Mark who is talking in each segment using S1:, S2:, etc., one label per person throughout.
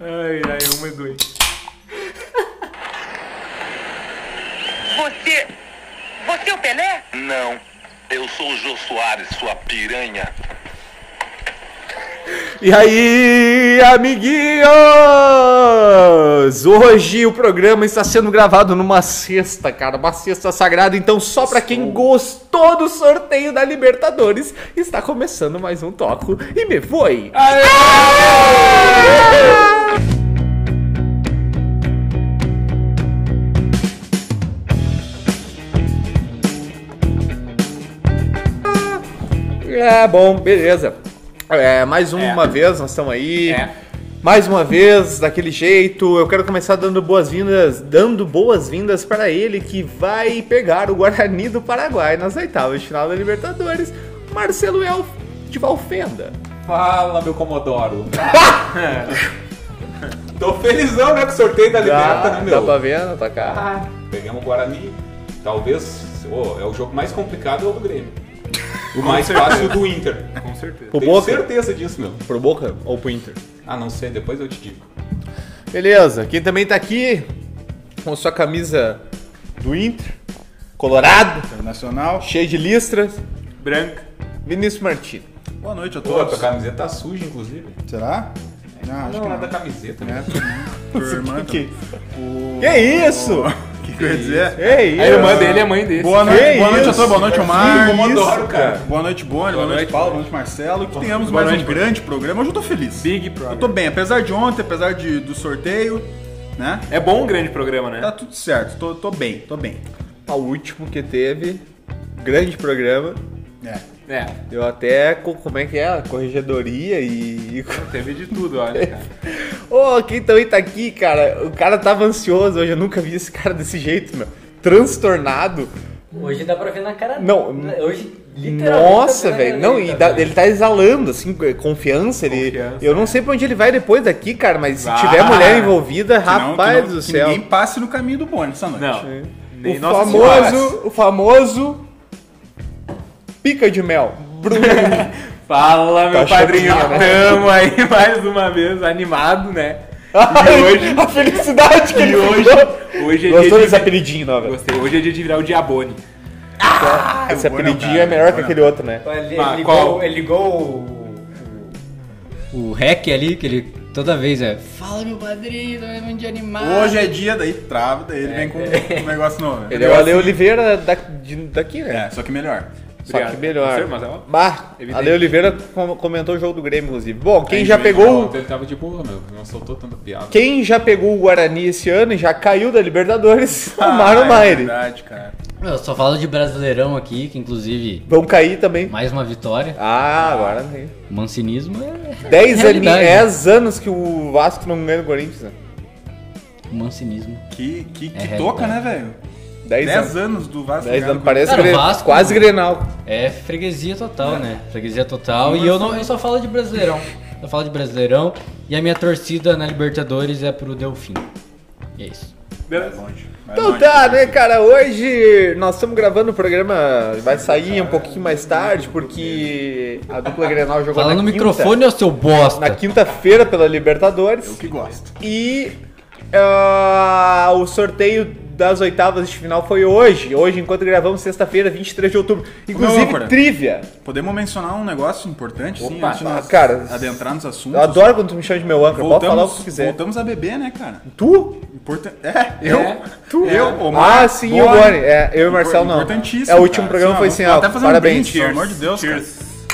S1: Ai, ai, uma e dois.
S2: Você. Você é o Pelé?
S3: Não, eu sou o Jô Soares, sua piranha.
S1: E aí, amiguinhos! Hoje o programa está sendo gravado numa sexta, cara, uma sexta sagrada. Então, só pra quem gostou do sorteio da Libertadores, está começando mais um Toco e me foi! É bom, beleza. É, mais uma
S4: É.
S1: vez, nós estamos aí.
S4: É.
S1: Mais uma vez, daquele jeito, eu quero começar dando boas-vindas, dando boas-vindas para ele que vai pegar o Guarani do Paraguai nas oitavas de final da Libertadores, Marcelo Elf de Valfenda.
S4: Fala, meu Comodoro. É. Tô felizão, né, com o sorteio da Liberta, né,
S1: Ah, dá pra
S4: meu?
S1: ver tá na tua cara?
S4: Ah, Pegamos o Guarani. Talvez, ô, é o jogo mais complicado é o do Grêmio. O mais fácil do Inter.
S5: Com certeza.
S1: Pro
S4: Tenho
S1: Boca?
S4: certeza disso, meu.
S1: Ah, Pro Boca ou pro Inter?
S4: Ah, não sei, depois eu te digo.
S1: Beleza, quem também tá aqui com sua camisa do Inter, colorado,
S5: Internacional.
S1: cheio de listras,
S5: Branca.
S1: Vinícius Martins.
S5: Boa noite a
S4: Pô,
S5: todos.
S4: tua camiseta tá suja, inclusive.
S5: Será? Não, acho
S4: não,
S5: que
S4: é da
S5: não.
S4: camiseta, né?
S5: É, tua irmã
S1: Que,
S5: também. O...
S1: que isso?
S5: O que, que eu ia dizer?
S1: Ei,
S6: A irmã dele é mãe dele.
S5: Boa
S1: Que
S5: noite, boa noite a
S1: isso?
S5: todos, boa noite, Omar.
S4: Sim, Comodoro,
S5: Isso,
S4: cara.
S5: Boa noite, Boni, boa, noite,
S6: noite,
S5: Paulo, boa noite, Marcelo. Que tenhamos
S6: boa
S5: mais um
S6: noite,
S5: grande programa. Hoje eu tô feliz.
S6: Big
S5: Eu tô
S6: Brother.
S5: bem, apesar de ontem, apesar de, do sorteio, né?
S6: É bom um grande programa, né?
S5: Tá tudo certo, tô, tô bem, tô bem.
S1: Ao último que teve, grande programa.
S5: É.
S6: É,
S1: Eu até, co- como é que é? Corregedoria e...
S6: teve de tudo, olha, cara.
S1: Ô, quem também tá aqui, cara, o cara tava ansioso hoje, eu nunca vi esse cara desse jeito, meu. Transtornado.
S7: Hoje dá pra ver na cara
S1: Não,
S7: dele. É, né? Hoje, literalmente.
S1: Nossa,
S7: dá pra ver
S1: velho.
S7: na cara
S1: Não,
S7: dele,
S1: e
S7: tá
S1: dá-
S7: vendo?
S1: ele tá exalando, assim, co- confiança. Ele,
S6: Confiança, é.
S1: eu não sei pra onde ele vai depois daqui, cara, mas se
S6: Vai.
S1: tiver mulher envolvida,
S5: Que não-
S1: rapaz
S5: que não-
S1: do
S5: que
S1: céu.
S5: Ninguém passe no caminho do Boni essa noite.
S6: Não.
S1: O
S6: Nem Nossa Senhora.
S1: famoso, o famoso pica de mel.
S6: Fala, meu
S1: Tá
S6: padrinho.
S1: chateado, né?
S6: Tamo aí mais uma vez, animado, né?
S1: Ai,
S6: hoje-
S1: a felicidade que
S6: E
S1: ele
S6: hoje,
S1: ficou.
S6: hoje é
S1: Gostou
S6: dia
S1: desse
S6: de...
S1: apelidinho, não, velho?
S6: Gostei. Hoje é dia de virar o Diabone.
S1: Esse
S5: eu vou não,
S1: apelidinho
S5: cara,
S1: é melhor
S5: eu
S1: que
S5: vou
S1: aquele outro, né?
S7: Ele, ele
S6: Ah,
S7: ligou,
S6: qual?
S7: ele ligou o. O hack ali, que ele toda vez é. Fala meu padrinho, é um dia animado.
S5: Hoje é dia, daí trava, daí ele vem com um negócio novo. né?
S1: Ele é o
S6: assim-
S1: Ale Oliveira da- de- daqui, né?
S5: É, só que melhor.
S1: Só que
S6: Obrigado.
S1: melhor.
S6: Mas é uma-
S1: Bah,
S6: Evidente.
S1: Ale Oliveira com- comentou o jogo do Grêmio, inclusive. Bom, quem já
S4: Aí,
S1: pegou.
S4: Ele tava de boa, meu. Não soltou tanta piada.
S1: Quem já pegou o Guarani esse ano e já caiu da Libertadores, tomaram
S5: Ah, É
S1: Maire.
S5: verdade, cara.
S7: Eu só falo de Brasileirão aqui, que inclusive,
S1: Vão cair também.
S7: mais uma vitória.
S1: Ah, agora tem.
S7: Mancinismo é.
S1: 10 ani-
S7: Realidade.
S1: 10 anos que o Vasco não ganha do Corinthians, né?
S7: Mancinismo.
S5: Que, que, que
S7: É
S5: toca, né,
S7: realidade.
S5: velho?
S1: 10 anos.
S5: 10 anos do Vasco.
S1: 10
S5: ganhando
S1: anos, parece
S7: Cara, o
S1: Gre-
S7: Vasco-
S1: quase Grenal.
S7: É freguesia total, né? Freguesia total. E eu não eu só falo de Brasileirão. Eu falo de Brasileirão. E a minha torcida na Libertadores é pro Delfim. E é isso.
S6: Beleza.
S5: É
S1: Então tá, né, cara? Hoje nós estamos gravando o programa, vai sair um pouquinho mais tarde, porque a dupla Grenal jogou
S7: Fala
S1: na
S7: no
S1: quinta-
S7: microfone, ô seu bosta.
S1: na quinta-feira pela Libertadores.
S5: Eu que gosto.
S1: E ah, o sorteio das oitavas de final foi hoje. Hoje, enquanto gravamos, sexta-feira, 23 de outubro. Inclusive,
S5: âncora.
S1: trivia.
S5: Podemos mencionar um negócio importante, sim,
S6: Opa,
S5: antes de nós
S1: cara,
S5: adentrar nos assuntos.
S1: Eu adoro quando tu me chama de meu âncora, pode falar o que tu quiser.
S5: Voltamos a beber, né, cara?
S1: Tu?
S5: Importa... É, eu.
S1: Tu?
S5: Eu, Omar,
S1: ah, sim, o
S5: Boni.
S1: Boni. É, eu e o Marcel não.
S5: Importantíssimo.
S1: É, o último
S5: cara.
S1: programa
S5: Sim, ó,
S1: foi
S5: vou
S1: assim, ó,
S5: Até fazer
S1: parabéns.
S5: um brinde, pelo amor de Deus. cara.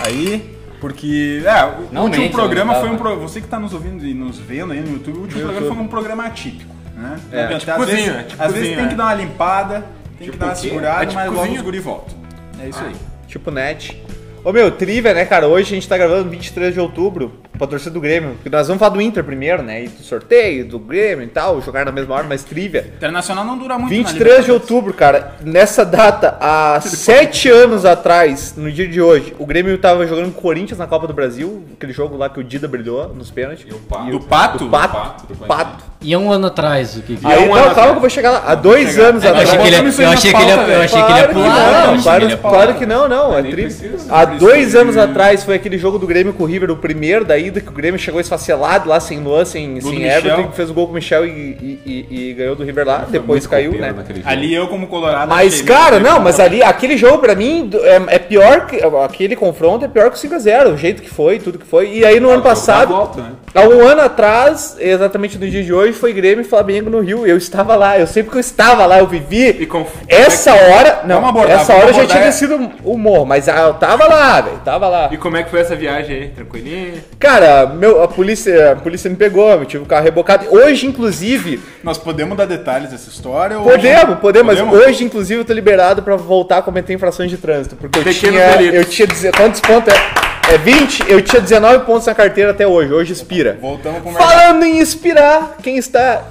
S5: Aí, porque. É, o
S7: Não
S5: último
S7: mente,
S5: programa
S7: não
S5: foi um.
S7: dava.
S5: Pro... Você que tá nos ouvindo e nos vendo aí no YouTube, o último programa foi um programa atípico, né?
S1: É,
S5: Então,
S6: tipo
S5: às vezes,
S6: cozinha, tipo
S5: às vezes
S6: cozinha,
S5: tem
S6: é.
S5: que dar uma limpada, tem que dar uma
S6: o quê?
S5: segurada,
S6: É tipo
S5: mas logo
S6: cozinha?
S5: os guri voltam. É isso aí.
S1: Tipo net. Ô meu, trivia, né, cara? Hoje a gente tá gravando 23 de outubro pra torcida do Grêmio. Porque nós vamos falar do Inter primeiro, né? E do sorteio, do Grêmio e tal, jogar na mesma hora, mas trivia.
S5: Internacional não dura muito na
S1: 23 de
S5: Libertadores.
S1: outubro, cara, nessa data, há sete anos atrás, no dia de hoje, o Grêmio tava jogando com o Corinthians na Copa do Brasil, aquele jogo lá que o Dida brilhou nos pênaltis.
S4: E o
S1: E
S4: Pato.
S1: o
S5: Do Pato?
S1: do Pato.
S4: Pato, do Pato.
S1: Pato.
S7: E há um ano atrás, o que que
S1: Aí,
S6: um
S1: não,
S6: ano
S1: calma
S6: atrás.
S1: que eu vou chegar lá. Há dois anos
S7: Eu
S1: atrás.
S7: achei que ele,
S5: botamos isso aí
S7: eu
S5: na
S7: achei que ele,
S5: pauta,
S7: ia- eu
S5: velho.
S7: achei né? que ele ia
S1: Claro que
S7: pular. eu
S1: não,
S7: achei
S1: claro,
S7: que ele ia pular.
S1: claro que não, não. É
S4: nem
S1: tri...
S4: precisa,
S1: Há
S4: por isso
S1: dois
S4: que-
S1: anos atrás foi aquele jogo do Grêmio com o River, o primeiro, daí ida que o Grêmio chegou esfacelado lá, sem Luan, sem,
S5: Gol do
S1: sem
S5: Michel.
S1: Everton, que fez o gol com o Michel e, e- e- e ganhou do River lá, depois
S4: Muito
S1: caiu,
S4: copeiro
S1: né?
S4: naquele jogo.
S5: Ali eu, como colorado...
S1: Mas,
S5: achei
S1: cara,
S5: muito
S1: não, mas ali, aquele jogo pra mim do- é, é pior, que, aquele confronto é pior que o 5x0, o jeito que foi, tudo que foi. E aí no ano
S4: Dá
S1: passado,
S4: volta, né?
S1: Há um ano atrás, exatamente no dia de hoje, foi Grêmio e Flamengo no Rio. Eu estava lá, eu sempre que eu estava lá, eu vivi.
S6: E conf-
S1: Essa hora. Não,
S5: Vamos abordar,
S1: essa
S5: vamos
S1: hora eu já
S5: abordar.
S1: tinha descido o morro, mas ah, eu tava lá, velho. Tava lá.
S6: E como é que foi essa viagem aí? Tranquilinha?
S1: Cara, meu, a polícia, a polícia me pegou, eu tive o carro rebocado. Hoje, inclusive,
S5: Nós podemos dar detalhes dessa história? ou-
S1: podemos, podemos, mas hoje, inclusive, eu tô liberado pra voltar a cometer infrações de trânsito. Porque eu
S6: Pequenos
S1: tinha.
S6: delitos.
S1: Eu tinha. deze- Quantos pontos é? É 20? Eu tinha 19 pontos na carteira até hoje. Hoje expira.
S5: Voltamos com o mercado.
S1: Falando em inspirar, quem está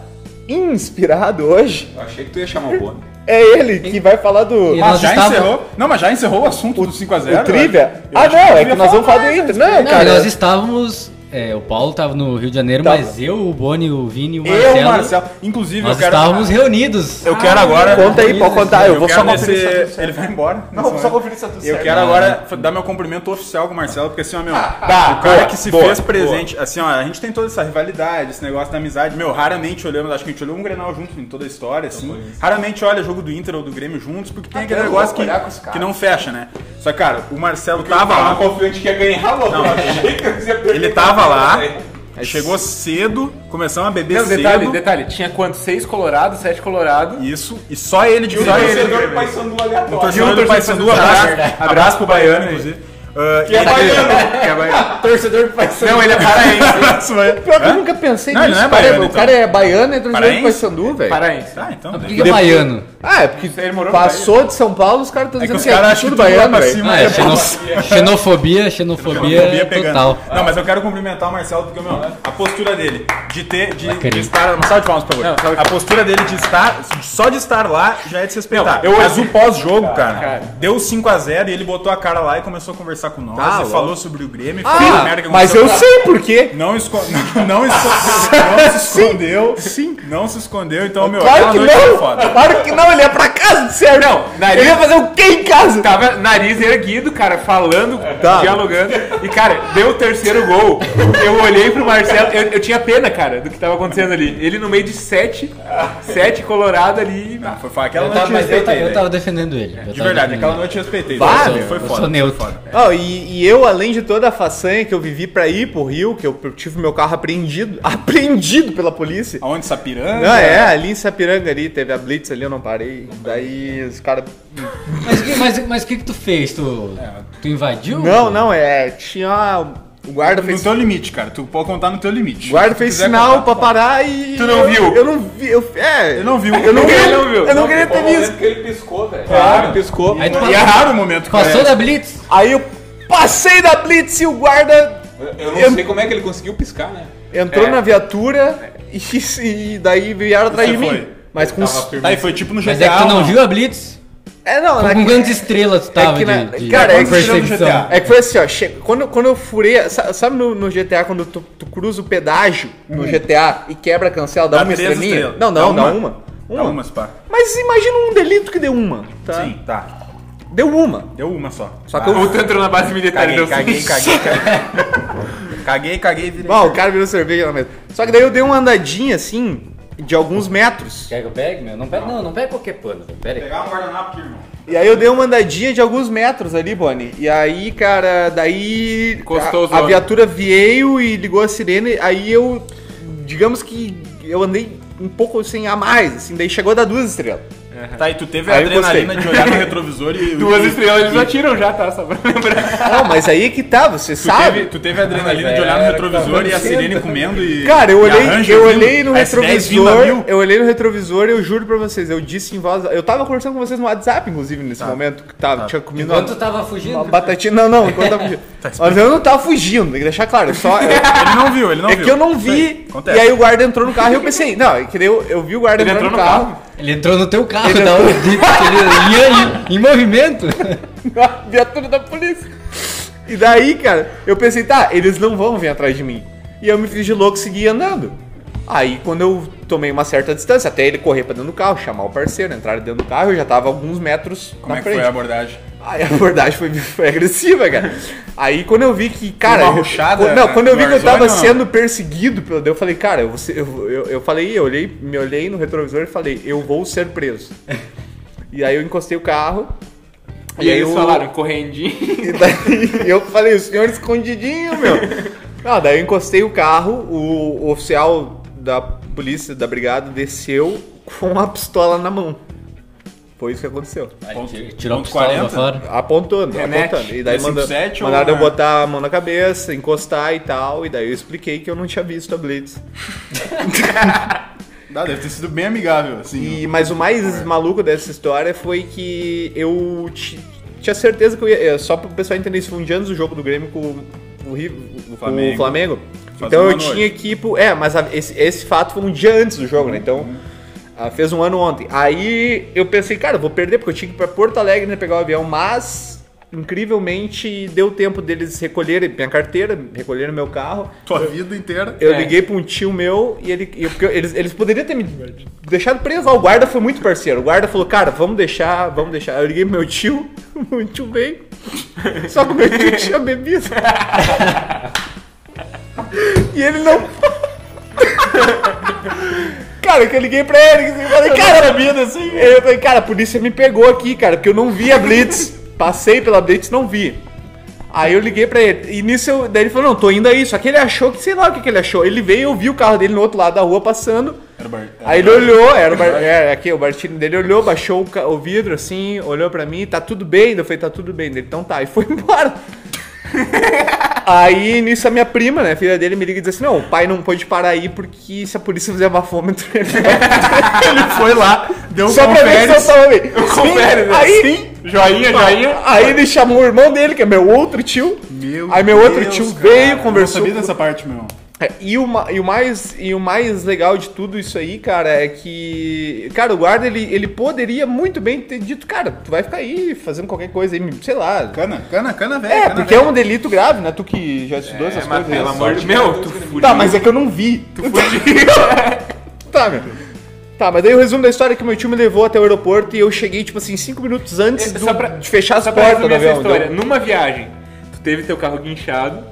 S1: inspirado hoje
S4: Eu achei que tu ia chamar o Boni.
S1: é ele que vai falar do
S7: E
S5: Mas
S7: nós
S5: já
S7: estava-
S5: encerrou? Não, mas já encerrou o assunto do 5x0.
S1: o Trivia. Ah, não, é que nós vamos falar do Inter. Não,
S7: Não,
S1: cara.
S7: nós estávamos. é, o Paulo estava no Rio de Janeiro,
S1: Tava.
S7: mas eu, o Boni, o Vini e o Marcelo.
S5: Eu, Marcelo. Inclusive,
S7: Nós
S5: eu quero.
S7: estávamos reunidos.
S5: Eu quero agora.
S1: Ah, Conta aí, pode contar. Eu vou
S5: quero
S1: só conferir.
S5: nesse-
S1: se tá tudo certo.
S5: Ele vai embora.
S1: Não, vou só conferir se tá tudo
S5: Eu
S1: certo.
S5: quero agora f- dar meu cumprimento oficial com o Marcelo, porque assim, ó, meu, o cara
S1: Ah, tá, boa,
S5: que se
S1: boa,
S5: fez presente, assim, ó, a gente tem toda essa rivalidade, esse negócio da amizade, meu, raramente olhamos, acho que a gente olhou um Grenal junto em toda a história, assim,
S1: Então
S5: raramente olha jogo do Inter ou do Grêmio juntos, porque tem aquele
S1: Ah, eu vou
S5: negócio que,
S1: olhar com os caras.
S5: que não fecha, né? Só que, cara, o Marcelo
S4: Eu
S5: tava lá,
S4: confiante que ia ganhar, mano. Não, achei que eu ia perder.
S5: ele tava lá, chegou cedo, começamos a beber
S6: Não,
S5: cedo,
S6: detalhe, detalhe. Tinha quanto? Seis colorados, sete colorados.
S5: isso, e só ele de
S4: E o
S5: só ele-
S4: torcedor do Paysandu
S5: O
S4: aleatório.
S6: um
S5: torcedor do Paysandu, abraço, abraço pro Baiano, inclusive. Ah,
S4: é
S5: ele-
S4: baiano.
S5: Que é baiano.
S1: Torcedor do Paysandu.
S5: Não, ele é paraense.
S1: Pior que eu nunca pensei
S5: Não,
S1: nisso.
S5: ele não é
S1: cara.
S5: baiano,
S1: O
S5: então.
S1: cara é baiano e é torcedor do
S5: Paraense?
S1: Paysandu, velho.
S6: Paraense.
S5: Ah, então.
S7: Por
S5: né?
S7: que é baiano?
S1: Ah, é porque
S5: Ele morou no
S1: passou de São Paulo, os caras estão
S5: É que
S1: dizendo
S5: os
S1: que é
S5: caras
S1: aqui
S5: acham
S1: tudo
S5: que tudo lá
S1: baiano,
S5: pra
S1: velho.
S5: cima
S7: Ah, é,
S5: é
S7: xeno- xenofobia, xenofobia,
S5: Xenofobia é pegando.
S7: total.
S5: Não, mas eu quero cumprimentar o Marcelo porque, meu, a postura dele de ter. De,
S7: Lacrinho.
S5: de estar. Uma salva de palmas, por favor.
S6: Não, salva de
S5: a postura dele de estar. Só de estar lá já é de se respeitar.
S6: Não, eu-
S5: mas o pós-jogo, cara,
S6: cara.
S5: deu 5x0 e ele botou a cara lá e começou a conversar com nós.
S1: Tá,
S5: e
S1: louco.
S5: falou sobre o Grêmio.
S1: Ah,
S5: falou a merda que
S1: mas
S5: aconteceu
S1: eu
S5: com-
S1: sei por quê.
S5: Não, esco... não, não esco- não se escondeu. Sim. Não se escondeu, então, meu.
S1: Claro
S5: aquela
S1: que
S5: noite foi
S1: não.
S5: foda.
S1: Claro que não, ele ia pra casa de Sérgio.
S6: nariz-
S1: Ele ia fazer o quê em casa?
S6: Tava nariz erguido, cara, falando,
S1: Tá.
S6: dialogando. E, cara, deu o terceiro gol. Eu olhei pro Marcelo, eu, eu tinha pena, cara, do que tava acontecendo ali. Ele no meio de sete, sete colorado ali.
S5: Ah, Foi foda. Aquela
S7: Eu
S5: noite
S7: tava,
S5: eu
S7: mas eu, tava,
S5: respeitei.
S7: eu
S5: velho.
S7: tava defendendo ele. eu
S5: De
S7: tava
S5: verdade,
S7: defendendo
S5: aquela
S7: ele.
S5: noite eu respeitei.
S1: Bah,
S5: Foi-
S1: meu,
S5: foi
S7: eu
S5: foda.
S7: sou neutro.
S5: Foi foda.
S1: Ó, e, e eu, além de toda a façanha que eu vivi pra ir pro Rio, que eu, eu tive meu carro apreendido, apreendido pela polícia.
S5: Aonde Sapiranga?
S1: Não, é, ali em Sapiranga ali, teve a Blitz ali, eu não parei. Daí os caras.
S7: Mas o que- mas- mas o que, que tu fez? Tu,
S5: É.
S7: tu invadiu?
S1: Não, não, é. Tinha. O guarda
S5: No
S1: fez.
S5: teu limite, cara. Tu pode contar no teu limite.
S1: O guarda fez
S5: Se quiser
S1: sinal
S5: contar.
S1: pra parar e.
S5: Tu não
S1: eu-
S5: viu?
S1: Eu não vi. Eu, é.
S5: Ele não viu.
S1: Eu não, queria,
S6: não viu.
S1: eu não
S6: Não,
S1: queria ter visto.
S4: Porque ele piscou, velho.
S5: Claro.
S4: Ele piscou.
S7: Aí tu
S5: E é
S7: passou,
S5: raro o momento que
S7: passou
S5: é.
S7: da Blitz?
S1: Aí eu passei da Blitz e o guarda
S4: Eu não
S1: Eu-
S4: sei como é que ele conseguiu piscar, né?
S5: É.
S1: entrou na viatura e, e daí vieram atrás
S5: Você
S1: de mim.
S5: foi.
S1: Mas com.
S4: Tava
S1: os-
S4: firme.
S5: Tá, e foi tipo no GTA.
S7: Mas é que tu não
S5: mano.
S7: viu a Blitz?
S1: É, não,
S5: um
S7: Com
S1: naquele-
S7: grandes estrelas tu tava
S1: que na-
S7: de, de
S1: cara, é que
S5: tirando o
S7: perseguição.
S5: GTA.
S1: É que foi assim, ó. che- Quando, quando eu furei. sa- Sabe no, no GTA, quando tu, tu cruza o pedágio no GTA e quebra, cancela, dá,
S5: Hum. Dá
S1: uma
S5: três
S1: estrelinha?
S5: estrelas.
S1: Não, não,
S5: Dá
S1: dá
S5: uma.
S1: uma.
S5: Dá uma, pá.
S1: Mas imagina um delito que deu uma. Tá?
S5: Sim, tá.
S1: Deu uma.
S5: Deu uma só.
S1: Só que
S5: Tá.
S1: eu.
S6: O tanto entrou na base militar e
S5: Caguei,
S6: deu
S5: caguei,
S6: cinco.
S5: caguei, caguei. Caguei, caguei, virei.
S1: Bom, o cara virou cerveja na mesa. Só que daí eu dei uma andadinha assim, de alguns metros.
S7: Quer que eu pegue, meu? Não pega, não, não pega qualquer pano, velho. Pera aí.
S5: Pegar um guardanapo aqui, irmão.
S1: E aí eu dei uma andadinha de alguns metros ali, Bonnie. E aí, cara, daí
S6: Encostou os
S1: a, a
S6: olhos.
S1: viatura veio e ligou a sirene. Aí eu, digamos que eu andei um pouco sem a mais, assim. Daí chegou a dar duas estrelas.
S5: Tá, e tu teve a
S1: Aí eu
S5: adrenalina de
S1: gostei.
S5: olhar no retrovisor e...
S6: Duas
S5: e-
S6: estrelas eles atiram já, tá? Só pra lembrar.
S1: Não, mas aí que tá, você
S5: Tu teve,
S1: sabe.
S5: tu teve a adrenalina de olhar no retrovisor e a sirene comendo e...
S1: Cara, eu
S5: e
S1: olhei,
S5: arranjo
S1: eu
S5: vindo.
S1: olhei no
S5: As 10 vindo a mil.
S1: retrovisor, eu olhei no retrovisor e eu juro pra vocês, eu disse em voz, eu tava conversando com vocês no WhatsApp, inclusive,
S5: Tá.
S1: nesse momento, que tava, tinha comido uma-
S7: Enquanto tu tava fugindo,
S1: Uma batatinha. Não, não, enquanto eu tava fugindo.
S5: Tá
S1: Mas eu não tava fugindo, tem que deixar claro. eu só, eu-
S5: Ele não viu, ele não
S1: é
S5: viu.
S1: que eu não
S5: Isso
S1: vi.
S5: acontece.
S1: E aí o guarda entrou no carro e eu pensei, não, é que daí eu, eu vi o guarda
S6: Ele
S1: entrou no
S6: entrou no
S1: carro.
S7: ele entrou no teu carro, da hora de, ele ia em, em movimento.
S1: a viatura da polícia. E daí, cara, eu pensei, tá, eles não vão vir atrás de mim. E eu me fiz de louco e segui andando. Aí, quando eu tomei uma certa distância, até ele correr Tá pra dentro do carro, chamar o parceiro, entrar dentro do carro, eu já tava alguns metros
S5: Como
S1: na
S5: é que
S1: frente.
S5: foi a abordagem?
S1: Aí a abordagem foi, foi agressiva, cara. Aí quando eu vi que, cara.
S5: Uma ruchada
S1: eu- não, quando eu vi
S5: no
S1: que eu tava
S5: Warzone,
S1: sendo perseguido pelo. Eu falei, cara, eu, vou ser- eu, eu, eu falei, eu olhei, me olhei no retrovisor e falei, eu vou ser preso. e aí eu encostei o carro.
S6: E, aí eles
S1: eu-
S6: falaram, correndinho.
S1: e daí eu falei, o senhor escondidinho, meu. Não, daí eu encostei o carro, o oficial da polícia, da brigada, desceu com a pistola na mão. Foi isso que aconteceu.
S7: Aí tirou a um pistola pra
S5: 40?
S7: fora.
S1: Apontando,
S5: Remete.
S1: apontando. E daí manda,
S5: 357 é ou- um?
S1: mandaram eu botar a mão na cabeça, encostar e tal. E daí eu expliquei que eu não tinha visto a Blitz.
S5: Dá, deve ter sido bem amigável, assim.
S1: E, mas o mais maluco dessa história foi que eu ti- tinha certeza que eu ia. é, Só pro pessoal entender isso, foi um dia antes do jogo do Grêmio com o, o, Ri- com o Flamengo.
S5: Flamengo. Fazer
S1: Então
S5: uma
S1: eu
S5: noite.
S1: tinha que ir pro. É, mas a- esse, esse fato foi um dia antes do jogo, né? Então. ah, fez um ano ontem. Aí eu pensei, cara, eu vou perder, porque eu tinha que ir pra Porto Alegre né, pegar o avião, mas incrivelmente deu tempo deles recolherem minha carteira, recolherem meu carro.
S5: Tua vida inteira.
S1: Eu
S6: É.
S1: liguei pra um tio meu e ele. e eu- porque eles, eles poderiam ter me deixado preso lá. O guarda foi muito parceiro. O guarda falou, cara, vamos deixar, vamos deixar. Eu liguei pro meu tio, o meu tio veio. Só que o meu tio tinha bebido. e ele não. Cara, que eu liguei pra ele, que eu falei, cara, vida, assim. Eu falei, cara, a polícia me pegou aqui, cara, porque eu não vi a Blitz. Passei pela Blitz, não vi. Aí eu liguei pra ele. E nisso eu, daí ele falou, não, tô indo aí. Só que ele achou que, sei lá o que, que ele achou. Ele veio, eu vi o carro dele no outro lado da rua passando.
S5: Era o Bar-
S1: Aí ele olhou, era o bar, é, aqui, o Bartini dele olhou, baixou o, ca- o vidro assim, olhou pra mim, tá tudo bem? Eu falei, tá tudo bem dele, então tá, e foi embora. Aí nisso a minha prima, né, filha dele, me liga e diz assim: Não, o pai não pôde parar aí porque se a polícia fizer bafômetro, ele
S5: Ele foi lá, deu
S1: Só pra ver se eu tava bem.
S6: Confere, né?
S1: aí,
S6: Sim. Joinha, joinha.
S1: aí ele chamou o irmão dele, que é meu outro tio.
S5: Meu
S1: aí meu outro
S5: Deus,
S1: tio
S5: cara,
S1: veio,
S5: Eu
S1: conversou.
S5: não sabia dessa parte, meu.
S1: É, E o, ma- e, o mais, e o mais legal de tudo isso aí, cara, é que. Cara, o guarda ele, ele poderia muito bem ter dito, cara, tu vai ficar aí fazendo qualquer coisa aí, sei lá.
S5: Cana, cana, cana, velho.
S1: é,
S5: cana,
S1: porque é
S5: velho.
S1: um delito grave, né? Tu que já estudou essas
S6: É, Mas
S1: coisas.
S6: pelo
S1: né?
S6: amor de Meu, tu fudiu.
S1: Tá, mas é que eu não vi. Tu tá, meu. Tá, mas daí o resumo da história é que meu tio me levou até o aeroporto e eu cheguei, tipo assim, cinco minutos antes
S6: É,
S1: do-
S6: só pra-
S1: de fechar as
S6: Só pra
S1: portas do
S6: resumir essa
S1: avião.
S6: história,
S1: entendeu?
S6: numa viagem, tu teve teu carro guinchado,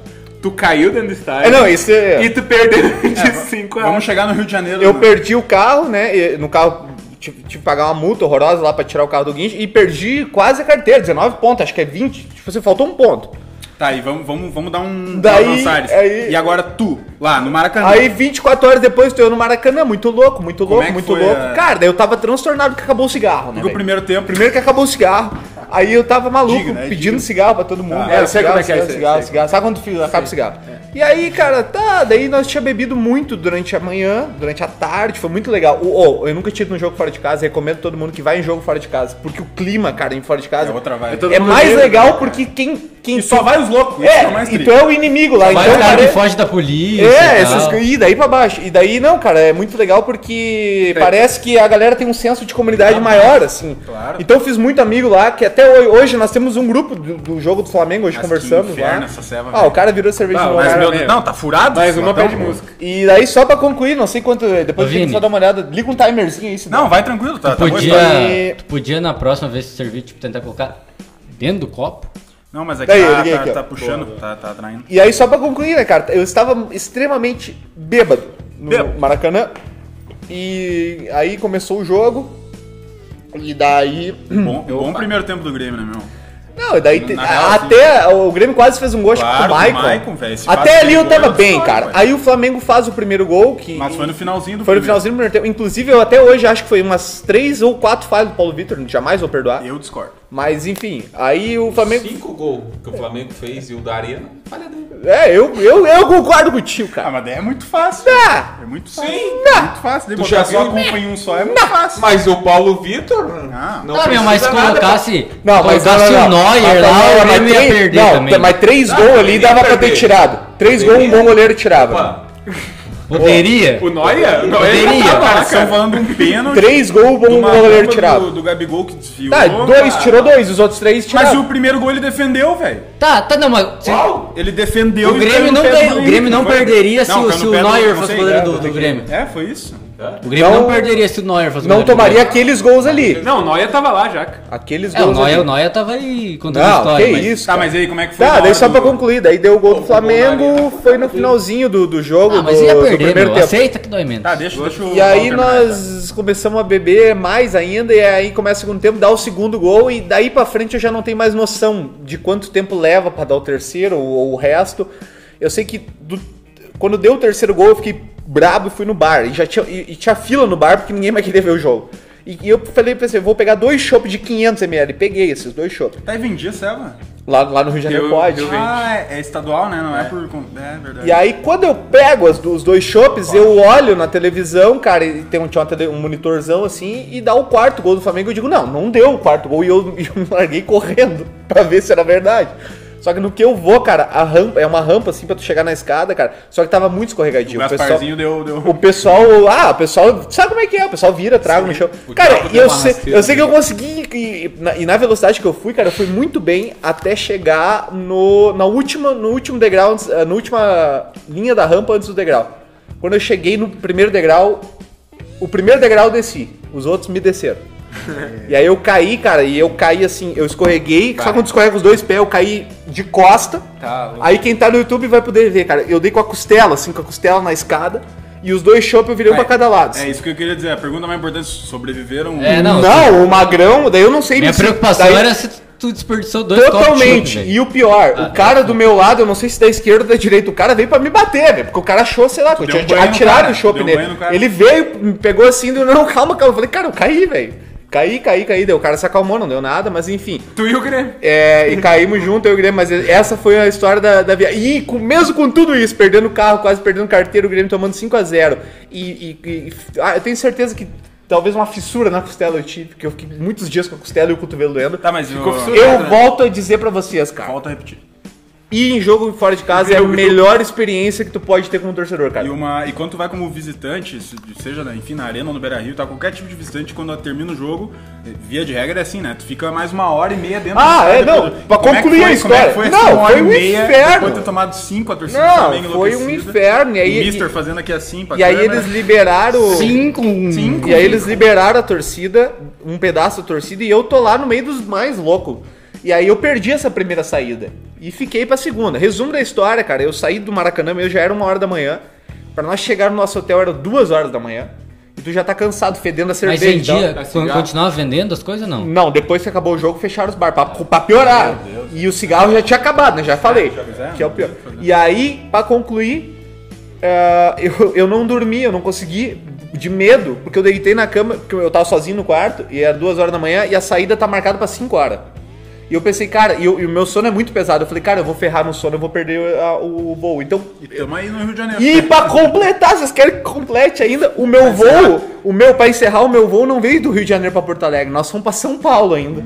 S6: tu caiu dentro do estádio.
S1: É, não, isso é-
S6: E tu perdeu de 5 a um.
S5: Vamos chegar no Rio de Janeiro.
S1: Eu
S5: né?
S1: perdi o carro, né? e No carro tive, tive que pagar uma multa horrorosa lá pra tirar o carro do guincho e perdi quase a carteira, 19 pontos, acho que é 20. Tipo assim, faltou um ponto.
S5: Tá, e vamos, vamos, vamos dar um.
S1: Daí,
S5: um Salles.
S1: aí-
S5: E agora tu, lá no Maracanã.
S1: Aí 24 horas depois tô eu no Maracanã, muito louco, muito louco,
S5: é que
S1: muito
S5: foi
S1: louco.
S5: a-
S1: Cara, daí eu tava transtornado que acabou o cigarro, né?
S5: Porque o
S1: velho?
S5: primeiro tempo.
S1: Primeiro que acabou o cigarro. Aí eu tava maluco,
S5: Diga, né?
S1: pedindo
S5: Diga.
S1: cigarro pra todo mundo.
S5: Ah,
S1: Cara,
S6: eu sei
S1: cigarro,
S6: como é que é
S1: cigarro,
S6: isso aí,
S1: cigarro,
S6: sei.
S1: cigarro. Sabe quando fica- acaba o cigarro?
S5: é.
S1: E aí, cara, tá, daí nós tinha bebido muito durante a manhã, durante a tarde, foi muito legal. Ô, ô, eu nunca tinha ido num jogo fora de casa, recomendo todo mundo que vá em jogo fora de casa, porque o clima, cara, em fora de casa
S5: É outra vibe.
S1: é
S5: Todo né?
S6: mundo
S1: mais
S6: bêbado,
S1: legal porque quem quem
S5: E só vai os loucos. isso que o mais
S1: é, e tu
S5: triste.
S1: é o inimigo lá,
S7: Vai
S1: então
S7: o cara
S1: pare-
S7: que foge da polícia.
S1: é,
S7: e
S1: essas
S7: tal.
S1: coisas. E daí pra baixo. E daí, não, cara, é muito legal porque parece que a galera tem um senso de comunidade maior, assim.
S5: é. Claro.
S1: Então eu fiz muito amigo lá, que até ho- hoje nós temos um grupo do, do jogo do Flamengo, hoje
S5: Mas
S1: conversamos
S5: que inferno
S1: lá.
S5: essa ceva,
S1: ah,
S5: velho.
S1: o cara virou cerveja
S6: Não,
S1: no
S5: Mas,
S1: cara,
S5: meu
S1: né?
S5: Deus, não, tá furado?
S6: Mais
S5: esse
S6: uma
S5: latão,
S6: pede
S5: pô.
S6: música.
S1: E daí, só pra concluir, não sei quanto. Depois
S7: Ô,
S1: tem que
S7: Vini.
S1: só dar uma olhada. Liga um timerzinho aí, se
S5: Não, vai tranquilo, tá? tá bom,
S7: Podia,
S1: tá-
S7: tu podia na próxima vez que servir, tipo, tentar colocar dentro do copo.
S5: Não, mas aqui
S1: Daí, eu
S5: tá,
S1: liguei
S5: tá-
S1: aqui, ó.
S5: tá puxando, tá, tá atraindo.
S1: E aí, só pra concluir, né, cara? Eu estava extremamente bêbado no
S5: Bêbado.
S1: Maracanã. E aí começou o jogo. E daí.
S5: Bom, bom primeiro tempo do Grêmio, né, meu?
S1: Não, e daí
S5: Na
S1: te-
S5: real, assim,
S1: até o Grêmio quase fez um gol acho que
S5: Claro,
S1: com o
S5: do
S1: Maicon.
S5: Maicon, velho, esse
S1: até
S5: passe
S1: ali
S5: de
S1: eu
S5: gol
S1: tava
S5: é
S1: bem,
S5: histórico,
S1: cara.
S5: velho.
S1: Aí o Flamengo faz o primeiro gol que
S5: Mas foi no finalzinho do
S1: foi no
S5: primeiro.
S1: finalzinho do primeiro tempo. Inclusive eu até hoje acho que foi umas três ou quatro falhas do Paulo Vitor, jamais vou perdoar.
S5: Eu discordo.
S1: Mas enfim, aí o Flamengo
S4: Cinco gols que o Flamengo fez e o da Arena. Falha dele.
S1: É, eu eu, eu concordo contigo,
S5: Ah,
S1: cara.
S5: mas daí é muito fácil.
S1: Ah,
S5: É muito
S4: Sim.
S5: fácil. É muito fácil. Daí
S4: Tu
S5: botar
S4: já só-
S5: só culpa em um só é muito fácil.
S4: Mas o Paulo Vitor.
S5: Ah.
S7: Ah,
S1: é
S7: meu, mas se colocasse,
S1: não, mas não,
S7: colocasse
S1: não, não.
S7: o Neuer
S1: Mas
S7: lá,
S1: não,
S7: o Grêmio
S1: mas
S7: ia
S1: três-
S7: perder
S1: não,
S7: também.
S1: mas três
S4: Não,
S1: gols
S4: ele
S1: ali
S4: ia
S1: dava pra ter
S4: perder.
S1: tirado. Três gols, um bom goleiro tirava.
S7: Poderia.
S6: O Noia? O Noia
S7: Poderia.
S6: já tava lá,
S5: Cara,
S6: cara.
S5: estão falando um pênalti.
S1: Três gols, um
S5: de
S1: bom
S5: uma
S1: goleiro
S5: culpa
S1: tirava.
S5: Do, do Gabigol que desviou.
S1: Tá, dois
S5: cara.
S1: tirou dois, os outros três tiraram.
S5: Mas o primeiro gol ele defendeu, velho.
S7: Tá, tá, não, mas. se-
S5: Ele defendeu
S7: O Grêmio
S5: caiu no
S7: não
S5: pé do
S7: ganhou- o
S5: Inter.
S7: Grêmio não
S5: Foi-
S7: perderia se o-
S5: caiu
S7: se
S5: no
S7: o
S5: pé do-
S7: Neuer
S5: não
S7: fosse
S5: sei,
S7: goleiro
S5: é,
S7: do-
S5: vou ter
S7: do
S5: que-
S7: Grêmio. Tá,
S5: É, foi isso.
S4: Hã?
S7: O Grêmio não,
S1: Não-
S7: perderia se o Neuer fosse
S1: Não
S7: goleiro do
S1: tomaria aqueles gols ali.
S6: Não, o Noia tava lá já. cara.
S1: Aqueles
S7: É, o
S1: gols
S7: Noia, o
S1: ali.
S7: Noia tava aí contando a
S1: Não,
S7: história.
S1: que
S7: mas-
S1: isso,
S5: Tá,
S1: cara.
S5: mas aí como é que foi?
S1: Tá,
S5: na
S1: daí
S5: hora
S1: só
S5: do-
S1: pra concluir, daí deu o gol do Flamengo, foi no finalzinho do, do jogo,
S7: Ah, mas
S1: do,
S7: ia
S1: do
S7: perder,
S1: primeiro
S7: meu.
S1: tempo.
S7: Aceita que dói menos.
S5: Tá, deixa, deixa o
S1: E aí
S5: Walter terminar,
S1: nós começamos a beber mais ainda, e aí começa o segundo tempo, dá o segundo gol, e daí pra frente eu já não tenho mais noção de quanto tempo leva pra dar o terceiro ou, ou o resto. Eu sei que do- quando deu o terceiro gol eu fiquei brabo e fui no bar, e, já tinha, e, e tinha fila no bar porque ninguém mais queria ver o jogo. E, e eu falei, pensei, vou pegar dois chopps de 500ml, peguei esses dois chopps.
S5: tá. Tá e vendia ceva.
S1: Lá, lá no Rio de Janeiro
S6: Eu-
S1: pode.
S6: eu vi.
S5: Ah, é, é estadual, né? Não é, por... con- É verdade.
S1: E aí, quando eu pego as du- os dois chopes, eu olho na televisão, cara, e tem um, tinha uma tele- um monitorzão assim, e dá o quarto gol do Flamengo. Eu digo, não, não deu o quarto gol, e eu, e eu larguei correndo pra ver se era verdade. Só que no que eu vou, cara, a rampa, é uma rampa assim pra tu chegar na escada, cara. Só que tava muito
S5: o
S1: escorregadio.
S5: Gasparzinho deu... deu...
S1: O pessoal, ah, o pessoal, sabe como é que é? O pessoal vira, traga no chão.
S4: O
S1: Cara,
S4: diabo
S1: e
S4: deu
S1: eu
S4: uma
S1: sei,
S4: rasteira
S1: eu sei que eu
S4: nele.
S1: consegui, e na, e na velocidade que eu fui, cara, eu fui muito bem até chegar no, na última, no último degrau, antes- eh, na última linha da rampa antes do degrau. Quando eu cheguei no primeiro degrau, o primeiro degrau eu desci, os outros me desceram. E aí eu caí, cara, e eu caí assim, eu escorreguei, só quando escorrega os dois pés, eu caí de costa.
S6: Tá,
S1: aí quem tá no YouTube vai poder ver, cara. Eu dei com a costela, assim, com a costela na escada, e os dois chopp eu virei um pra cada lado.
S5: É isso que eu queria dizer. A pergunta mais importante, sobreviveram... um-
S7: É, não.
S1: não, o magrão, daí eu não sei
S7: Minha
S1: me se-
S7: preocupação
S1: daí-
S7: era se tu desperdiçou dois copos de
S1: Totalmente.
S7: chope, velho.
S1: e o pior,
S7: Ah,
S1: o cara do meu lado, eu não sei se da esquerda ou da direita, o cara veio pra me bater, velho. Porque o cara achou, sei lá, que eu
S5: deu
S1: tinha
S5: um banho no
S1: atirado
S5: cara,
S1: o chopp
S5: deu um
S1: nele.
S5: banho no cara.
S1: Ele veio, me pegou assim, deu, não, calma, calma. Eu falei, cara, eu caí, velho. Caí, caí, caí. Daí o cara se acalmou, não deu nada, mas enfim.
S6: Tu e o Grêmio.
S1: É, e caímos junto, eu e o Grêmio, mas essa foi a história da, da viagem. E com- mesmo com tudo isso, perdendo o carro, quase perdendo carteiro, o Grêmio tomando 5x0. E, e- e- ah, eu tenho certeza que talvez uma fissura na costela eu tive, porque eu fiquei muitos dias com a costela e o cotovelo doendo.
S5: Tá, mas o...
S1: Eu volto a dizer pra vocês, cara.
S5: Volta a repetir.
S1: Ir em jogo fora de casa é a melhor experiência que tu pode ter como torcedor,
S5: E,
S1: cara.
S5: uma, e quando tu vai como visitante, se- seja na- enfim, na arena ou no Beira Rio, tá? Qualquer tipo de visitante, quando termina o jogo, eh, via de regra é assim, né? Tu fica mais uma hora e meia dentro
S1: Ah,
S5: do
S1: é,
S5: estádio.
S1: não, pra
S5: Como é que
S1: concluir a
S5: foi- como é que
S1: história.
S5: essa
S1: Não,
S5: uma
S1: foi
S5: hora e
S1: um
S5: meia
S1: inferno.
S5: Depois de ter tomado cinco a torcida
S1: Não,
S5: do Flamengo
S1: foi um
S5: enlouquecida,
S1: inferno, e aí-
S5: o Mister
S1: e-
S5: fazendo aqui assim pra
S1: E aí
S5: câmera.
S1: eles liberaram.
S7: Cinco, um.
S5: Cinco.
S1: E aí eles liberaram a torcida, um pedaço da torcida, e eu tô lá no meio dos mais loucos. E aí eu perdi essa primeira saída. E fiquei pra segunda. Resumo da história, cara. Eu saí do Maracanã, eu já era uma hora da manhã. Pra nós chegar no nosso hotel era duas horas da manhã. E tu já tá cansado, fedendo a
S7: Mas
S1: cerveja.
S7: em
S1: então-
S7: dia,
S6: tá
S7: quando
S6: cigarro.
S7: continuava vendendo as coisas, não.
S1: Não, depois que acabou o jogo, fecharam os bar pra, pra piorar. E o cigarro já tinha acabado, né? Já falei. que é o pior. E aí, pra concluir, eh, eu, eu não dormi, eu não consegui, de medo, porque eu deitei na cama, porque eu tava sozinho no quarto, e era duas horas da manhã, e a saída tá marcada pra 5 horas. E eu pensei, cara, e, eu- e o meu sono é muito pesado. Eu falei, cara, eu vou ferrar no sono, eu vou perder a- o, o voo. Então,
S5: E tamo aí no Rio de Janeiro. Tá.
S1: e pra completar, vocês querem que complete ainda? O meu voo, o meu para encerrar, o meu voo não veio do Rio de Janeiro pra Porto Alegre, nós fomos pra São Paulo
S5: É,
S1: ainda.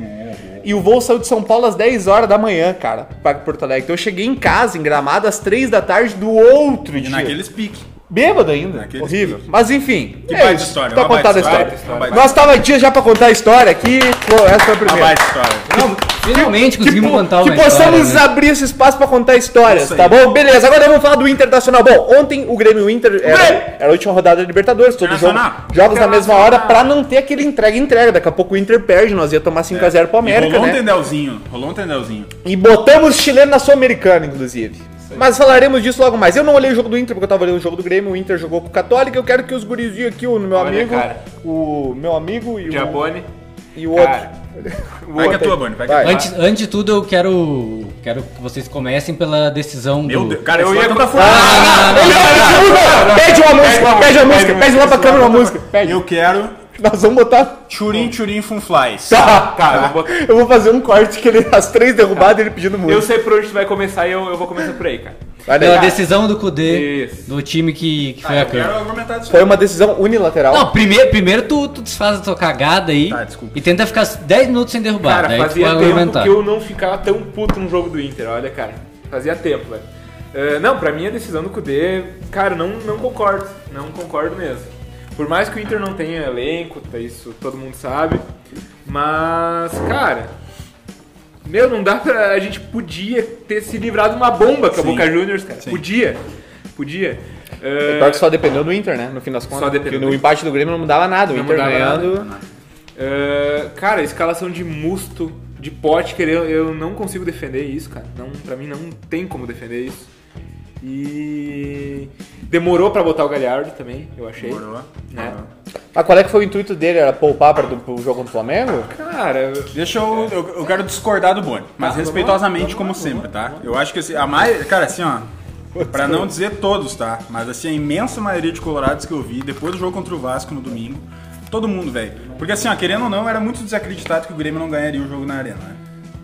S1: E o voo saiu de São Paulo às 10 horas da manhã, cara, pra Porto Alegre. Então eu cheguei em casa, em Gramado, às 3 da tarde do outro
S5: E
S1: dia.
S5: naqueles piques.
S1: Bêbado ainda,
S5: Naqueles
S1: horrível.
S5: pique.
S1: Mas enfim,
S5: Que baita
S1: isso.
S5: história,
S1: tá
S5: uma baita
S1: contada a
S5: história,
S1: história.
S5: uma baita
S1: Nós tava dias já pra contar a história aqui, pô, essa foi a
S5: A
S1: primeira.
S5: baita história.
S7: Finalmente conseguimos
S1: po-
S7: contar uma
S1: que
S7: história,
S1: possamos
S7: né?
S1: abrir esse espaço pra contar histórias,
S5: Isso aí.
S1: tá bom? Beleza, agora vamos falar do Internacional. Bom, ontem o Grêmio e o Inter era, era a última rodada da Libertadores, todo jogo,
S5: Internacional.
S1: jogos na mesma hora, pra não ter aquele entrega-entrega. Daqui a pouco o Inter perde, nós ia tomar 5x0 pro
S5: E
S1: América,
S5: rolou um
S1: né?
S5: tendelzinho. Rolou um tendelzinho.
S1: E botamos chileno na Sul-Americana, inclusive. Mas falaremos disso logo mais. Eu não olhei o jogo do Inter, porque eu tava olhando o jogo do Grêmio, o Inter jogou com o Católica, eu quero que os gurizinhos aqui, o meu
S6: Olha,
S1: amigo,
S6: cara.
S1: o meu amigo e o,
S6: Diabone.
S1: e o outro.
S6: Cara.
S1: O
S5: Vai
S1: outro
S5: que é
S1: aí.
S5: tua, Boni, vai que é
S1: Vai.
S5: tua.
S7: Antes, antes de tudo, eu quero, quero que vocês comecem pela decisão
S5: Meu
S7: do...
S5: Deus, cara,
S6: Eu
S5: eu
S6: ia
S5: ia tanta
S6: com-
S5: furada.
S1: Pede uma música, pede uma música, pede lá pra câmera uma música. Pede.
S5: Eu quero
S1: Nós vamos botar.
S5: Churim Churim Funflies.
S1: Tá,
S6: Tá, eu vou botar-
S1: Eu vou fazer um corte que ele, as três derrubadas, ele pedindo
S6: Eu
S1: música.
S6: sei por onde tu vai começar e eu, eu vou começar por aí, cara.
S1: Vai,
S7: Pela
S1: né?
S7: decisão do Kudê,
S6: Isso.
S7: do time que, que foi a
S5: Eu quero
S7: câmera.
S5: argumentar disso.
S1: Foi uma decisão unilateral.
S7: Não, primeiro, primeiro tu, tu desfaz a tua cagada aí
S5: Tá, desculpa.
S7: e tenta ficar 10 minutos sem derrubar.
S6: Cara,
S7: daí tu
S6: fazia
S7: vai
S6: tempo
S7: argumentar.
S6: que eu não ficava tão puto no jogo do Inter, olha, cara. Fazia tempo, velho. Eh, não, pra mim a decisão do Kudê, cara, não, não concordo. Não concordo mesmo. Por mais que o Inter não tenha elenco, tá, isso todo mundo sabe. Mas, cara. Meu, não dá pra. A gente podia ter se livrado de uma bomba que é o
S5: Sim.
S6: Boca Juniors, cara.
S5: Sim.
S6: Podia. Podia.
S1: É
S6: É,
S1: pior que só dependeu do Inter, né? No fim das contas.
S6: Só dependeu
S1: Porque
S6: do
S1: no empate do Grêmio não mudava nada. O
S6: Não
S1: Inter
S6: mudava
S1: ganhando.
S6: é, cara, a escalação de Musto, de Potker, eu, eu não consigo defender isso, cara. Não, pra mim não tem como defender isso. E demorou pra botar o Galhardo também, eu achei.
S5: Demorou.
S6: Né?
S1: Mas qual é que foi o intuito dele? Era poupar para do, pro jogo contra o Flamengo?
S6: Cara, tá,
S5: Deixa eu, eu. eu quero discordar do Boni, mas respeitosamente, como sempre, tá? Eu acho que assim, a mais. Cara, assim, ó. Pra não dizer todos, tá? Mas assim, a imensa maioria de colorados que eu vi, depois do jogo contra o Vasco no domingo, todo mundo, velho. Porque assim, ó, querendo ou não, era muito desacreditado que o Grêmio não ganharia o jogo na arena, né?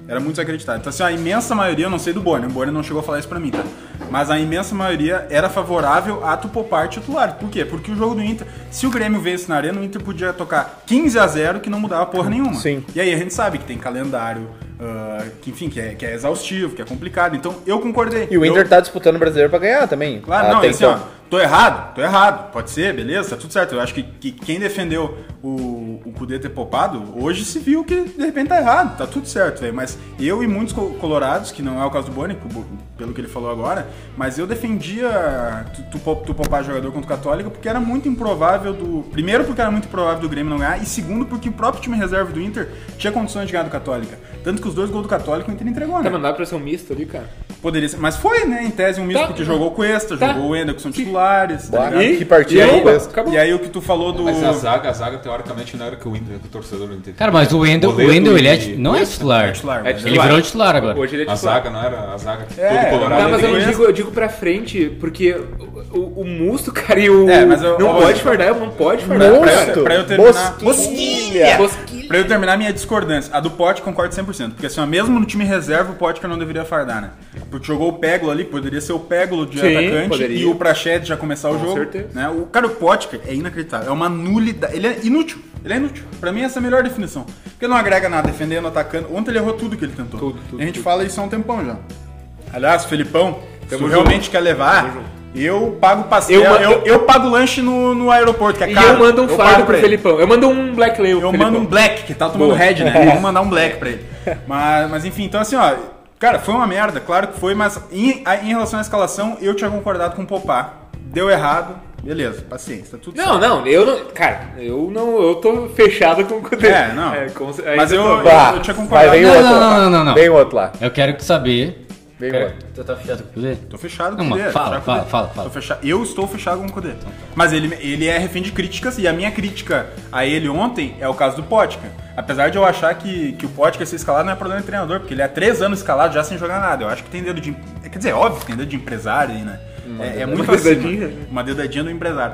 S5: Era muito desacreditado. Então, assim, a imensa maioria, eu não sei do Boni, o Boni não chegou a falar isso pra mim, tá? Mas a imensa maioria era favorável a tu poupar titular. Por quê? Porque o jogo do Inter, se o Grêmio vence na arena, o Inter podia tocar 15 a 0 que não mudava porra nenhuma.
S1: Sim.
S5: E aí a gente sabe que tem calendário, ah, que enfim, que é, que é exaustivo, que é complicado. Então eu concordei.
S1: E o
S5: Eu-
S1: Inter tá disputando o brasileiro pra ganhar também.
S5: Claro,
S1: Ah,
S5: não,
S1: tem
S5: assim, ó, tô errado, tô errado. Pode ser, beleza, tá tudo certo. Eu acho que, que quem defendeu o, o Kudê ter poupado, hoje se viu que de repente tá errado, tá tudo certo, velho. Mas eu e muitos co- colorados, que não é o caso do Boni, que o Bo- pelo que ele falou agora, mas eu defendia tu, tu, pou- tu poupar jogador contra o Católica porque era muito improvável do. Primeiro, porque era muito improvável do Grêmio não ganhar, e segundo, porque o próprio time reserva do Inter tinha condições de ganhar do Católica. Tanto que os dois gols do Católica o Inter entregou,
S6: tá
S5: né?
S6: mandado pra ser um misto ali, cara.
S5: Poderia ser. Mas foi, né? Em tese, um misto,
S6: Tá.
S5: porque jogou o Cuesta,
S6: Tá.
S5: jogou o Ender, que são titulares. Tá
S1: Bora.
S5: ligado?
S1: Que é partida
S6: e aí,
S1: boa essa.
S6: acabou.
S5: E aí, o que tu falou do.
S4: Mas a zaga, a zaga, teoricamente, não era que o Inter, que o torcedor do Inter.
S7: Cara, mas o Wendel, o
S4: Goleiro
S7: Wendel ele é,
S4: e-
S7: não é titular.
S5: É titular,
S6: É
S5: mas-
S7: Ele virou titular agora.
S6: Hoje ele é
S4: A
S6: titular.
S4: zaga não era a zaga que
S5: É,
S4: todo colorado.
S6: Tá, mas eu
S5: Ele
S6: digo, eu digo pra frente, porque o, o, o Musto, cara, e o.
S5: É, mas eu-
S6: não
S5: ó,
S6: pode fardar, não pode fardar.
S5: Pra-
S6: cara.
S1: Monstro!
S5: pra eu terminar- É.
S1: Bosquilha!
S5: Pra eu terminar minha discordância, a do Pote concordo 100%, porque assim, ó, mesmo no time reserva, o Pote que eu não deveria fardar, né? Porque jogou o Pégolo ali, poderia ser o Pégolo de
S6: Sim,
S5: atacante
S6: poderia.
S5: e o Prachete já começar o jogo.
S6: certeza.
S5: Né? O cara, o Pote é inacreditável, é uma nulidade, ele é inútil, ele é inútil. Pra mim essa é a melhor definição, porque não agrega nada, defendendo, atacando. Ontem ele errou tudo que ele tentou.
S6: Tudo, tudo,
S5: e a gente
S6: tudo.
S5: fala isso há um tempão já. Aliás, Felipão, se tu
S6: junto.
S5: realmente quer levar, eu pago pastel,
S6: Eu
S5: eu,
S6: mando-
S5: eu, pago lanche no, no aeroporto, que é
S6: E
S5: caro.
S6: eu mando um
S5: pago
S6: fardo
S5: pra
S6: pro
S5: ele.
S6: Felipão. Eu mando um black label pro
S5: Eu mando um
S6: Felipão.
S5: black, que tá tomando
S6: Boa.
S5: red, né?
S1: É.
S5: Eu vou mandar um black pra ele. Mas, mas enfim, então assim, ó. Cara, foi uma merda, claro que foi, mas em, a- em relação à escalação, eu tinha concordado com o Popar. Deu errado, beleza, paciência, tá tudo certo.
S6: Não, não, eu não. Cara, eu não. Eu tô fechado com o Kudê.
S5: É, não.
S6: com-
S5: Mas
S6: ainda
S5: eu-
S6: tô.
S1: Bah,
S5: eu tinha
S1: vai,
S5: concordado.
S1: vem o
S7: Não,
S1: outro
S7: não,
S1: lá.
S7: não, não, não.
S1: Vem o outro lá.
S7: Eu quero que saber.
S1: Vem o outro.
S7: Tu tá fechado com o Cudê?
S5: Tô fechado com
S7: Não,
S5: o Cudê.
S7: mas fala,
S5: fechado com
S7: fala,
S5: o Cudê.
S7: fala, fala.
S5: Tô fecha- Eu estou fechado com o Cudê. Mas ele, ele é refém de críticas e a minha crítica a ele ontem é o caso do Potka. Apesar de eu achar que, que o Potka ser escalado não é problema de treinador, porque ele há três anos escalado já sem jogar nada. Eu acho que tem dedo de... em- Quer dizer, é óbvio que tem dedo de empresário aí, né? É, é muito
S6: Uma
S5: acima.
S6: dedadinha, né?
S5: Uma dedadinha do empresário.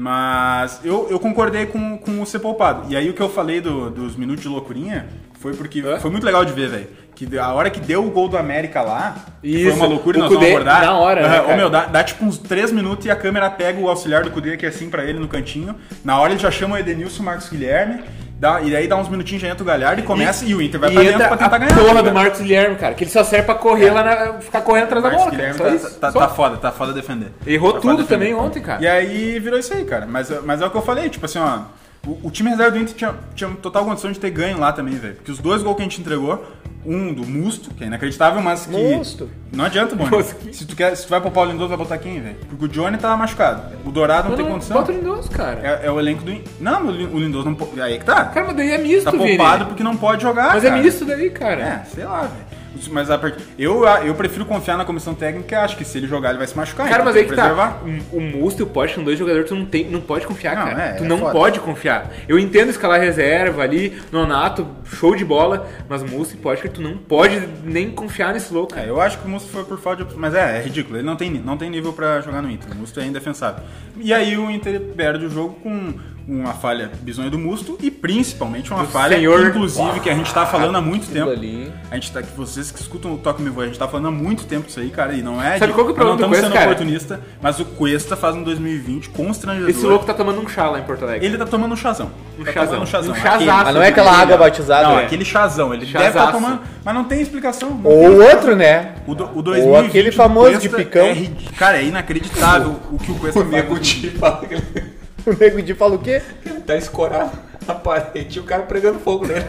S5: Mas eu, eu concordei com, com o ser poupado. E aí o que eu falei do- dos minutos de loucurinha foi porque foi muito legal de ver, velho. Que a hora que deu o gol do América lá, que foi
S6: Isso,
S5: uma loucura,
S6: o
S5: nós vamos
S6: Kudê
S5: abordar.
S6: na hora, né,
S5: Aham, ô,
S6: cara?
S5: meu, dá, dá tipo uns 3 minutos e a câmera pega o auxiliar do Kudê aqui assim pra ele no cantinho. Na hora ele já chama o Edenilson e o Marcos Guilherme. Dá, e aí dá uns minutinhos, já entra o Galhardo e começa. E, o Inter vai pra
S6: e
S5: dentro pra
S6: entra
S5: tentar
S6: a
S5: ganhar.
S6: porra do
S5: né? É.
S6: Marcos Guilherme, cara, que ele só serve pra correr lá, na, ficar correndo atrás da
S5: Marcos
S6: bola. Cara,
S5: Guilherme
S6: só
S5: tá,
S6: isso,
S5: tá-
S6: só.
S5: tá foda, tá foda defender.
S6: Errou
S5: Tá foda
S6: tudo
S5: defender.
S6: também ontem, cara.
S5: E aí virou isso aí, cara. Mas, mas é o que eu falei, tipo assim, ó. O, o time reserva do Inter tinha, tinha total condição de ter ganho lá também, velho. Porque os dois gols que a gente entregou, um do Musto, que é inacreditável, mas que.
S1: Musto?
S5: Não adianta, mano. Se tu, quer, se tu vai poupar o Lindoso, vai botar quem, velho? Porque o Johnny tá machucado. O Dourado não,
S6: Não,
S5: tem
S6: não,
S5: condição.
S6: Bota o Lindoso, cara.
S5: É, é o elenco do. In- Não, o Lin- o Lindoso não. po- Aí que tá.
S6: Cara, mas daí é misto,
S5: tá
S6: Vini.
S5: poupado porque não pode jogar.
S6: Mas
S5: cara.
S6: é misto daí, cara.
S5: É, sei lá, velho. Mas a part... eu, eu prefiro confiar na comissão técnica e acho que se ele jogar, ele vai se machucar.
S6: Cara,
S5: então
S6: mas
S5: tem
S6: aí
S5: que
S6: que
S5: preservar.
S6: tá. O- O Musto e o Pote são dois jogadores que tu não, tem, não pode confiar,
S5: Não,
S6: cara.
S5: é,
S6: tu
S5: é
S6: não
S5: foda.
S6: pode confiar. Eu entendo escalar reserva ali, Nonato, show de bola, mas Musto e Pote tu não pode nem confiar nesse louco.
S5: É,
S6: cara.
S5: eu acho que o Musto foi por falta de. Mas é, é ridículo. Ele não tem, ni- não tem nível pra jogar no Inter. O Musto é indefensável. E aí o Inter perde o jogo com uma falha bizonha do Musto e principalmente uma
S6: Do
S5: falha,
S6: senhor-
S5: inclusive, que a gente tá falando há muito tempo.
S1: ali.
S5: A gente tá, que vocês que escutam o Toque Me Voa, a gente tá falando há muito tempo isso aí, cara. E não é.
S6: Sabe
S5: de-
S6: qual que é o problema
S5: Não
S6: do
S5: estamos
S6: Cuesta,
S5: sendo
S6: cara?
S5: oportunista, mas o Cuesta faz um 2020 constrangedor.
S6: Esse louco tá tomando um chá lá em Porto Alegre.
S5: Ele tá tomando um chazão.
S6: Um
S5: tá
S6: chazão.
S5: tomando Um chazão.
S6: Um chazaço.
S5: Aquele-
S1: Mas não é aquela água batizada,
S5: Não,
S6: É.
S1: né?
S5: aquele chazão. Ele
S6: Chazaço.
S5: deve tá tomando. Mas não tem explicação. não tem
S1: Ou outro, né?
S5: o, do, o 2020
S1: aquele
S5: do
S1: famoso
S5: Cuesta
S1: de picão.
S5: é rid- cara, é inacreditável o que o Cuesta
S4: O
S5: faz.
S4: nego Di fala que ele,
S1: O Nego Di fala o quê?
S4: que ele tá escorado na parede e o cara pregando fogo nele.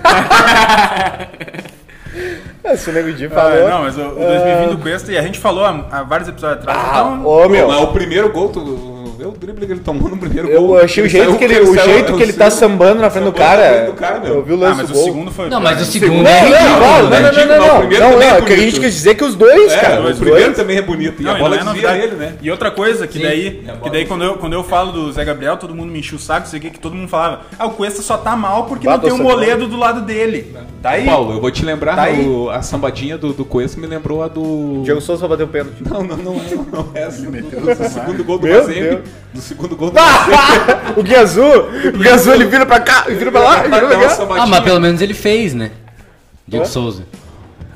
S1: Se o Nego Di falou. É.
S5: Ah, não, mas o, o 2020 do Cuesta, e a gente falou há, há vários episódios atrás,
S1: Ah,
S5: então...
S1: ô meu.
S4: Mas o primeiro gol, tu viu o drible que ele tomou no primeiro
S1: Eu
S4: gol.
S1: achei o
S4: Ele
S1: jeito
S4: saiu-
S1: que ele, o
S4: saiu-
S1: jeito que ele tá
S4: saiu-
S1: sambando na frente do
S4: sambando na
S1: cara.
S4: frente do cara, meu.
S1: Eu vi o
S5: Ah,
S1: lance
S5: mas
S1: do
S5: o
S1: gol.
S5: segundo foi...
S7: Não, mas o
S1: Não,
S7: segundo
S1: não,
S7: é
S1: não,
S7: ridículo,
S1: não, não,
S7: né?
S1: não,
S4: Ridículo, não, o
S1: não,
S4: primeiro
S1: não, não,
S4: também é
S1: é que a gente
S4: bonito.
S1: quis dizer que os dois,
S4: É,
S1: cara,
S4: o
S1: os
S4: primeiro
S1: dois.
S4: também é bonito. E
S5: Não,
S4: a
S5: e não
S4: bola
S5: é
S4: desvia
S5: novidade.
S4: ele, né?
S5: E outra coisa, que daí,
S4: a bola
S5: que daí quando, eu, quando eu falo do Zé Gabriel, todo mundo me enche o saco, não sei o que, que todo mundo falava, ah, o Cuesta só tá mal porque
S1: Bah,
S5: não tem
S1: tô
S5: o
S1: sabendo.
S5: Moledo do lado dele. Tá aí.
S4: Paulo, eu vou te lembrar,
S5: Tá aí.
S4: o- a sambadinha do, do Coelho me lembrou a do...
S1: Diego Souza vai bater o pênalti.
S4: Não, não, não, é, não é essa. Do segundo gol do
S1: Meu
S4: Mazembe.
S1: Deus.
S4: Do segundo gol do
S1: o Gui Azul, o Gui Azul ele vira pra cá, e vira pra lá, e vira pra cá.
S7: Ah, mas pelo menos ele fez, né? Diego Souza.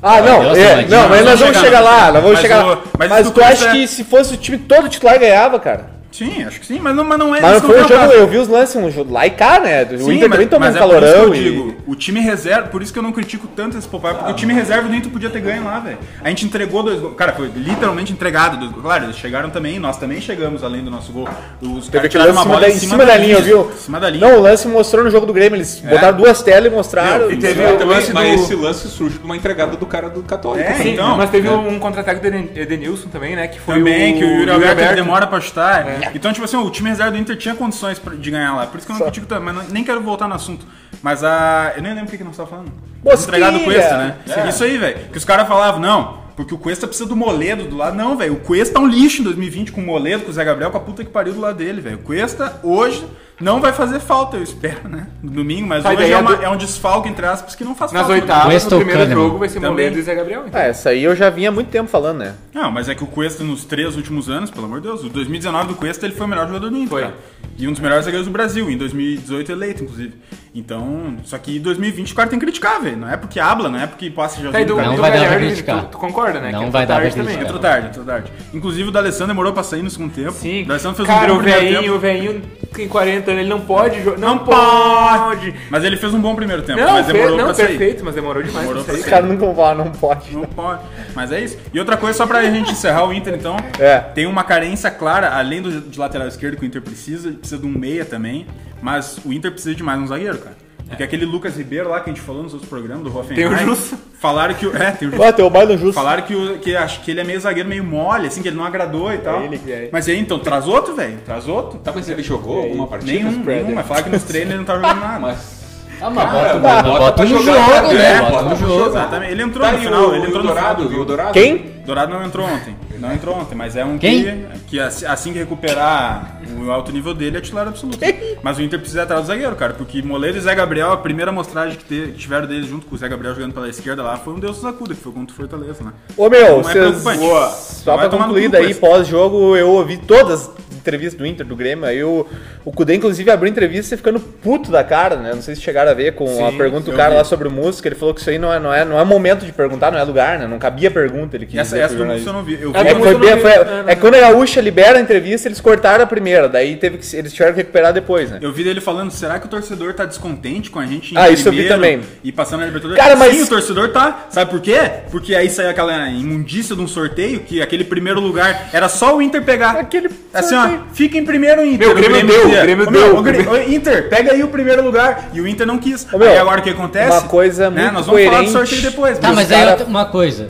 S1: Ah, não,
S7: Deus,
S1: é,
S7: Tomadinho,
S1: não, mas nós vamos chegar lá, nós vamos
S5: Mas
S1: chegar
S5: o-
S1: lá.
S5: mas
S1: Mas
S5: isso
S1: tu
S5: do
S1: acha
S5: Cuesta-
S1: que se fosse o time todo titular ganhava, cara?
S5: Sim, acho que sim, mas não, mas não é
S1: Mas não
S5: isso que
S1: foi
S5: eu
S1: o
S5: quero
S1: jogo,
S5: falar.
S1: eu vi os lances um jogo lá e cá, né? O
S5: Sim,
S1: Inter também tomou um
S5: é por isso que eu
S1: calorão
S5: digo,
S1: e...
S5: o time reserva, por isso que eu não critico tanto esse Popeye, porque o time reserva do Inter podia ter ganho lá, velho. A gente entregou dois gols. Cara, foi literalmente entregado dois gols. Claro, eles chegaram também, nós também chegamos além do nosso gol. Os
S1: Teve
S5: caras
S1: aquele
S5: tiraram
S1: lance em
S5: uma
S1: cima
S5: bola
S1: da, em cima da linha, viu?
S5: Em cima da linha.
S1: Não, o lance mostrou no jogo do Grêmio, eles botaram duas telas e mostraram.
S5: Não, e
S4: Teve
S5: teve
S4: mas,
S5: o lance
S4: mas
S5: do-
S4: esse lance surge de uma entregada do cara do Católico.
S5: É,
S4: assim.
S5: então.
S6: mas teve um contra-ataque do Eden- Edenilson também, né? Que foi
S5: Também,
S6: o,
S5: que o Yuri Alberto, demora pra chutar. Então, tipo assim, o time reserva do Inter tinha condições pra- de ganhar lá. Por isso que eu não critico tanto, mas não- nem quero voltar no assunto. Mas a. Eu nem lembro o que, que nós estávamos falando.
S1: Bosquilha!
S5: Entregado do Cuesta, né? Isso aí, velho. Que os caras falavam, não, porque o Cuesta precisa do Moledo do lado. Não, velho. O Cuesta é um lixo em 2020 com o Moledo, com o Zé Gabriel, com a puta que pariu do lado dele, velho. O Cuesta hoje não vai fazer falta, eu espero, né? No domingo, mas
S6: Vai
S5: hoje é,
S6: ganhar
S5: uma-
S6: do-
S5: é um desfalque, entre aspas, que não faz
S6: Nas
S5: falta.
S6: oitavas,
S7: Weston
S6: no primeiro
S7: Kahneman.
S6: jogo, vai ser
S5: Também.
S6: Moledo e Zé Gabriel. então.
S1: Ah, essa aí eu já vinha há muito tempo falando, né?
S5: Não, mas é que o Cuesta nos três últimos anos, pelo amor de Deus, o 2019 do Cuesta ele foi o melhor jogador do Inter.
S6: Foi.
S5: cara. E um dos melhores zagueiros do Brasil, em 2018 eleito, inclusive. Então, só que em 2020 o cara tem que criticar, velho. Não é porque habla, não é porque passa já.
S6: Tá, e do,
S7: Não
S6: do
S7: vai dar pra
S6: Galhardo,
S7: criticar.
S6: Tu, tu concorda, né?
S7: Não
S6: que
S7: vai
S6: entrou
S7: dar pra
S6: tarde também.
S7: criticar.
S5: Entrou tarde, entrou tarde. Inclusive o D'Alessandro demorou pra sair nesse segundo tempo.
S6: Sim.
S5: O D'Alessandro fez
S6: Cara,
S5: um bom
S6: o
S5: primeiro
S6: veinho,
S5: tempo.
S6: o veinho com 40 anos, ele não pode jogar. Não,
S5: Não
S6: pode!
S5: Mas ele fez um bom primeiro tempo,
S6: Não,
S5: mas
S6: fe-
S5: demorou
S6: não,
S5: pra sair.
S6: perfeito, mas demorou demais
S5: Demorou
S6: pra
S5: pra
S6: sair.
S1: Os caras nunca vão falar, não pode.
S5: Não pode. Mas é isso. E outra coisa, só pra gente encerrar o Inter, então.
S1: É.
S5: Tem uma carência clara, além do, de lateral esquerdo que o Inter precisa, ele precisa de um meia também. Mas o Inter precisa de mais um zagueiro, cara. Porque aquele Lucas Ribeiro lá que a gente falou nos outros programas do Hoffenheim.
S6: É. Tem o Jussa.
S5: Falaram que o. É, tem o Jussa.
S1: Ó, tem o baile justo.
S5: Falaram que, o, que, acho que ele é meio zagueiro, meio mole, assim, que ele não agradou e tal.
S6: ele que é.
S5: Mas aí, então, traz outro, velho. Traz outro.
S4: Tá, mas ele jogou alguma partida?
S5: Nenhum, nenhum. Mas falaram que nos treinos ele não tá jogando nada.
S4: Mas...
S7: Ah, mas
S4: Cara,
S7: bota, bota,
S4: bota
S7: bota
S4: pra
S7: no jogo,
S4: jogar,
S7: né?
S4: é,
S7: Bota no
S4: bota pra
S7: jogo.
S4: jogar.
S5: Exatamente. Ele entrou
S4: Tá,
S5: no
S4: e
S5: final.
S4: o,
S5: ele
S4: e o
S5: entrou no final.
S4: Dourado, e o Dourado?
S1: Quem?
S5: Dourado não entrou ontem. Não entrou ontem, mas é um
S7: Quem?
S5: que, que assim, assim que recuperar o alto nível dele é titular absoluto. Mas o Inter precisa ir atrás do zagueiro, cara, porque Moleiro e Zé Gabriel, a primeira mostragem que te- tiveram deles junto com o Zé Gabriel jogando pela esquerda lá foi um Deus nos acuda, que foi contra o Fortaleza, né?
S1: Ô meu,
S5: Não é
S1: vocês.
S5: preocupante.
S1: Boa. Só pra
S5: Vai tomar no
S1: concluir
S5: cu,
S1: daí,
S5: Cuesta.
S1: pós-jogo, eu ouvi todas as entrevistas do Inter, do Grêmio. Aí o, o Kudê, inclusive, abriu entrevista e ficando puto da cara, né? Não sei se chegaram a ver com a pergunta do
S5: eu
S1: cara
S5: vi.
S1: lá sobre música. Ele falou que isso aí não é, não, é, não é momento de perguntar, não é lugar, né? Não cabia pergunta. Ele quis
S5: E essa,
S1: dizer
S5: essa
S1: pro
S5: foi uma que
S1: jornalista.
S5: eu não vi. Eu vi
S1: É, que foi
S6: eu não
S1: bem-
S6: vi.
S1: foi-
S6: É, não,
S1: é que quando a Gaúcha libera a entrevista, eles cortaram a primeira, daí teve que, se- eles tiveram que recuperar depois, né?
S5: Eu vi dele falando, será que o torcedor tá descontente com a gente em
S1: Ah, isso eu vi
S5: primeiro
S1: também.
S5: E passando na Libertadores?
S1: Cara, mas-
S5: Sim, o torcedor tá. Sabe por quê? Porque aí saiu aquela imundícia de um sorteio que aquele primeiro lugar era só o Inter pegar.
S1: Aquele
S5: Assim, ó,
S1: sorteio.
S5: fica em primeiro Inter.
S6: Meu, o Grêmio deu,
S5: dizia,
S6: o Grêmio
S5: "Ô, meu,
S6: deu,
S5: ô, Grê-
S6: o Grêmio-
S5: ô, Inter, pega aí o primeiro lugar. E o Inter não quis.
S1: Ô, meu,
S5: aí agora o que acontece?
S1: uma coisa
S5: né,
S1: muito
S5: Nós vamos falar
S1: coerente.
S5: do sorteio depois.
S7: Tá,
S1: Os
S7: mas
S1: cara-
S7: aí eu- uma coisa.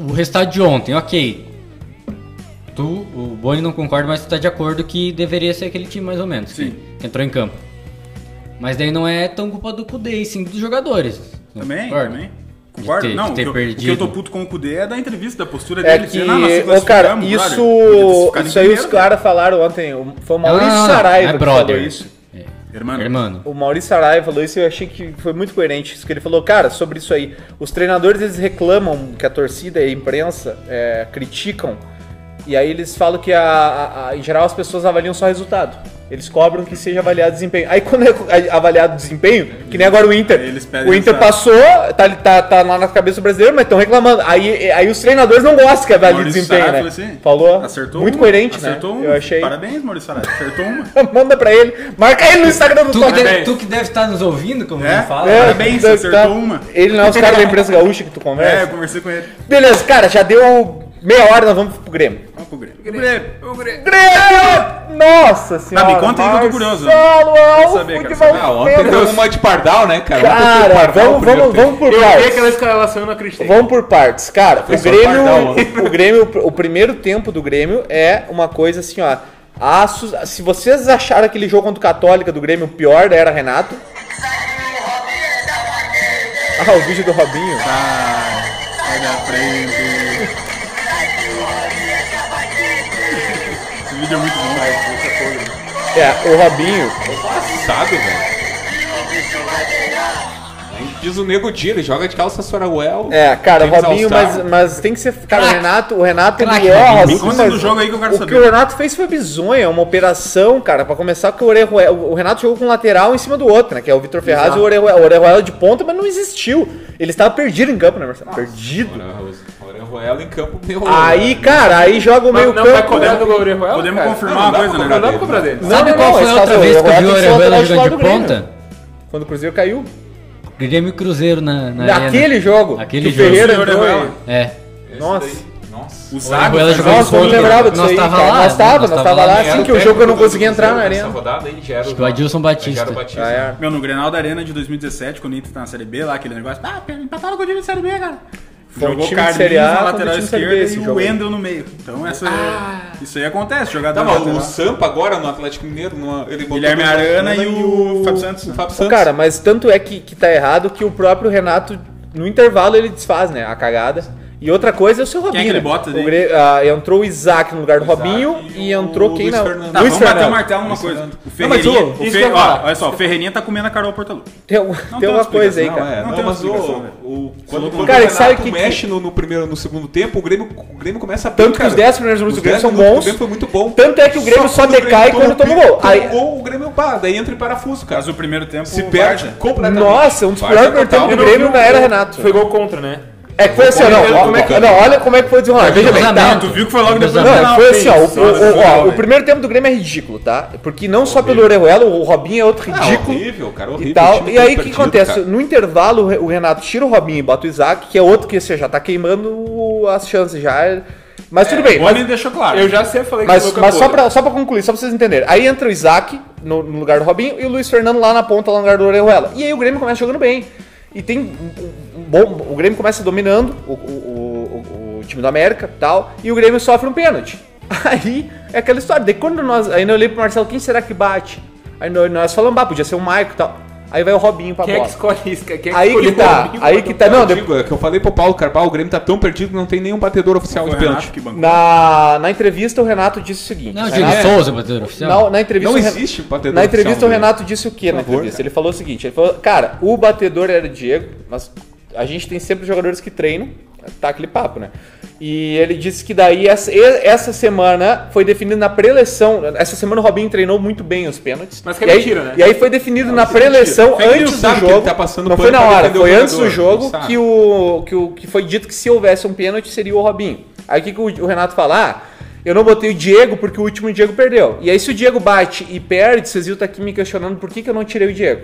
S7: O resultado de ontem, ok. Tu, o Boni não concorda, mas tu tá de acordo que deveria ser aquele time mais ou menos que
S5: Sim.
S7: entrou em campo. Mas daí não é tão culpa do Kudê, e sim dos jogadores. Não
S5: Também,
S7: concorda?
S5: também. Concordo?
S7: De ter-
S5: não,
S7: de ter
S5: o que eu- o que eu
S7: perdido.
S5: tô puto com o Kudê é da entrevista, da postura
S1: É
S5: dele.
S1: que,
S5: dizendo, "Ah, nós se
S1: ô cara,
S5: classificamos, brother." Podia ter se
S1: isso,
S5: ficado em
S1: isso aí os
S5: primeiro, né?
S1: caras falaram ontem. o- Foi o
S7: Não, não,
S1: Maurício
S7: não, não,
S1: Saraiva
S7: é
S1: que
S7: brother.
S1: falou isso.
S7: É.
S5: Irmão.
S7: Hermano.
S1: O Maurício Saraiva falou isso e eu achei que foi muito coerente isso que ele falou. Cara, sobre isso aí, os treinadores eles reclamam que a torcida e a imprensa é, criticam e aí eles falam que, a, a- a- em geral, as pessoas avaliam só resultado. Eles cobram que seja avaliado desempenho. Aí quando é avaliado desempenho, que nem agora o Inter.
S5: Aí eles pedem
S1: O Inter
S5: resultado.
S1: passou, tá, tá, tá lá na cabeça do brasileiro, mas estão reclamando. Aí, aí os treinadores não gostam que avalie
S5: Maurício
S1: desempenho,
S5: Saraiva
S1: né?
S5: falou assim,
S1: Falou.
S5: Acertou
S1: muito
S5: uma,
S1: coerente,
S5: acertou
S1: né?
S5: uma.
S1: Eu achei.
S5: Parabéns, Maurício Saraiva. Acertou uma.
S1: Manda pra ele. Marca ele no Instagram do
S7: Tu que,
S1: Toca.
S7: deve, tu que deve estar nos ouvindo, como
S5: É?
S7: ele fala.
S5: É.
S7: né?
S5: Parabéns, você acertou uma.
S1: Ele não é os caras da imprensa gaúcha que tu
S5: É, eu
S1: conversa.
S5: conversei com ele.
S1: Beleza, cara, já deu Meia hora nós vamos pro Grêmio.
S5: Vamos pro Grêmio.
S1: Grêmio! Nossa senhora!
S5: É! Tá, me conta aí que eu tô curioso.
S1: Marcelo
S5: Quero
S1: Alves,
S5: saber, quero
S1: futebol
S5: saber.
S4: Ah, ontem
S1: feio.
S4: deu uma de pardal, né, cara? Ontem
S1: Cara,
S4: foi Pardal,
S1: vamos,
S4: primeiro
S1: vamos,
S4: tempo.
S1: vamos por
S6: Eu vi aquela
S5: é-
S1: partes.
S6: escalação e não acreditei.
S1: Vamos por partes. Cara, o
S4: Foi só
S1: Grêmio,
S4: Pardal, mano.
S1: o Grêmio, o primeiro tempo do Grêmio é uma coisa assim, ó. Aços, se vocês acharam aquele jogo contra o Católica do Grêmio o pior da era Renato. Ah, o vídeo do Robinho.
S5: Sai da frente. Esse vídeo é muito bom.
S1: É, o Robinho.
S4: Sabe, velho? Diz o nego dia, ele joga de calça Soraguel.
S1: É, cara, o
S4: James
S1: Robinho,
S4: All-Star.
S1: mas, mas tem que ser. Cara, o
S7: Craque.
S1: Renato, o Renato ele
S7: Craque,
S1: erra.
S7: Robinho.
S1: assim,
S5: Me conta
S1: mas
S5: do jogo aí que eu quero
S1: o
S5: saber.
S1: que o Renato fez foi bizonha, uma operação, cara, pra começar que o Orejuela. O Renato jogou com um lateral em cima do outro, né? Que é o Vitor Ferraz e o Orejuela. O Orejuela de ponta, mas não existiu. Ele estava perdido em campo, né, Marcelo? Perdido.
S4: Ora, Roel em campo meu.
S1: Aí, cara, aí joga o
S6: Mas
S1: meio
S6: não vai
S1: campo. né?
S6: cobrar do Orejuela?
S5: Podemos
S6: cara?
S5: confirmar
S4: Não, não
S5: uma
S4: dá
S5: coisa,
S4: pra
S5: né?
S6: Não dá pra cobrar dele.
S1: Não,
S7: Sabe
S1: não,
S7: qual
S1: não,
S7: foi
S1: esse
S7: a
S1: caso
S7: outra
S1: do
S7: vez que eu vi
S1: Orejuela
S7: o
S1: tem que ser
S7: Orejuela
S1: lateral titular
S7: jogando de
S1: do Grêmio.
S7: ponta?
S1: Quando o Cruzeiro caiu.
S7: Grêmio e Cruzeiro na, na
S1: Naquele
S7: arena.
S1: jogo.
S7: Aquele
S1: que
S7: jogo.
S1: O Ferreira
S5: Sim,
S1: entrou.
S5: Orejuela.
S1: e-
S7: É.
S4: Esse
S1: Nossa.
S4: daí, Nossa.
S5: O
S7: Orejuela
S5: Zago
S7: jogou
S5: faz
S1: Nossa, eu
S5: gol,
S1: não
S7: ponta.
S1: lembrava disso
S7: Nós
S1: aí.
S7: tava
S1: cara.
S7: lá,
S1: Nós
S7: né?
S1: tava,
S7: Nós
S1: nós
S7: tava
S1: tava lá
S7: lá.
S4: Era
S1: assim
S4: o
S1: que o jogo eu não
S4: técnico do
S1: consegui entrar na
S4: Cruzeiro
S1: arena.
S4: nessa rodada aí, já era
S7: que o Adilson Batista.
S4: Já era o
S1: Ah,
S4: Batista.
S1: é.
S5: Meu, no Grenal da Arena de 2017, quando o Inter tá na Série B, lá aquele negócio, ah, empataram com o time de Série B, cara.
S1: Foi um
S5: Jogou
S1: time de
S5: Carlinhos
S1: Série A
S5: na
S1: contra
S5: lateral
S1: time de Série B
S5: esquerda
S1: esse
S5: e o
S1: jogo aí.
S5: Wendel no meio. Então essa, isso aí acontece, jogador
S4: Tá, mas
S5: lateral.
S4: o Sampa agora no Atlético Mineiro, numa, ele botou
S5: Guilherme
S4: dois
S5: Arana
S4: laterais
S5: e o Fábio Santos.
S4: o
S5: né?
S4: Fábio Santos.
S1: Cara, mas tanto é que, que tá errado que o próprio Renato, no intervalo, ele desfaz, né? A cagada. E outra coisa é o seu Robinho.
S5: é que ele
S1: né?
S5: bota,
S1: O
S5: né?
S1: Gre- ah, entrou o Isaac no lugar do Robinho
S4: Isaac
S1: e
S4: e o
S1: entrou quem
S4: Luiz
S1: não.
S4: Fernando.
S5: Tá, vamos bater o martelo numa coisa. O
S1: Não, mas, ô,
S5: Ferreirinha, o
S1: isso
S5: Fe-
S1: que eu ia
S5: ó,
S1: falar.
S5: olha só, o Ferreirinha tá comendo a Carol Portalu.
S1: Tem, algum-
S5: Não
S1: tem
S5: tem
S1: uma coisa aí,
S5: explicação,
S1: cara.
S4: Não, é,
S5: Não
S4: não,
S5: tem
S4: mas o,
S5: explicação, velho.
S4: o, quando,
S1: louco.
S4: quando
S1: Cara,
S4: o
S1: sabe
S4: Renato
S1: que-
S4: mexe No, no primeiro, no segundo tempo, o Grêmio, o Grêmio começa a
S1: Tanto que os 10 primeiros minutos do Grêmio são bons.
S4: O Grêmio foi muito bom.
S1: Tanto é que o Grêmio só
S4: quando o
S1: decai quando toma o gol. Aí-
S4: o gol, o Grêmio pá, daí entra em parafuso, cara.
S5: Mas o primeiro tempo
S4: Se
S5: o
S4: perde
S5: Vargas-
S4: é completamente.
S1: Nossa, um dos
S4: Vargas
S1: piores
S4: total.
S1: do Grêmio na era Renato.
S6: Foi gol contra, né?
S1: É que foi assim, ó, não, ó,
S4: Como é que-
S1: não, olha como é que foi o desenrolar. Veja bem, tá,
S5: Tu viu que foi logo depois do
S1: Não,
S5: Grenal.
S1: foi assim, ó. O,
S5: Isso,
S1: o- o-
S5: olha,
S1: ó,
S5: foi,
S1: o
S5: velho.
S1: primeiro tempo do Grêmio é ridículo, tá? Porque não só pelo Orejuela, o Robinho é outro
S4: Ah,
S1: ridículo.
S4: horrível, cara, horrível.
S1: E,
S4: O
S1: tal.
S4: time
S1: e
S4: todo
S1: aí o que
S4: perdido,
S1: acontece?
S4: cara.
S1: No intervalo, o Re- o Renato tira o Robinho e bota o Isaac, que é outro que você já tá queimando o- as chances já. Mas
S4: É,
S1: tudo bem.
S5: O
S1: Mas,
S5: homem deixou claro.
S6: Eu já sempre falei que é
S1: mas,
S6: o Boca
S1: mas só,
S6: podre.
S1: pra, só pra concluir, só pra vocês entenderem. Aí entra o Isaac no, no lugar do Robinho e o Luiz Fernando lá na ponta, lá no lugar do Orejuela. E aí o Grêmio começa jogando bem. E tem. um- um Bom, o Grêmio começa dominando o, o- o- o time do América e tal. E o Grêmio sofre um pênalti. Aí é aquela história. Daí quando nós. Aí eu olhei pro Marcelo, quem será que bate? Aí nós, nós falamos, bah, podia ser o Maico e tal. Aí vai o Robinho pra
S6: Quem é
S1: bola.
S6: que escolhe isso? cara? Quem é
S1: Aí
S6: escolhe
S1: que tá,
S6: o Robinho?
S1: aí que tá.
S4: Eu
S1: Não, de-
S4: digo, é que eu falei pro Paulo Carvalho, o Grêmio tá tão perdido que não tem nenhum batedor oficial
S1: um
S5: Foi
S4: de
S5: o Renato
S4: pênalti.
S5: que bancou.
S1: na, na entrevista o Renato disse o seguinte.
S7: Não, o Diego
S1: Renato-
S7: Souza, batedor oficial.
S1: Não, na entrevista
S4: Não
S1: o Ren-
S4: existe batedor
S1: Na entrevista
S4: oficial
S1: o
S4: no
S1: Renato disse o que na
S4: favor,
S1: entrevista?
S4: cara.
S1: Ele falou o seguinte, ele falou, cara, o batedor era o Diego, mas a gente tem sempre jogadores que treinam, tá aquele papo, né? E ele disse que daí essa, e- essa semana foi definido na preleção, essa semana o Robinho treinou muito bem os pênaltis.
S4: é
S6: Mas que
S1: E aí-
S6: mentira, né?
S1: E aí foi definido na preleção
S4: Fake news
S1: antes do
S4: sabe que
S1: jogo.
S4: ele tá passando
S1: não
S4: pano
S1: foi na
S4: pra
S1: hora,
S4: defender o
S1: foi antes do
S4: jogador,
S1: jogo
S4: ele sabe.
S1: que o, que o que foi dito que se houvesse um pênalti seria o Robinho. Aí o que, que o, o Renato fala? Ah, eu não botei o Diego porque o último Diego perdeu. E aí se o Diego bate e perde, vocês iam estar aqui me questionando por que, que eu não tirei o Diego.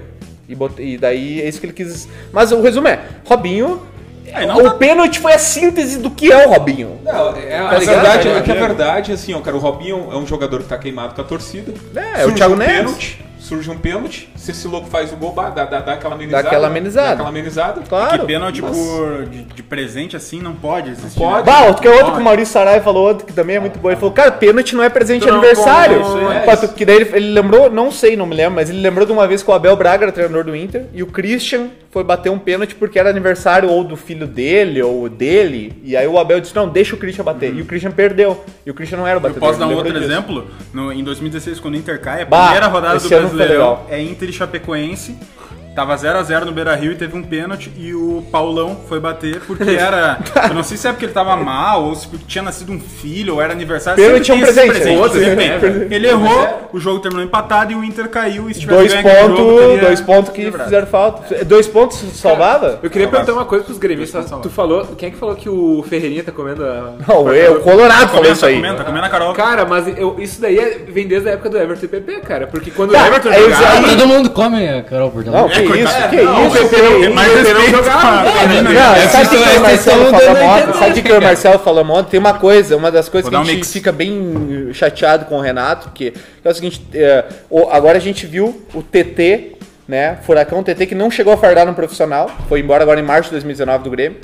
S1: E, botei- e daí é isso que ele quis. Mas o resumo é, Robinho.
S5: É, não
S1: o
S5: tá-
S1: pênalti foi a síntese do que é o Robinho.
S4: Não, é, a
S1: Tá ligado?
S4: verdade é
S1: Tá
S4: que a
S1: ligado?
S4: verdade, assim, ó, cara, o Robinho é um jogador que tá queimado com a torcida.
S1: É, é o Thiago
S4: um
S1: Neves.
S4: pênalti, surge um pênalti, se esse louco faz o gol, bah, dá, dá, dá aquela amenizada. né?
S1: Dá aquela amenizada.
S4: Dá aquela amenizada.
S1: Claro.
S5: Que pênalti
S4: Nossa.
S5: por, de, de presente assim não pode existir.
S4: Não pode.
S5: né?
S1: Bah, outro que é outro que o Maurício Sarai falou, outro que também é muito bom. Ele falou, cara, pênalti não é presente de
S6: Não,
S1: aniversário.
S6: não,
S4: não, é
S1: Pá,
S4: isso.
S1: tu- que daí ele, ele lembrou, não sei, não me lembro, mas ele lembrou de uma vez que o Abel Braga era treinador do Inter e o Christian foi bater um pênalti porque era aniversário ou do filho dele ou dele. E aí o Abel disse, não, deixa o Christian bater. E o Christian perdeu. E o Christian não era o
S5: Eu
S1: batedor.
S5: posso dar um
S1: ele lembrou
S5: outro
S1: disso.
S5: exemplo? No- em 2016, quando o Inter cai, a
S1: Bah,
S5: primeira rodada do
S1: esse ano foi
S5: Brasileirão
S1: legal.
S5: é Inter e Chapecoense. Tava 0x0 no Beira Rio e teve um pênalti. E o Paulão foi bater porque era. Eu não sei se é porque ele tava mal ou se porque tinha nascido um filho ou era aniversário.
S1: Pênalti
S5: Sempre
S1: é um
S5: tem esse
S1: presente, né?
S5: Outro, sempre
S1: É,
S5: tem.
S1: velho.
S5: ele errou, o jogo terminou empatado e o Inter caiu. E se tivesse
S1: Dois
S5: ganho aquele jogo, É.
S1: pontos,
S5: teria
S1: dois pontos que
S5: livrado.
S1: fizeram falta. Dois pontos salvava?
S5: É.
S6: Eu queria perguntar uma coisa pros
S5: Dois
S6: gremistas.
S5: pontos,
S6: Tu falou, quem é que falou que o Ferreirinha tá comendo a...
S1: Não, eu, o Colorado falou
S5: Comenta,
S1: isso aí.
S5: comenta, comenta, Carol.
S6: Cara, mas eu- isso daí é- vem desde a época do Everton e PP, cara. Porque quando
S1: Tá,
S6: o Everton
S1: é
S6: jogava...
S1: isso aí.
S7: Todo mundo come a Carol Portalu.
S1: Não, quem isso,
S5: É, coitado.
S1: que
S5: Não,
S1: isso, que
S5: Tem
S1: isso.
S5: mais respeito pra Karina,
S1: Não,
S5: né?
S1: sabe o que
S7: estão-
S1: o Marcelo
S7: eles
S1: né?
S7: estão
S1: fala
S7: dando a
S1: moda?
S7: entender,
S1: Sabe o que o Marcelo fala moda? Tem uma coisa, uma das coisas
S5: Vou
S1: que
S5: dar
S1: a
S5: um
S1: gente
S5: mix.
S1: fica bem chateado com o Renato, porque é o seguinte, é, o- agora a gente viu o TT, né, Furacão TT, que não chegou a fardar no profissional, foi embora agora em março de 2019 do Grêmio,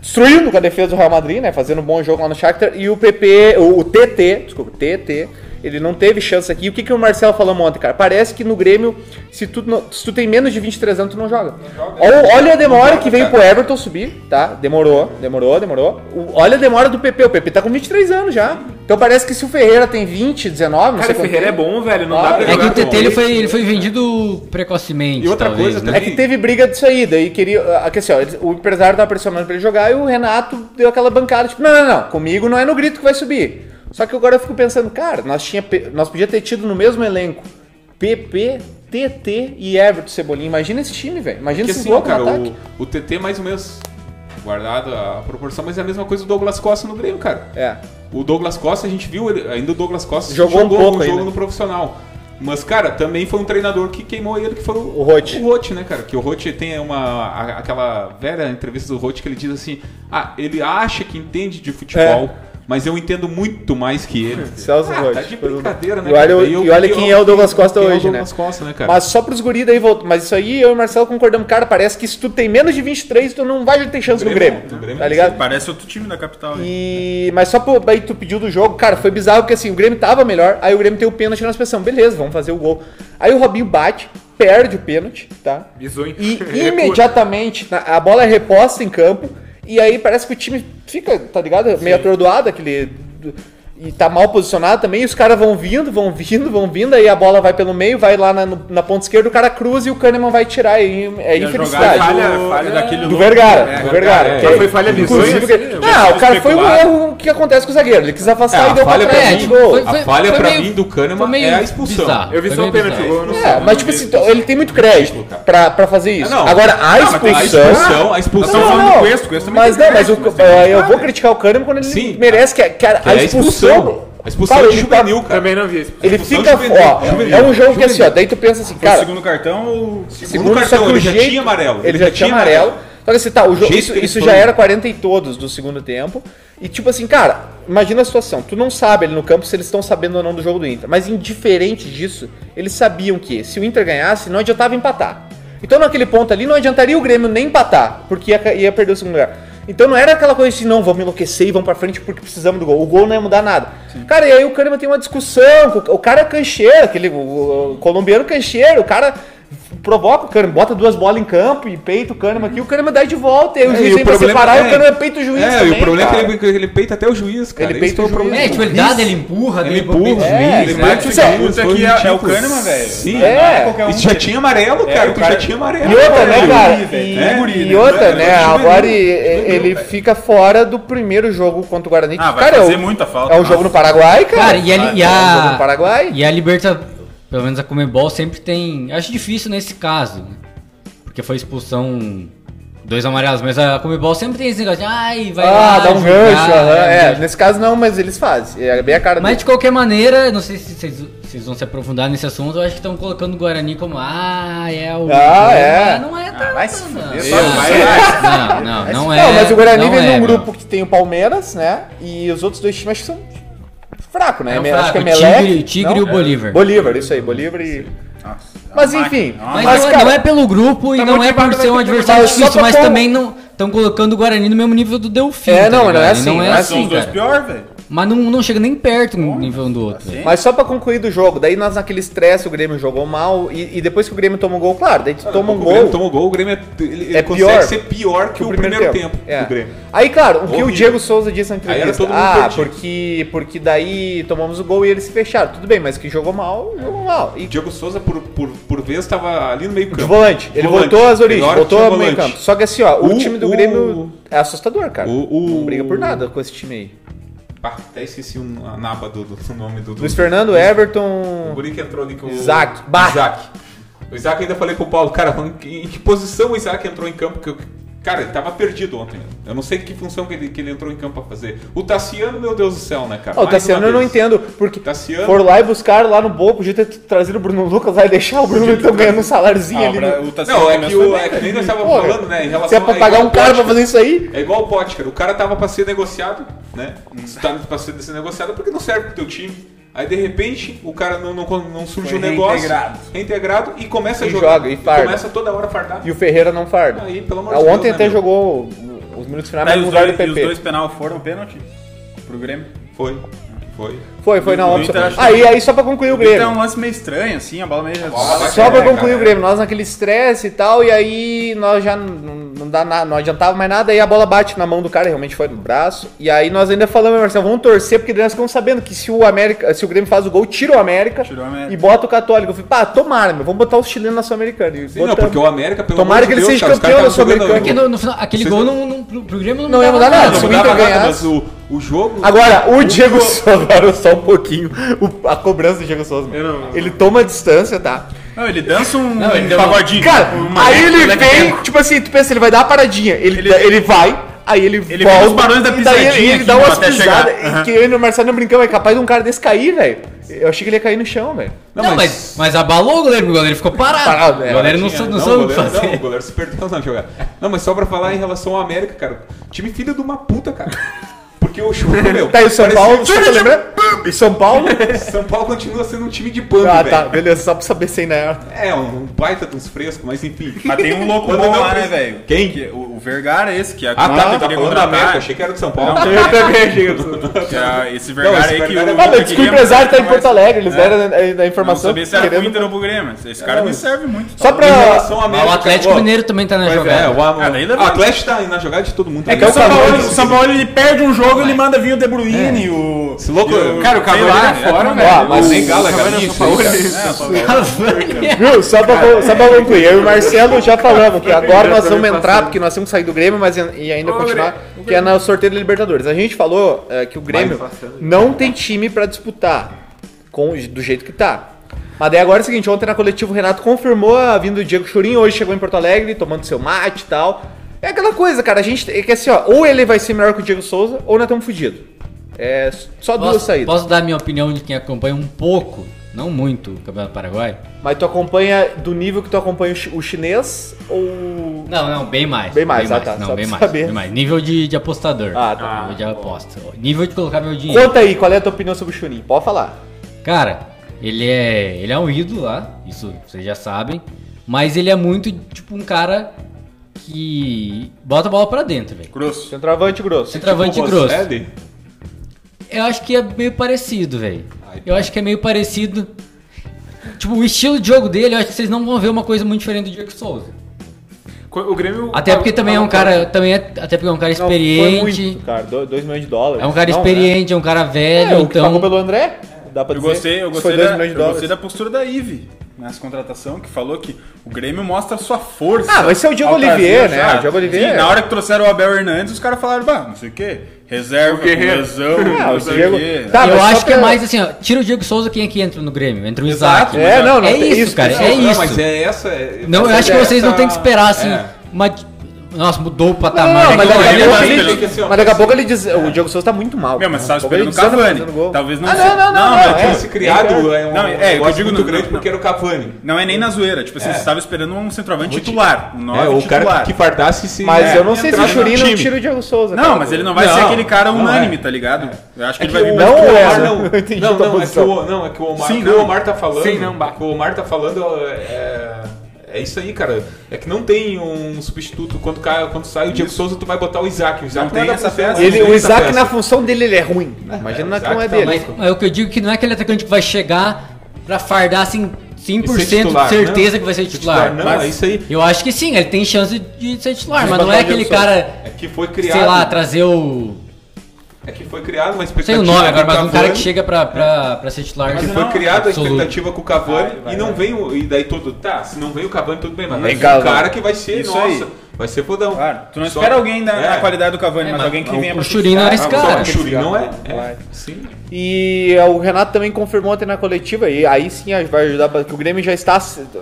S1: destruindo com a defesa do Real Madrid, né, fazendo um bom jogo lá no Shakhtar, e o PP, o, o TT, desculpa, TT, ele não teve chance aqui. E o que, que o Marcelo falou ontem, cara? Parece que no Grêmio, se tu, não- se tu tem menos de 23 anos, tu não joga. Olha, olha a demora que veio pro Everton subir, tá? Demorou, demorou, demorou. O- olha a demora do PP. O PP tá com 23 anos já. Então parece que se o Ferreira tem 20, 19, não
S6: Cara,
S1: sei
S6: o
S1: quanto
S6: Ferreira é
S1: tempo.
S6: bom, velho. Não
S1: Claro.
S6: dá pra
S7: É
S6: jogar
S7: que o
S6: com
S7: TT
S6: ele.
S7: ele foi, ele foi vendido precocemente.
S4: E outra
S7: talvez,
S4: coisa
S7: né?
S1: É que teve briga disso aí, daí queria. ah, que assim, ó, eles- o empresário tava pressionando pra ele jogar e o Renato deu aquela bancada, tipo, não, não, não, comigo não é no grito que vai subir. Só que agora eu fico pensando, cara, nós, tinha, pe- nós podia ter tido no mesmo elenco PP, TT e Everton Cebolinha. Imagina esse time, velho. Imagina
S4: Porque
S1: esses
S4: assim,
S1: loucos
S4: cara,
S1: no ataque.
S4: o, o TT é mais ou menos guardado a proporção, mas é a mesma coisa do Douglas Costa no Grêmio, cara.
S1: É.
S4: O Douglas Costa, a gente viu, ele, ainda o Douglas Costa
S1: Jogou um pouco
S4: um jogo
S1: ainda.
S4: no profissional. Mas, cara, também foi um treinador que queimou ele, que foi o,
S1: O Roth.
S4: O Roth, né, cara? Que o Roth tem uma, a- aquela velha entrevista do Roth que ele diz assim: ah, ele acha que entende de futebol, mas eu entendo muito mais que ele.
S1: É. Celso
S4: ah,
S1: Roth.
S4: Tá de brincadeira, né?
S1: E olha,
S4: cara?
S1: o-
S4: Daí eu-
S1: e olha
S4: eu-
S1: quem é o Douglas Costa
S4: quem é o
S1: hoje, né?
S4: Douglas Costa, né, cara?
S1: Mas só pros guri daí voltou. Mas isso aí eu e o Marcelo concordamos. Cara, parece que se tu tem menos de 23, tu não vai ter chance no
S4: Grêmio,
S1: Grêmio.
S4: no Grêmio,
S1: tá ligado?
S5: Parece outro time da capital. hein?
S1: E... Mas só por... aí tu pediu do jogo, cara, foi bizarro porque assim, o Grêmio tava melhor, aí o Grêmio tem o pênalti na expressão, beleza, vamos fazer o gol. Aí o Robinho bate, perde o pênalti, tá?
S6: Bizonho.
S1: E
S6: Recua.
S1: imediatamente na- a bola é reposta em campo, e aí parece que o time fica, tá ligado? Meio atordoado, aquele. E tá mal posicionado também, e os caras vão vindo, vão vindo, vão vindo, aí a bola vai pelo meio, vai lá na, no- na ponta esquerda, o cara cruza e o Kahneman vai tirar, e é
S5: E a
S1: infelicidade.
S5: jogada é do-
S6: Falha- falha-
S5: é daquele
S1: Do
S5: louco-
S1: Vergara,
S5: É,
S1: do Vergara.
S4: é,
S1: que
S6: Mas foi falha bizonha.
S1: Inclusive,
S6: assim,
S1: que-
S6: né?
S1: não, o cara foi um
S4: especulado.
S1: erro que acontece com o zagueiro. Ele quis afastar
S4: É,
S1: e
S4: a
S1: deu pra
S4: falha pra
S1: trás.
S4: mim-
S7: tipo,
S1: gol.
S4: A falha pra mim do
S7: Kahneman
S4: Kahneman é a expulsão.
S6: Eu vi só o pênalti, eu não sei.
S1: É, mas tipo assim, então, ele tem muito crédito pra, pra fazer isso.
S4: Ah, Não, não.
S1: Agora, a
S4: Não, mas tem
S1: expulsão.
S4: A expulsão, a
S5: Nós
S4: expulsão
S5: estamos
S1: Não,
S5: falando
S1: não.
S5: do Cuesta, o Cuesta também
S1: mas
S5: tem
S1: não, mas o, é,
S5: crédito, mas tem
S1: eu,
S5: que
S1: eu vou criticar o Kahneman quando ele
S4: Sim.
S1: merece que, a- que a,
S4: que
S1: a
S4: é a expulsão.
S1: expulsão.
S4: A expulsão é
S1: cara,
S4: de
S1: ele
S4: juvenil,
S1: tá-
S4: cara.
S6: Também não vi isso.
S1: Ele
S4: expulsão
S1: fica.
S4: juvenil,
S1: Ó,
S4: juvenil,
S1: é um jogo que assim,
S4: juvenil.
S1: ó, daí tu pensa assim,
S5: Foi o
S1: cara.
S5: segundo cartão ou.
S1: Segundo
S4: Segundo
S1: só
S4: cartão,
S1: que o
S4: ele já
S1: jeito,
S4: tinha amarelo,
S1: Ele já tinha amarelo. Só que assim, tá, o jogo,
S4: jeito
S1: isso,
S4: que ele
S1: isso
S4: foi.
S1: já era 40 e todos do segundo tempo. E tipo assim, cara, imagina a situação. Tu não sabe ali no campo se eles estão sabendo ou não do jogo do Inter. Mas indiferente disso, eles sabiam que se o Inter ganhasse, não adiantava empatar. Então naquele ponto ali, não adiantaria o Grêmio nem empatar, porque ia, ca- ia perder o segundo lugar. Então não era aquela coisa assim, não, vamos enlouquecer e vamos pra frente porque precisamos do gol. O gol não ia mudar nada. Cara, e aí o Kahneman tem uma discussão, com o- o cara é cancheiro, aquele o- o- o colombiano cancheiro, o cara provoca o Kahneman, bota duas bolas em campo e peita o Kahneman aqui, o Kahneman dá de volta, e aí o
S4: É,
S1: juiz
S4: e
S1: vem pra separar e o Kahneman peita o juiz
S4: É, e
S1: também,
S4: o problema
S1: cara.
S4: é que ele, que ele peita até o juiz, cara.
S1: Ele peita o
S4: Esse foi
S1: juiz.
S7: É, tipo, ele dá, ele empurra,
S4: Ele
S7: dá,
S4: empurra o
S7: pega- né?
S1: é,
S4: juiz,
S1: ele
S4: ele
S1: bate
S4: bate
S1: o
S4: o
S1: juiz,
S4: juiz.
S5: puta
S4: foi
S5: que é- é o
S4: ridículo.
S5: Kahneman, velho.
S4: Sim.
S5: Não
S1: É.
S5: qualquer um
S4: E tu já
S5: que-
S4: tinha amarelo,
S5: É,
S4: cara.
S5: o
S4: Tu
S5: cara-
S4: já tinha amarelo.
S1: E outra,
S5: É
S1: né,
S5: guri,
S1: cara?
S5: velho,
S1: E,
S5: é guri,
S1: e
S5: né?
S1: outra,
S4: É,
S1: né?
S4: é juvenil,
S1: Agora e-
S4: juvenil,
S1: ele
S4: velho.
S1: fica fora do primeiro jogo contra o Guarani.
S5: Ah, vai
S1: cara, é
S5: fazer
S1: o-
S5: muita falta,
S1: É o
S5: nossa.
S1: jogo no Paraguai, cara.
S7: Cara, e a,
S1: Vai,
S7: e
S1: É o jogo no
S7: a,
S1: Paraguai.
S7: e a Liberta, pelo menos a Comebol, sempre tem. Acho difícil nesse caso, né? Porque foi expulsão. Dois amarelos, mas a Comebol sempre tem esse negócio de. Ai, vai lá.
S1: Ah, dá um
S7: julgar,
S1: gancho. aham,
S7: dá um
S1: é,
S7: gancho."
S1: nesse caso não, mas eles fazem. É bem a cara
S7: Mas tipo,
S1: dele.
S7: de qualquer maneira, não sei se vocês, vocês vão se aprofundar nesse assunto, eu acho que estão colocando o Guarani como. Ah, é o.
S1: Ah, é.
S7: Ah, Não é tanto,
S1: vai se
S7: não.
S1: fuder,
S7: Não, não, não, não, é.
S1: Não, mas o Guarani
S7: não
S1: vem
S7: é,
S1: num
S7: meu.
S1: grupo que tem o Palmeiras, né? E os outros dois times acho que são fracos, né?
S7: É um
S1: Me- acho
S7: fraco,
S1: que é Melec.
S7: Tigre, Tigre e o
S1: não?
S7: Bolívar.
S1: Bolívar, isso aí, Bolívar e.
S5: Nossa, é uma
S1: Mas
S5: máquina,
S1: enfim,
S5: é uma
S7: Mas,
S1: Ah, Mas,
S7: não, é-
S1: cara,
S7: não é pelo grupo e
S6: tá
S7: não é
S6: motivado,
S7: por ser um
S6: vai ter que
S7: adversário
S1: motivar.
S7: difícil,
S1: Mas
S7: mas
S1: só pra
S7: também não estão colocando o Guarani no mesmo nível do Delfim.
S1: É,
S7: tá
S1: não,
S7: ligado?
S1: não é
S7: E
S1: assim, não é
S5: São os dois
S7: cara.
S5: piores, velho.
S7: Mas não, não chega nem perto um nível um do outro.
S5: assim.
S7: velho.
S1: Mas só pra concluir do jogo, daí nós naquele estresse o Grêmio jogou mal e, e depois que o Grêmio toma um gol, claro, daí tu
S5: é
S1: toma um
S4: O Grêmio
S1: gol.
S4: toma um gol, o Grêmio é, ele, ele
S1: É
S4: consegue
S1: pior
S4: ser pior que o primeiro, tempo,
S1: É.
S4: do Grêmio.
S1: Aí, claro, o que o
S4: Horrível.
S1: Diego Souza disse na
S4: Aí era
S1: entrevista.
S4: todo mundo
S1: Ah,
S4: perdido.
S1: porque, porque daí tomamos o gol e eles se fecharam. Tudo bem, mas que jogou mal, jogou mal. E
S4: O Diego Souza, por, por, por vez, estava ali no meio campo.
S1: de volante, ele voltou às origens, voltou ao meio campo. Só que assim, ó, o,
S4: O-
S1: time do
S4: o-
S1: Grêmio é assustador, cara.
S4: o- o-
S1: Não briga por nada com esse time aí.
S4: Ah, até esqueci o- a naba do, do nome do... do-
S1: Luiz Fernando,
S4: O
S1: Everton.
S4: guri que entrou ali com o...
S1: Isaac. Bah.
S4: Isaac. O Isaac ainda falei com o Paulo, cara, em que posição o Isaac entrou em campo? Que eu- Cara, ele tava perdido ontem. Eu não sei que função que ele, que ele entrou em campo pra fazer. O Tassiano, meu Deus do céu, né, cara?
S1: Ó, o
S4: Mais
S1: Tassiano
S4: uma
S1: eu não
S4: vez.
S1: entendo, porque
S4: Tassiano.
S1: foram lá e buscaram lá no Bobo, podia ter trazido o Bruno Lucas lá e deixar o Bruno então ganhando um saláriozinho
S5: Ah,
S1: ali.
S5: pra-
S1: no-
S5: o Tassiano
S4: Não, é
S5: começou
S4: que, o,
S5: bem,
S4: é que
S5: velho.
S4: nem nós estávamos
S1: Porra,
S4: falando, né? Em relação
S1: Se é pra
S4: a-
S1: pagar
S4: igual
S1: um cara pra
S4: Potker.
S1: fazer isso aí,
S4: É igual o Potker, o cara tava pra ser negociado, né? Tá pra ser ser negociado porque não serve pro teu time. Aí de repente o cara não, não, não surge o
S5: Foi
S4: negócio.
S5: reintegrado.
S4: reintegrado e começa
S1: E
S4: a jogar.
S1: joga, e farda.
S4: começa toda hora a fardar.
S1: e o Ferreira não farda.
S4: Aí, pelo amor
S1: Ah,
S4: de Deus,
S1: Ontem
S4: né,
S1: até
S4: meu?
S1: jogou os minutos finais,
S5: Tá,
S1: mas
S5: e os,
S1: mudaram o
S5: dois, e os
S1: PP.
S5: dois penal foram pênalti pro Grêmio.
S4: Foi. Foi.
S1: Foi, foi na
S5: do
S1: opção.
S5: Inter, acho que-
S1: Aí, aí só pra concluir o Grêmio.
S5: Então é um lance meio estranho, assim, a bola meio...
S4: bola vai
S1: Só pra
S4: É,
S5: né,
S1: concluir
S4: cara.
S1: o Grêmio, nós naquele estresse e tal, e aí nós já n- não, dá nada, não adiantava mais nada, e a bola bate na mão do cara, realmente foi no braço. E aí nós ainda falamos, Marcelo, vamos torcer, porque daí nós ficamos sabendo que se o América, se o Grêmio faz o gol, tira o América,
S5: Tira o América.
S1: e bota o Católico. Eu falei, pá, tomara, meu, vamos botar os chilenos na Sul-Americana. E
S4: Sim, não,
S1: botamos.
S4: porque o América, pelo
S1: Tomara
S4: amor
S1: que
S4: de
S1: ele
S4: Deus,
S1: seja
S4: cara, os caras
S1: campeão
S4: tavam
S1: da
S4: jogando-
S7: Porque
S1: Sul-Americana,
S7: no, no final, aquele
S4: Vocês
S7: gol
S4: não-
S7: não, não, pro, pro Grêmio não,
S1: Não ia
S7: mudava
S1: mudar nada,
S4: Não
S1: se o
S4: mudava
S1: Inter
S4: nada, mas
S1: ganhasse.
S4: o, o jogo.
S1: Agora, o Diego Souza, agora só um pouquinho, o- a cobrança do Diego Souza.
S6: Eu não-
S1: Ele toma a distância, tá?
S5: Não, ele dança um,
S7: Não, ele
S5: um
S7: deu uma-
S5: pagodinho.
S1: Cara,
S5: Uma-
S1: aí ele
S5: um
S1: vem,
S5: leque-
S1: tipo assim, tu pensa, ele vai dar uma paradinha. Ele,
S5: Ele-
S1: ele, vai, aí ele,
S5: Ele
S1: volta.
S5: vê os barões da
S1: e daí ele-
S5: pisadinha
S1: ele,
S5: aqui,
S1: dá
S5: mano,
S1: umas
S5: até
S1: pisadas.
S5: chegar. Aham.
S1: Que eu e o Marcelo não brincamos, é capaz de um cara desse cair, velho. Eu achei que ele ia cair no chão, velho.
S7: Não, mas, mas abalou o goleiro, porque o goleiro ficou parado.
S1: Parado, é,
S7: o goleiro não, sa- não sabe
S4: o
S7: o que
S4: goleiro- não, o
S7: fazer.
S4: goleiro se perdeu na jogada. Não, mas só pra falar em relação ao América, cara. Time filho de uma puta, cara. Porque o jogo, meu.
S1: Tá, e o São
S4: parecia-
S5: um
S1: Paulo, só pra lembrar? E São Paulo?
S4: São Paulo continua sendo um time de pano,
S1: ah,
S4: velho.
S1: tá, beleza, só pra saber se ainda era.
S4: É, um baita de uns frescos, mas enfim.
S5: Mas tem um louco
S4: Quando
S5: bom
S4: não
S5: lá, né,
S4: precisa-
S5: velho?
S4: Quem?
S5: Que- O, o Vergara é esse, que é
S4: Ah, tá,
S5: que
S4: tá
S5: queria
S4: falando da
S5: contratar,
S4: América, achei que era de São Paulo.
S5: Não,
S6: Eu também achei que eu sou-
S5: que era esse Vergara
S4: Não, esse
S5: aí que
S4: Vergara é
S5: o...
S4: bom.
S1: Ah,
S4: Eu
S1: mas diz que o empresário tá em Porto Alegre, eles
S5: É.
S1: deram a, a
S5: Não
S1: informação.
S5: sabia se era pro
S1: querendo-
S5: Inter ou pro Grêmio, mas esse cara não serve muito.
S1: Só
S5: tá?
S1: pra.
S4: Em relação ao
S7: Mas
S4: América,
S7: o Atlético
S4: ó,
S7: Mineiro também tá na
S4: pois
S7: jogada.
S4: É, o, a-
S5: Ah, daí
S4: o
S5: levanta.
S4: Atlético tá na jogada de todo mundo.
S1: É que é
S5: O São Paulo,
S1: Samuel-
S5: o São Paulo, ele perde um jogo,
S1: É.
S5: ele manda vir o De Bruyne, o...
S4: Esse louco-
S5: e
S4: Cara, o
S5: sei
S6: Cavani
S5: lá,
S6: tá
S5: né?
S6: fora,
S5: É,
S1: velho.
S4: Mas
S1: o-
S4: nem Gala, né? cara.
S6: Cavani é
S4: isso,
S6: São Paulo.
S4: isso,
S5: o São Paulo.
S1: Viu? Só pra, só pra
S6: é,
S1: concluir, eu e o Marcelo já falamos que agora nós vamos entrar, porque nós temos que sair do Grêmio, mas en- e ainda
S6: Ô,
S1: continuar,
S6: Grêmio.
S1: que é no sorteio da Libertadores. A gente falou é, que o Grêmio
S6: Vai passando.
S1: não tem time pra disputar com, do jeito que tá. Mas daí agora é o seguinte, ontem na coletiva o Renato confirmou a vinda do Diego Churin, hoje chegou em Porto Alegre, tomando seu mate e tal. É aquela coisa, cara, a gente é que assim, ó, ou ele vai ser melhor que o Diego Souza, ou nós estamos fodidos. É só duas
S7: Posso,
S1: saídas.
S7: posso dar minha opinião de quem acompanha um pouco, não muito, o Campeonato Paraguai?
S1: Mas tu acompanha do nível que tu acompanha o chi- o chinês ou
S7: Não, não, bem mais.
S1: Bem mais, ah, tá,
S7: Não,
S1: só
S7: bem
S1: pra
S7: mais,
S1: saber.
S7: bem mais. Nível de, de apostador.
S1: Ah, tá.
S7: Nível de aposta. Nível de colocar meu dinheiro.
S1: Conta aí, qual é a tua opinião sobre o Chunin? Pode falar.
S7: Cara, ele é, ele é um ídolo lá, isso vocês já sabem, mas ele é muito tipo um cara que bota a bola pra dentro,
S1: Tipo
S7: velho.
S5: Grosso.
S1: Centroavante grosso.
S7: Centroavante É um grosso.
S4: Roselli?
S7: Eu acho que é meio parecido, velho.
S4: Ai,
S7: Eu acho que é meio parecido. Tipo, o estilo de jogo dele, eu acho que vocês não vão ver uma coisa muito diferente do Diego Souza.
S6: O Grêmio.
S7: Até porque também é um cara, também é, até porque é um cara
S1: Não,
S7: experiente.
S1: Foi muito, cara. 2 milhões de dólares.
S7: é um cara
S1: Não, né?
S7: experiente, é um cara velho,
S1: É, o que
S7: então.
S1: pagou pelo André? Dá pra
S5: Eu
S1: dizer?
S5: gostei, eu gostei,
S1: Foi 2
S5: da,
S1: milhões de
S5: eu
S1: dólares.
S5: gostei da postura da Ive nessa contratação, que falou que o Grêmio mostra sua força.
S1: Ah, mas esse é o Diego
S5: ao
S1: Olivier,
S5: trazer
S1: né?
S5: já.
S1: O Diego Olivier.
S5: Sim, na hora que trouxeram o Abel Hernandes, os caras falaram, bah, não sei o quê, reserva,
S6: Guerreiro.
S5: lesão,
S1: Ah,
S5: não
S1: o
S5: sei
S1: Diego-
S5: o quê.
S1: Tá,
S7: eu
S1: mas só
S7: acho que é
S1: pra-
S7: mais assim, ó, tira o Diego Souza, quem é que entra no Grêmio? Entra o
S5: Exato.
S7: Isaac.
S1: É, não, não.
S7: é
S1: tem
S7: isso, cara, é
S4: Não,
S7: isso.
S4: mas é essa. é-
S7: Não, eu
S4: essa-
S7: acho que vocês não
S4: essa-
S7: têm que esperar, assim,
S4: É.
S7: uma... Nossa, mudou o
S1: Não, não,
S7: patamar.
S1: não,
S7: É
S1: mas
S7: que
S5: não,
S1: daqui a
S5: ele
S1: pouco
S5: vai
S1: ele-
S5: ter
S4: que ser uma
S1: mas daqui a pouco ele diz. O Diego Souza tá muito mal.
S5: Meu, mas você tava
S1: Daqui a pouco
S5: esperando
S1: ele
S5: o
S1: desanda
S5: Cavani.
S1: fazendo gol.
S5: Talvez não
S1: ah,
S5: seja-
S1: Não, não,
S5: não,
S1: não.
S5: mas
S1: é.
S4: Tinha se criado é um
S5: Não, é, eu
S4: negócio
S5: digo
S4: muito
S5: no-
S4: grande
S5: não.
S4: porque era o Cavani.
S5: Não é nem na zoeira, tipo assim, você tava esperando um centroavante titular, um nove
S4: É, o
S5: titular.
S4: cara que fardasse se.
S1: Mas
S5: É,
S1: eu não sei se o
S5: entrado no
S1: Churin não
S5: time.
S1: tira o Diego Souza.
S5: Não,
S1: cara.
S5: mas ele não vai
S4: Não,
S5: ser aquele cara
S4: não
S5: unânime,
S4: é.
S5: tá ligado? Eu acho que ele
S4: que
S5: vai vir
S4: o-
S5: mais
S1: não
S5: pro-
S1: é.
S4: Omar
S1: né?
S4: não.
S1: Eu entendi
S4: não,
S1: tua
S4: não, é que
S1: posição.
S4: o, não, é que o Omar,
S5: Sim,
S4: o que o
S5: não.
S4: Omar tá falando.
S6: Sim, não, bah.
S4: o que o Omar tá falando é, é isso aí, cara. É que não tem um substituto. Quando, cai, quando sai o Diego Souza, tu vai botar o Isaac. O Isaac
S5: Não tem
S4: dá pra
S5: essa
S4: ser,
S5: peça.
S4: não
S1: Ele-
S4: tem
S1: o
S4: essa
S1: Isaac,
S4: peça.
S1: na função dele, ele é ruim. Imagina
S4: o
S1: na como é
S4: Isaac tá
S1: dele.
S7: Mas, mas o que eu digo é que não é aquele atacante que vai chegar pra fardar assim 100%
S4: E ser titular,
S7: de certeza
S4: não.
S7: que vai ser
S4: Ser
S7: titular.
S4: Não,
S7: Mas
S4: é isso aí.
S7: Eu acho que sim, ele tem chance de ser titular,
S1: Mas
S7: mas não
S1: botar
S7: é
S1: o Diego
S7: aquele
S1: Souza.
S7: cara,
S4: É que foi criado.
S7: sei lá, trazer o.
S4: É que foi criado uma
S7: Não sei
S4: expectativa.
S7: o nome agora,
S4: com
S7: mas um cara
S4: Cavani.
S7: que chega pra, pra, pra ser titular.
S4: Mas
S7: Tipo,
S4: foi criada a
S7: absoluto.
S4: expectativa com o Cavani e não vem o. E daí todo. Tá, se não vem o Cavani, tudo bem, mas vai
S1: Vem
S4: ser um
S1: Cavani.
S4: cara que vai ser,
S5: Isso
S4: nossa.
S5: aí.
S4: Vai ser fodão.
S5: Claro, tu não
S4: Só-
S5: espera alguém da,
S4: É.
S5: da qualidade do Cavani, mas
S7: É, mas
S5: alguém que
S4: o-
S5: venha
S4: o
S5: pra
S7: Churina era esse
S4: Ah, só
S7: cara.
S4: que o Churinho não é?
S1: Vai.
S4: é. Sim.
S1: E é, o Renato também confirmou ontem na coletiva, e aí sim vai ajudar, porque o Grêmio já está.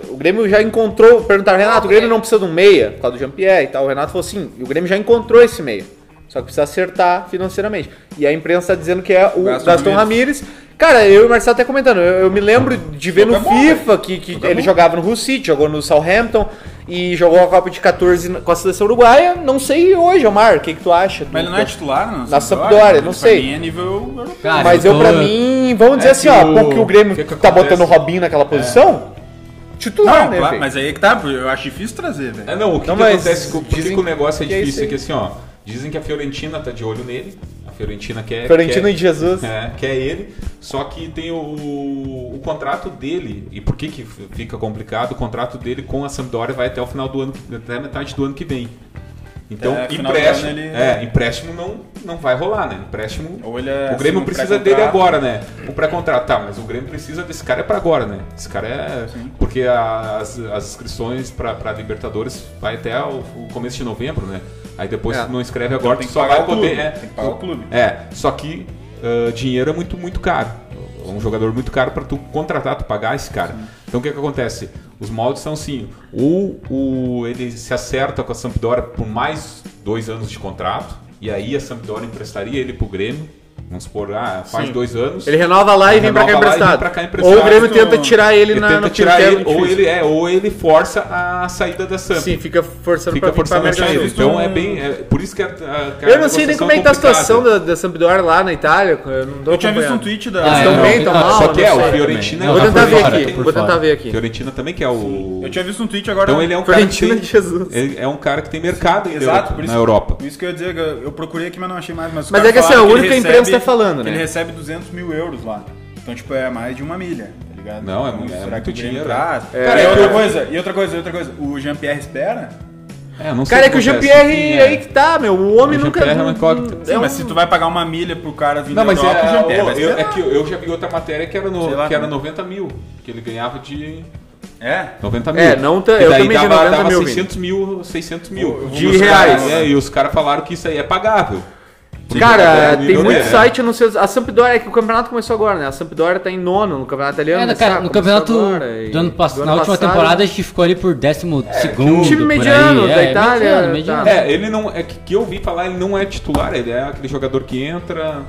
S1: O Grêmio já encontrou. Perguntaram, Renato, o Grêmio não precisa de um meia, por causa do Jean-Pierre e tal. O Renato falou sim, e o Grêmio já encontrou esse meia. Só que precisa acertar financeiramente. E a imprensa está dizendo que é o
S5: Gaston
S1: Gaston Ramírez. Cara, eu e o Marcelo até comentando, eu, eu me lembro de ver no
S5: Joga bola,
S1: FIFA que, que ele jogava no Hull City, jogou no Southampton e jogou a Copa de 14 na- com a seleção uruguaia. Não sei hoje, Omar, o que, que tu acha? do-
S5: Mas ele não é titular, não?
S1: Na Sampdoria, não sei.
S5: Pra mim é nível europeu.
S7: Cara,
S1: mas eu,
S7: tô-
S1: pra mim, vamos dizer
S4: Ah, É
S1: assim,
S4: que
S1: ó,
S4: o-
S1: porque o Grêmio
S4: que que
S1: tá
S4: acontece? É.
S1: botando o Robinho naquela posição, titular,
S5: Não,
S1: né,
S5: claro,
S1: velho?
S5: mas aí é que tá, eu acho difícil trazer, velho.
S4: É, não, o que,
S1: Não,
S4: que
S1: mas
S4: acontece, com- por que
S1: dizem
S4: que o negócio é
S1: que é
S4: difícil é que
S1: isso
S4: assim, ó, dizem que a Fiorentina tá de olho nele, a Fiorentina quer...
S1: Florentino
S4: quer,
S1: e Jesus.
S4: É, quer ele, só que tem o, o contrato dele, e por que que fica complicado, o contrato dele com a Sampdoria vai até o final do ano, que- até a metade do ano que vem. Então,
S5: É, final do
S4: empréstimo,
S5: ano ele-
S4: é, empréstimo não, não vai rolar, né? Empréstimo
S5: Ou ele é,
S4: o Grêmio
S5: assim, um
S4: precisa dele
S5: pré-contrato.
S4: agora, né? O pré-contrato, tá, mas o Grêmio precisa desse cara é pra agora, né? Esse cara é. Porque as, as inscrições pra, pra Libertadores vai até o, o começo de novembro, né? Aí depois
S1: É.
S4: tu não escreve agora,
S5: Então
S4: tu
S5: tem que
S4: só
S5: pagar
S4: vai
S5: o clube,
S4: poder. É,
S5: tem que pagar o clube.
S4: É, só que ah, dinheiro é muito, muito caro. É um jogador muito caro pra tu contratar, tu pagar esse cara. Então o que, que acontece? Os moldes são assim, ou o, ele se acerta com a Sampdoria por mais dois anos de contrato, e aí a Sampdoria emprestaria ele pro Grêmio, vamos supor, ah, faz dois anos.
S1: Ele renova lá e
S4: Ele
S1: vem pra cá
S4: renova lá e vem
S1: emprestado.
S4: pra cá
S1: Ou o
S4: emprestado,
S1: Grêmio
S5: tu-
S1: tenta tirar ele,
S4: ele
S1: na,
S4: tenta
S1: no
S4: tirar
S1: Quintero,
S4: ele,
S1: difícil.
S4: ou ele, é, ou ele força a saída da Samp.
S1: Sim, fica forçando
S4: Fica
S1: pra vir pra
S4: forçando a
S1: América do
S4: saída.
S1: Sul.
S4: Então é bem. é por isso que a, a- que a
S1: Eu não sei nem
S4: negociação
S1: como é que tá a
S4: complicada.
S1: situação da, da Sampdoria lá na Itália. Eu, não tô
S5: Eu tinha visto um
S1: acompanhando.
S5: tweet da.
S7: Ah,
S1: Eles tão
S7: não,
S1: bem, tão
S7: ah,
S1: mal.
S4: Só que é,
S1: não
S4: o
S1: sei.
S4: Fiorentina.
S7: Não,
S1: Vou
S7: tá
S1: tentar
S7: por
S1: ver
S7: fora,
S1: aqui,
S7: tá por
S1: vou tentar
S7: fora.
S1: ver aqui.
S4: Fiorentina também, que é o.
S5: Eu tinha visto um tweet agora.
S4: Então ele é um cara que
S1: Fiorentina
S4: tem-
S1: de Jesus.
S4: ele é um cara que tem mercado
S5: Exato, por
S4: na
S5: isso
S4: Europa.
S5: Por isso que eu ia dizer, que eu eu procurei aqui, mas não achei mais. Mas, os
S1: Mas
S5: caras
S1: é que, assim,
S5: falaram
S1: a
S5: ele
S1: única
S5: recebe-
S1: imprensa tá falando, né?
S5: Ele recebe 200 mil euros lá. Então, tipo, é mais de uma milha, tá ligado?
S4: Não, é
S5: Então,
S4: muito- é
S5: será que
S4: muito
S5: o Grêmio
S4: dinheiro,
S5: traz?
S4: né?
S5: Cara,
S4: É,
S5: e outra
S4: eu-
S5: coisa, e outra coisa, e outra coisa. O Jean-Pierre espera?
S4: É, eu não sei
S1: Cara, é que o
S4: acontece.
S1: Jean-Pierre
S4: Sim, é.
S1: aí que tá, meu. O homem
S4: O
S1: nunca. um
S4: Jean-Pierre é uma incógnita.
S5: Sim, mas se tu vai pagar uma milha pro cara vir
S4: Não, mas
S5: da Europa, o
S4: é,
S5: Jean-Pierre
S4: ô,
S5: vai
S4: eu, é
S5: esperar.
S4: que eu já vi outra matéria que era, no,
S5: Sei lá, né?
S4: que era
S5: como-
S4: 90 mil, que ele ganhava de
S5: É?
S4: 90 mil.
S1: É, não tá-
S4: E
S1: eu
S4: daí
S1: também vi
S4: dava,
S1: 90
S4: dava
S1: mil,
S4: 600 mil, 600 mil.
S1: De
S4: E os
S1: reais.
S4: caras- é, e os caras falaram que isso aí é pagável. Pro jogador,
S1: Cara,
S5: é,
S4: no
S1: tem
S4: nível
S1: muito
S4: dele, né?
S1: site anunciando. A Sampdoria é que o campeonato começou agora, né? A Sampdoria tá em nono no campeonato italiano.
S7: É,
S1: né?
S7: no, cara,
S1: Sabe,
S7: no
S1: começou
S7: campeonato
S1: agora e-
S7: do ano pass-
S1: do
S7: na
S1: ano
S7: última
S1: passado.
S7: temporada a gente ficou ali por décimo segundo.
S1: time
S7: por aí.
S1: mediano
S7: É,
S1: da Itália,
S7: mediano,
S1: tá.
S7: mediano.
S4: É, ele não. É que, que eu ouvi falar, ele não é titular, ele é aquele jogador que entra.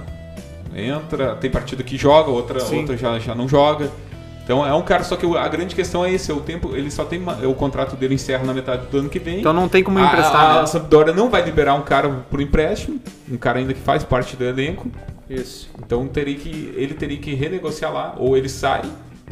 S4: Entra, tem partida que joga, outra, outra já, já não joga. Então é um cara, só que o- a grande questão é esse, é o tempo, ele só tem. ma- O contrato dele encerra na metade do ano que vem.
S1: Então não tem como
S5: Ah,
S4: A-
S1: emprestar,
S4: A,
S1: né?
S4: a Sampdoria não vai liberar um cara por empréstimo, um cara ainda que faz parte do elenco.
S5: ah.
S1: Isso.
S4: Então teria que, ele teria que renegociar lá, ou ele sai,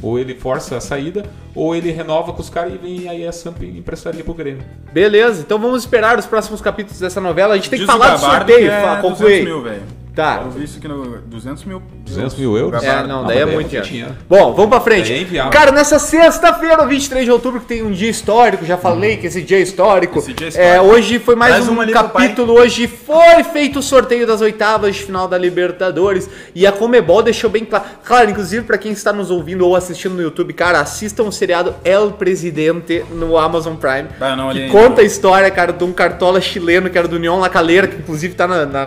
S4: ou ele força a saída, ou ele renova com os caras e vem e aí a Samp emprestaria pro Grêmio.
S1: Beleza, então vamos esperar os próximos capítulos dessa novela. A gente tem que
S5: Diz o
S1: falar do
S5: Gabardo
S1: sorteio,
S5: que é
S1: fa-
S5: 200
S1: concluir.
S5: mil, velho.
S1: Tá.
S5: Eu vi isso aqui no... 200 mil.
S4: 200 mil euros?
S1: É,
S5: Gabardo.
S1: não,
S4: Não,
S1: daí é
S4: daí é
S1: muito
S4: muito
S1: dinheiro.
S4: dinheiro.
S1: Bom, vamos pra frente.
S4: Daí é inviável.
S1: Cara, nessa sexta-feira, 23 de outubro, que tem um dia histórico, já falei que esse dia é histórico.
S5: Esse dia é
S1: É,
S5: histórico.
S1: hoje foi mais
S5: Traz
S1: um
S5: uma ali pro
S1: capítulo. Hoje foi feito o sorteio das oitavas de final da Libertadores. E a Comebol deixou bem claro. Claro, inclusive, pra quem está nos ouvindo ou assistindo no YouTube, cara, assistam o seriado El Presidente no Amazon Prime.
S5: Ah, eu não olhei
S1: que
S5: ainda.
S1: conta a história, cara, de um cartola chileno que era do União La Calera, que inclusive tá na, na, na, na-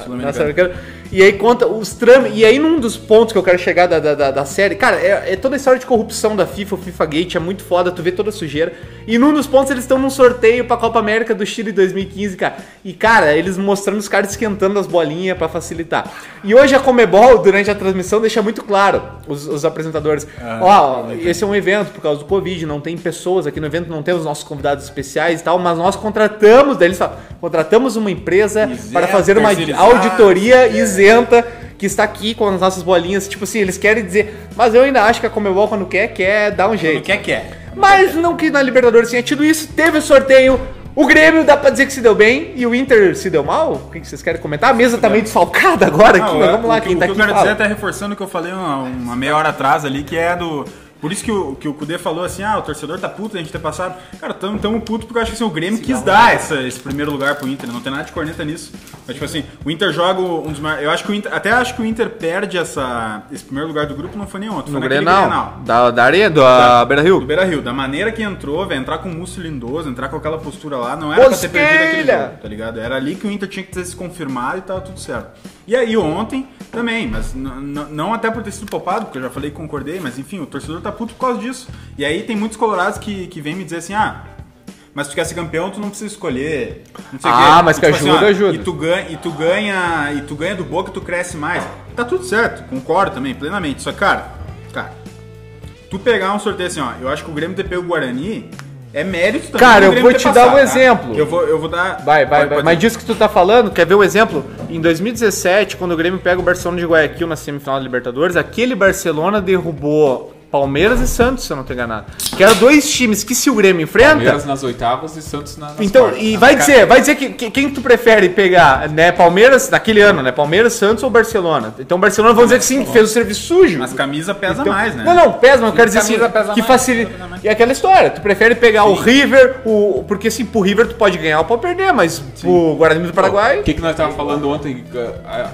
S5: Sul-Americana.
S1: na Sul-Americana. E aí conta os trames. E aí, num dos pontos que eu quero chegar da, da, da- da série, cara, é, é toda a história de corrupção da FIFA, o FIFA Gate, é muito foda, tu vê toda a sujeira. E num dos pontos eles estão num sorteio pra Copa América do Chile 2015, cara. E, cara, eles mostrando os caras esquentando as bolinhas pra facilitar. E hoje a Comebol, durante a transmissão, deixa muito claro os, os apresentadores. Ó, esse é um evento por causa do Covid, não tem pessoas aqui no evento, não tem os nossos convidados especiais e tal, mas nós contratamos, daí eles falam, contratamos uma empresa
S5: Isenta,
S1: para fazer uma
S5: terceirizado.
S1: auditoria
S5: É.
S1: isenta que está aqui com as nossas bolinhas. Tipo assim, eles querem dizer, mas eu ainda acho que a Comebol, quando quer, quer dar um
S5: O
S1: jeito.
S5: que é que é?
S1: Mas não que na Libertadores tinha tido isso, teve o sorteio. O Grêmio dá pra dizer que se deu bem e o Inter se deu mal? O que que vocês querem comentar? A mesa tá meio desfalcada agora aqui,
S5: Não,
S1: mas
S5: é-
S1: vamos lá,
S5: o que,
S1: quem
S5: o
S1: tá
S5: que
S1: aqui
S5: eu quero
S1: fala.
S5: dizer, até reforçando o que eu falei uma, uma meia hora atrás ali, que é do. Por isso que o, que o Kudê falou assim: ah, o torcedor tá puto da gente ter passado.
S1: um
S5: né? Cara, tamo, tamo puto porque eu acho que assim, o Grêmio quis dar essa- esse primeiro lugar pro Inter, não tem nada de corneta nisso. Mas, tipo assim, o Inter joga um dos maiores. Eu acho que o Inter, até acho que o Inter perde essa, esse primeiro lugar do grupo, não foi nem ontem.
S1: No
S5: Foi naquele
S1: Grenal. Da, da areia, da Beira
S5: Do
S1: Rio.
S5: Beira Rio, da maneira que entrou, velho, entrar com o Múcio Lindoso, entrar com aquela postura lá, não era pra ter perdido aquele
S1: Posquilha!
S5: jogo, tá ligado? Era ali que o Inter tinha que ter se confirmado e tava tudo certo. E aí ontem também, mas n- n- não até por ter sido popado, porque eu já falei que concordei, mas enfim, o torcedor tá puto por causa disso. E aí tem muitos colorados que, que vêm me dizer assim, ah, mas tu quer ser campeão, tu não precisa escolher. Não sei o
S1: Ah,
S5: quê.
S1: mas
S5: E,
S1: que ajuda,
S5: ó,
S1: ajuda.
S5: E tu, ganha, e, tu ganha, e tu ganha do Boca e tu cresce mais. Tá tudo certo, concordo também, plenamente. Só que, cara, cara, tu pegar um sorteio assim, ó, eu acho que o Grêmio ter pego o Guarani é mérito também.
S1: Cara,
S5: do
S1: eu
S5: Grêmio
S1: vou
S5: ter
S1: te dar um
S5: tá?
S1: exemplo.
S5: Eu vou, eu vou dar.
S1: Vai, vai,
S5: pode-
S1: vai.
S5: pode-
S1: Mas disso que tu tá falando, quer ver um exemplo? Em 2017, quando o Grêmio pega o Barcelona de Guayaquil na semifinal da Libertadores, aquele Barcelona derrubou Palmeiras e Santos, se eu não tô enganado. Que eram dois times que se o Grêmio enfrenta.
S4: Palmeiras nas oitavas e Santos na- nas
S1: Então,
S4: quartas.
S1: e
S4: Ah,
S1: vai
S4: cara,
S1: dizer, vai dizer que, que- quem tu prefere pegar, né? Palmeiras, naquele ano, né? Palmeiras, Santos ou Barcelona? Então, o Barcelona, vamos dizer que sim, que fez o serviço sujo.
S5: Mas camisa pesa
S1: Então-
S5: mais, né?
S1: Não, não, pesa, mas eu quero dizer assim,
S6: camisa pesa
S1: que
S6: mais,
S4: né?
S1: facilita.
S5: camisa pesa mais.
S1: E é aquela história, tu prefere pegar o River, o porque assim, pro River tu pode ganhar ou pode perder, mas pro Guarani do Paraguai...
S4: O que, que nós tava falando ontem, a- a-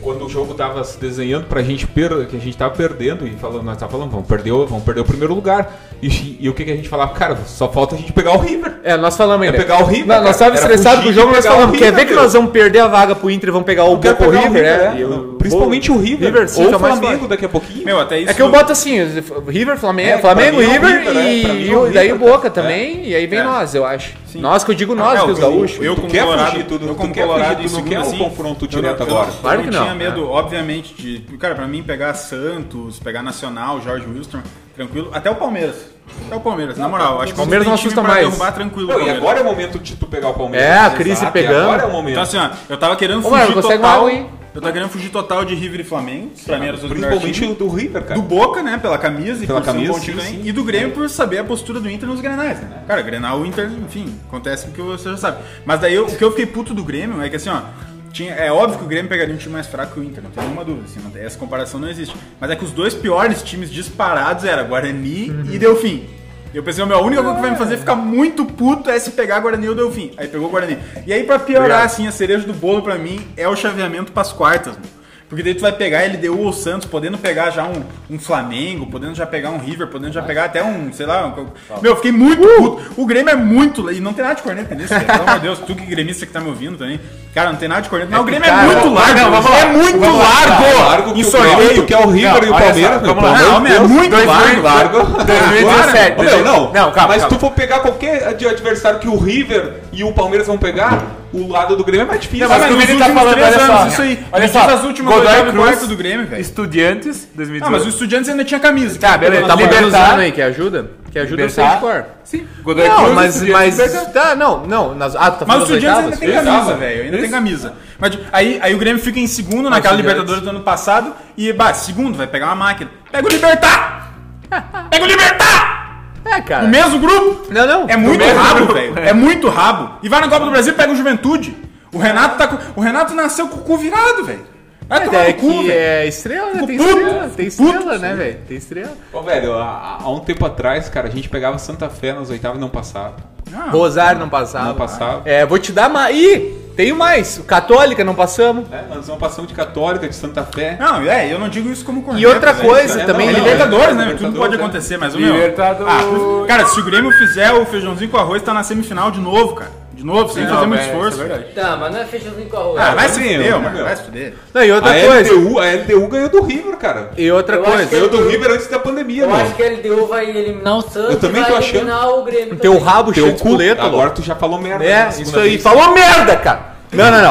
S4: quando o jogo tava se desenhando pra gente per, que a gente tava perdendo e falando, nós tava falando, vamos perder, o- vamos perder o primeiro lugar. E, e o que, que a gente falava? Cara, só falta a gente pegar o River.
S1: É, nós falamos ainda.
S4: É pegar o River,
S1: Não, nós
S4: cara.
S1: estávamos
S4: Era
S1: estressados com o
S4: fugir
S1: jogo,
S4: de
S1: nós
S4: pegar o
S1: falamos, quer
S4: River,
S1: ver que
S4: meu.
S1: nós vamos perder a vaga pro Inter e vamos pegar o
S4: quero
S1: Boca ou
S4: pegar o
S1: River,
S4: River,
S1: né?
S4: é.
S1: E o-
S4: Não, Principalmente o River,
S1: River, sim,
S4: ou o
S1: jamais
S4: Flamengo
S1: vai.
S4: daqui a pouquinho.
S5: Meu, até isso.
S1: É que eu boto assim, River, Flamengo,
S4: É, pra
S1: Flamengo,
S4: mim é o
S1: um River,
S4: River, né?
S1: e,
S4: Pra mim é
S1: e
S4: o
S1: o- daí o
S4: River,
S1: Boca também, e aí vem
S5: É.
S1: nós, eu acho.
S5: Sim.
S1: Nós que eu digo nós,
S5: Ah,
S1: que os
S5: eu-
S1: gaúchos.
S5: Eu
S4: Tu
S5: como
S4: quer
S5: colorado,
S4: fugir tudo,
S5: eu
S4: tu
S5: como
S4: quer
S5: colorado,
S4: fugir, tu não
S5: isso
S4: quer
S5: mesmo,
S4: um
S5: assim.
S4: confronto
S5: Eu
S4: direto
S5: não- eu
S4: agora.
S5: não-
S1: Claro
S5: eu
S1: que
S5: não
S1: não,
S5: tinha
S1: né?
S5: medo, obviamente, de. Cara, pra mim pegar Santos, pegar Nacional, Jorge Wilson, tranquilo. Até o Palmeiras. Até o Palmeiras, na moral. Acho que o
S1: Palmeiras não
S5: tem time
S1: assusta
S5: pra
S1: mais.
S5: derrubar tranquilo. o
S4: Meu, e
S5: Palmeiras.
S4: agora é o momento de tu pegar o Palmeiras.
S1: né? É, a crise
S4: Exato,
S1: pegando.
S4: E agora é o momento.
S5: Então assim, ó, eu tava querendo
S1: Ô, Mário,
S5: fugir
S1: consegue uma
S5: total.
S1: água aí?
S5: Eu tava querendo fugir total de River e Flamengo. Pra mim, era os dois melhores
S4: Principalmente
S5: times.
S4: o do River, cara.
S5: Do Boca, né? Pela camisa e
S4: Pela
S5: por ser um
S4: camisa,
S5: bom time
S4: sim,
S5: também.
S4: sim. É.
S5: E do Grêmio por saber a postura do Inter nos Grenais, né? Cara, Grenal, o Inter, enfim, acontece o que você já sabe. Mas daí eu- o que eu fiquei puto do Grêmio é que assim, ó. Tinha, é óbvio que o Grêmio pegaria um time mais fraco que o Inter, não tem nenhuma dúvida. Assim, não tem- essa comparação não existe. Mas é que os dois piores times disparados era Guarani
S4: Uhum.
S5: e Delfim. E eu pensei, meu, a única coisa que vai me fazer ficar muito puto é se pegar Guarani ou Delfim. Aí pegou o Guarani. E aí, pra piorar, assim, a cereja do bolo pra mim é o chaveamento pras quartas, mano. Porque daí tu vai pegar LDU ou Santos, podendo pegar já um, um Flamengo, podendo já pegar um River, podendo já pegar até um, sei lá. Um... Meu, eu fiquei muito puto. O Grêmio é muito. le- E não tem nada de corneta nisso, cara. pelo amor de Deus. Tu que gremista que tá me ouvindo também. Cara, não tem nada de corneta. Mas o Grêmio é
S1: cara,
S5: muito
S1: vamos lá,
S5: largo.
S1: vamos lá,
S5: é muito
S1: vamos lá,
S5: largo.
S4: É largo que
S5: em
S4: o Grêmio,
S5: sorteio.
S4: tu quer o River e o
S1: olha só,
S4: Palmeiras, meu,
S1: vamos
S4: pelo
S1: lá.
S4: amor
S5: Não,
S4: de
S5: meu, é
S4: Deus.
S5: muito
S4: Dois
S5: largo.
S4: largo.
S1: 2017,
S4: Ô, meu, não,
S1: Não, calma, calma.
S4: Mas se tu for pegar qualquer ad- adversário que o River e o Palmeiras vão pegar, o lado do Grêmio é mais difícil.
S5: Não, mas
S4: Cara,
S5: o
S4: nos
S5: Vini tá
S4: últimos
S5: falando,
S4: três
S5: olha
S4: anos,
S5: só.
S4: isso aí.
S5: Me
S6: Olha
S5: diz
S6: só,
S5: as últimas
S6: Godoy
S5: oitavas e
S6: Cruz,
S5: quartas do Grêmio, velho.
S6: Estudiantes,
S5: Ah, mas o
S6: 2018.
S5: Estudiantes ainda tinha camisa.
S6: Tá, beleza,
S1: Tá
S6: Libertar.
S1: modernizando aí, que ajuda? Que ajuda eu sei de
S6: Libertar.
S1: cor.
S6: Sim, Godoy
S1: Não,
S6: Cruz,
S1: mas,
S6: Estudiantes,
S1: mas,
S6: Libertar.
S1: tá, não, não, nas, ah, tu tá
S5: Mas
S1: falando
S5: o
S1: das
S5: Estudiantes ainda
S1: oitavas?
S5: tem
S4: Oitava,
S5: camisa, velho. Ainda
S4: isso.
S5: tem camisa. Mas aí, aí o Grêmio fica em segundo naquela Libertadores do ano passado e, bah, segundo, vai pegar uma máquina. Pega o Libertar! Pega o Libertar!
S1: É, cara.
S5: O mesmo grupo!
S1: Não, não.
S5: É muito rabo, velho. É muito rabo. E vai na Copa do Brasil e pega o Juventude. O Renato tá com- O Renato nasceu com o cu virado, velho. Vai tomar
S1: É
S5: no cu,
S1: que
S5: velho.
S1: é estrela, né?
S5: Fico
S1: Tem
S5: puto,
S1: estrela, tem
S5: fico puto,
S1: estrela, né,
S5: sim.
S1: velho? Tem estrela.
S4: Ô, velho, há, há um tempo atrás, cara, a gente pegava Santa Fé nas oitavas e não passava.
S1: é
S5: Ah,
S1: Rosário não passava.
S4: Não passava.
S1: É, vou te dar mais. Ih, tenho mais. Católica não passamos.
S4: É, nós não passamos de Católica, de Santa Fé.
S5: Não, é, eu não digo isso como
S1: E
S5: corneta.
S1: outra
S5: velho.
S1: coisa
S5: É,
S1: também,
S5: não,
S1: né?
S5: Libertadores, né?
S4: Libertadores,
S5: Tudo pode
S4: é.
S5: acontecer, mas o meu.
S6: Libertadores.
S5: Ah, cara, se o Grêmio fizer o feijãozinho com arroz, tá na semifinal de novo, cara. De novo, sem
S6: Não,
S5: fazer muito
S6: é,
S5: esforço.
S6: isso é verdade.
S7: Tá, mas não é fechadinho com a roda.
S5: Ah, vai se
S4: Sim,
S5: fuder,
S4: meu,
S5: mano.
S4: meu.
S5: Vai se fuder.
S1: Não, e
S4: A
S1: outra coisa.
S4: LDU, a LDU ganhou do River, cara.
S1: E outra
S7: Eu
S1: coisa.
S7: acho que
S4: Ganhou do River antes da pandemia,
S7: Eu acho
S4: mano.
S7: que a LDU vai eliminar o Santos
S4: Eu também
S7: e
S4: tô
S7: vai
S4: achando.
S7: eliminar o Grêmio
S1: Teu
S7: também.
S1: rabo cheio
S4: Teu
S1: de
S4: cu,
S1: culeto,
S4: agora
S1: louco.
S4: tu já falou merda.
S1: É,
S4: na segunda
S1: isso aí.
S4: vez.
S1: Falou merda, cara. Não, não, não.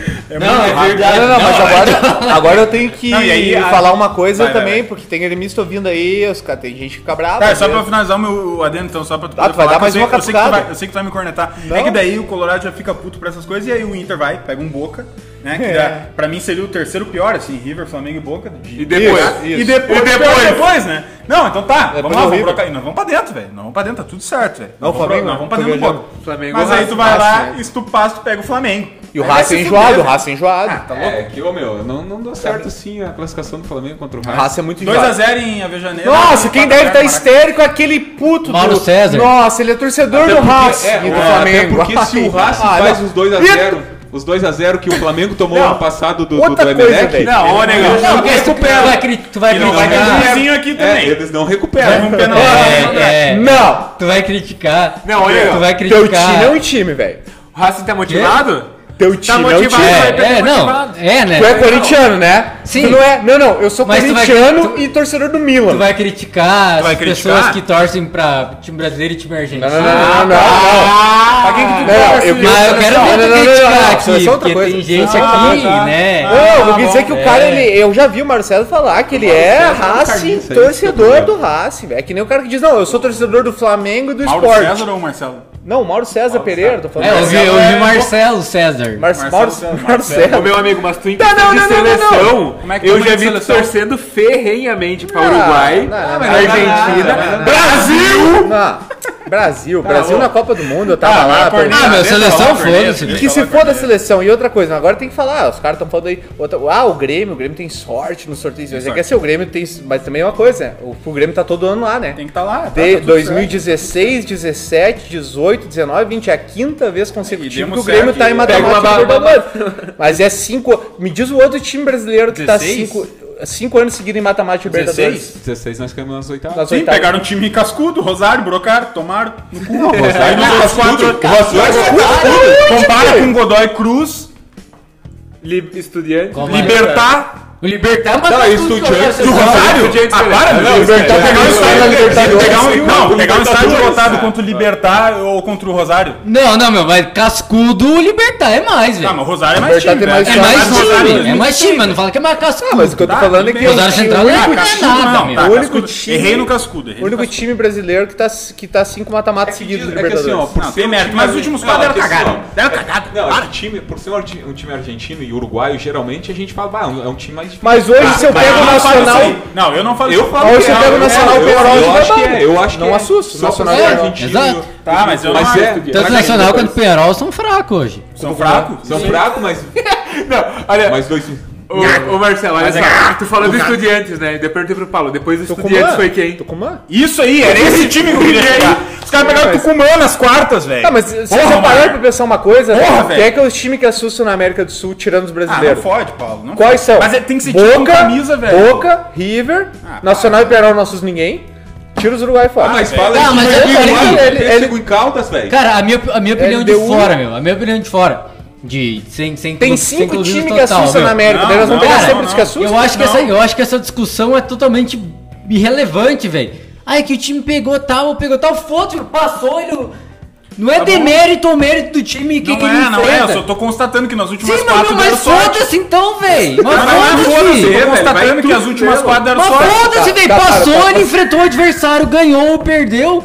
S1: Ah,
S5: É
S7: Não, é
S5: rápido.
S7: verdade.
S1: Não, não, não, mas agora, agora eu tenho que
S5: Não, e aí, a-
S1: falar uma coisa
S5: Vai, vai,
S1: também,
S5: vai.
S1: porque tem gremista ouvindo aí, os cara, tem gente que fica brava.
S5: Tá, só
S1: né?
S5: pra finalizar o meu adendo, então, só pra tu
S1: Ah, tu vai dar
S5: que
S1: mais
S5: eu sei-
S1: uma
S5: eu sei, que tu
S1: captada.
S5: vai, eu sei que tu vai me cornetar. É
S1: Não.
S5: que daí o Colorado já fica puto pra essas coisas e aí o Inter vai, pega um Boca, né? Que
S1: É.
S5: dá, pra mim seria o terceiro pior, assim, River, Flamengo e Boca. de-
S6: E depois?
S1: Isso, isso.
S5: E depois,
S6: E depois?
S5: depois, depois, né? Não, então tá,
S1: Depois
S5: vamos lá,
S1: do
S5: vamos
S1: River.
S5: pra, cá. E nós vamos pra dentro, velho. Nós vamos pra dentro, tá tudo certo, velho.
S1: Não,
S5: Nós
S1: o
S5: vamos
S1: Flamengo,
S5: pra, nós vamos pra
S1: tô
S5: dentro do
S1: viajando.
S5: Boca.
S6: Flamengo,
S5: Mas aí tu vai
S1: Racing,
S5: lá,
S1: né?
S5: e se tu passa, tu pega o Flamengo.
S1: E o
S5: Aí vai
S1: Raça é
S5: se
S1: enjoado, o
S5: fuder,
S1: Raça é enjoado.
S5: velho. Ah, tá louco.
S4: É, que, ô, meu, não, não deu certo assim a classificação do Flamengo contra o
S1: O
S4: Racing.
S1: Raça é muito enjoado.
S5: 2x0 em Avejaneiro.
S1: Nossa, quem deve estar
S5: Maracanã.
S1: histérico é aquele puto
S7: Mauro
S1: do...
S7: César.
S1: Nossa, ele é torcedor
S4: Até
S1: do
S4: porque-
S1: Racing
S4: é,
S1: e do
S4: até
S1: Flamengo.
S4: porque se o Racing
S1: Ai,
S4: faz
S1: não.
S4: os 2 a
S1: E-
S4: 0, Os 2x0 que o Flamengo tomou
S1: Não,
S4: ano passado do, do,
S1: outra
S4: do
S1: coisa,
S4: Emelec. é,
S1: velho.
S5: Não, ô, negão.
S7: Não,
S5: não
S7: porque tu vai, cri- tu vai
S5: não vai
S7: criticar.
S5: ter vizinho aqui
S4: É,
S5: também.
S4: eles não recuperam.
S5: Não,
S7: É, é.
S1: Não!
S7: Tu vai criticar.
S6: Não, olha,
S7: Tu vai
S1: Teu time é
S7: criticar.
S1: um time, velho.
S6: O Racing tá motivado?
S1: Teu time é um
S6: motivado,
S1: time.
S6: velho.
S7: É, é, não. É, né?
S1: Tu é corintiano, né?
S7: Sim.
S1: Tu não é. Não, não, eu sou
S7: Mas tu vai-
S1: corintiano
S7: tu-
S1: e torcedor do
S7: Tu
S1: Milan.
S7: vai criticar as
S5: vai criticar?
S7: pessoas que torcem pra time brasileiro e time argentino.
S1: Não, não, não, não, não.
S5: Ah!
S6: Pra quem que tu
S1: Não,
S6: torce?
S1: eu quero-
S7: Mas eu quero
S1: Não, não,
S7: ver tu
S1: não, não, não,
S7: criticar
S1: não.
S7: aqui,
S1: Isso é só outra
S7: porque
S1: coisa.
S7: tem gente
S5: Ah,
S7: aqui,
S5: tá.
S7: né?
S1: Não, eu quis dizer que o cara,
S7: É.
S1: ele, eu já vi o Marcelo falar que ele é
S4: Marcelo é um
S1: Racing,
S4: carniça, isso que é o
S1: torcedor
S4: problema.
S1: do Racing, velho. É que nem o cara que diz, não, eu sou torcedor do Flamengo e do
S5: Mauro
S1: esporte.
S5: César ou Marcelo?
S1: Não, Mauro César Pereira, tô falando.
S7: É, eu vi, eu
S1: Marcelo
S7: vi Marcelo César.
S1: Mar-
S5: Marcelo
S1: Mauro
S5: César,
S1: Marcelo.
S6: Ô, meu amigo, mas tu em
S1: Não,
S6: questão
S1: não,
S6: de
S1: não, não, não,
S6: seleção,
S1: não.
S5: Como é que
S6: eu
S5: tu
S6: já
S5: em
S6: vi tu
S5: seleção?
S6: torcendo ferrenhamente pra
S1: Não,
S6: Uruguai,
S1: não, não,
S6: pra
S1: não,
S6: Argentina.
S1: não, não, não.
S6: Brasil!
S1: Não, Brasil, Brasil na Copa do Mundo, eu tava
S5: Ah,
S1: lá.
S5: vai,
S1: pô.
S5: Corneta.
S7: Ah, meu, seleção
S5: Corneta.
S7: foda-se. velho.
S1: Que se for da seleção. E outra coisa, agora tem que falar, os caras estão falando aí. outra- ah, o Grêmio, o Grêmio tem sorte no sorteio. Você
S5: sorte.
S1: quer ser é assim, o Grêmio, tem, mas também é uma coisa, né? O, o Grêmio tá todo ano lá, né?
S5: Tem que estar lá. tá,
S1: De
S5: tá tudo
S1: 2016, 17, 18, 19, 20, é a quinta vez
S5: E
S1: consecutiva
S5: demos
S1: que o Grêmio
S5: certo
S1: tá
S5: e
S1: em
S6: pega uma
S1: matemática
S6: ba-
S1: Libertadores. Mas é cinco. Me diz o outro time brasileiro que tá
S5: 16?
S1: cinco, cinco anos seguidos em matemática Libertadores.
S4: 16 nós caímos nas
S1: Nas
S4: oitavas.
S5: Sim,
S1: oitavas.
S5: pegaram um time cascudo, Rosário, Brocar, tomaram no cu. Aí nos
S4: Não,
S5: outros
S4: cascudo,
S5: quatro.
S4: Rosário,
S5: Cascudo. Compara com Godoy Cruz,
S6: Li- Estudiantes.
S7: Como é?
S5: Libertar
S7: O Libertar é matou
S4: Não,
S7: tudo
S4: Tá, isso
S7: que eu
S4: diante-
S7: quero
S5: e o
S7: ser.
S5: Rosário.
S6: Estudiantes,
S5: Ah, para,
S6: Libertar.
S5: meu Deus,
S1: Libertar
S5: cara. pegar um
S1: pegou na
S5: estádio,
S1: Libertadores.
S5: pegar um, não, pegar um estádio
S4: Libertadores.
S5: lotado contra o Libertar ou contra o Rosário.
S7: Não, não, meu, mas cascudo o Libertar é mais,
S5: Ah,
S7: velho.
S5: mas o Rosário é mais
S1: Libertar
S5: time,
S1: tem mais
S5: velho.
S7: É
S1: mas
S7: mais
S1: o Rosário
S7: time,
S1: é
S7: é mais time, mas não fala que é mais cascudo.
S1: Mas o que eu tô
S5: Tá,
S1: falando é
S5: tudo
S1: que
S5: bem.
S1: o
S7: Rosário Central é
S1: único
S7: mais
S1: time-
S7: nada, meu.
S5: tá,
S1: O único
S5: cascudo.
S1: time-
S5: Errei no cascudo.
S1: o único time brasileiro que tá, que tá cinco mata-matas seguidos do
S4: É que assim, ó,
S1: Libertadores.
S4: por
S5: Não,
S4: ser
S5: tem
S4: um
S5: mérito,
S4: time
S5: mas os
S4: argen-
S5: últimos
S4: Não,
S5: quatro deram
S4: porque assim,
S5: cagada.
S4: ó,
S5: Deram cagada.
S4: Não,
S5: Para.
S4: esse time, por ser um arge- um time argentino e uruguaio, geralmente a gente fala, bah, é um time mais difícil.
S1: Mas hoje, se eu
S5: Ah, Mas
S1: pego
S5: eu
S1: o
S5: não falo isso
S1: Nacional.
S5: aí. Não, eu não falo
S4: Eu
S5: isso.
S4: falo
S1: Mas
S4: que
S1: você
S4: é,
S1: pega o
S4: eu-
S1: Nacional
S4: eu-
S1: pela
S4: Eu
S1: ordem
S4: acho que
S1: da
S4: é, eu acho que
S1: Não
S4: é.
S1: assusta,
S4: Só por
S1: Nacional
S4: ser
S1: é.
S4: argentino.
S7: Exato.
S5: Tá, mas eu não
S4: Mas
S5: acho
S4: é,
S5: que-
S7: Tanto o
S4: pra-
S7: Nacional quanto o Penharol são fracos hoje.
S5: São fracos.
S4: são fracos, mas um.
S6: Não, olha,
S4: mas dois um.
S6: ô, ô Marcelo, olha
S5: Mas é
S6: só.
S5: gato,
S6: Tu falou do
S5: gato.
S6: Estudiantes, né? Depois eu perguntei pro Paulo, depois do Estudiantes
S1: Tucumã?
S6: foi quem?
S1: Tucumã?
S5: Isso aí, era esse time que eu queria chegar. Os caras pegaram o Tucumã nas quartas, velho.
S1: Tá, mas se
S5: Porra,
S1: você parar
S5: Marco.
S1: pra pensar uma coisa,
S5: Porra,
S1: quem é
S5: velho.
S1: que é os times que assustam na América do Sul, tirando os
S5: Ah, não
S1: brasileiros?
S5: fode, Paulo. não
S1: Quais
S5: fode.
S1: são?
S5: Mas é- tem que ser time com camisa, velho.
S1: Boca, River,
S5: Ah,
S1: Nacional e Perón, nossos ninguém. Tira os Uruguai fora.
S4: Ah, mas
S5: velho.
S4: fala
S7: Ah,
S4: de
S7: mas
S4: time
S7: eu falei
S4: uruguaio,
S1: que ele-
S4: ele
S1: ele-
S4: chegou em Caldas, velho.
S7: Cara, a minha, a minha opinião de
S1: LDU.
S7: fora, meu. A minha opinião de fora. De sem, sem
S1: Tem
S7: clu- sem
S1: cinco
S7: clubismo
S1: times que
S7: total,
S1: assustam
S7: meu.
S1: na América,
S5: Não,
S1: daí nós vamos
S5: não,
S1: pegar
S7: não,
S1: sempre os
S5: não.
S1: que assustam.
S7: Eu acho, que essa,
S5: Não.
S7: eu acho que essa discussão é totalmente irrelevante, velho. Ai, que o time pegou tal, ou pegou tal, foda-se, meu, passou ele. Não é demérito ou mérito do time que
S5: Tá Não
S7: que ele
S5: é, não é. Eu
S7: enfrenta.
S5: só tô constatando que nas últimas
S7: Sim, mas,
S5: quatro
S7: meu,
S5: deram
S7: mas
S5: sorte.
S7: foda-se então, velho. Mas
S5: Mas vai
S7: foda-se.
S5: foda-se, eu
S6: velho,
S5: tô
S6: vai
S5: constatando que
S6: tudo
S5: as últimas
S6: pelo.
S5: quatro deram
S7: Mas
S5: sorte.
S1: Tá,
S7: foda-se, velho.
S1: tá, para,
S7: Passou,
S1: para,
S7: ele
S1: para.
S7: enfrentou o adversário, ganhou ou perdeu.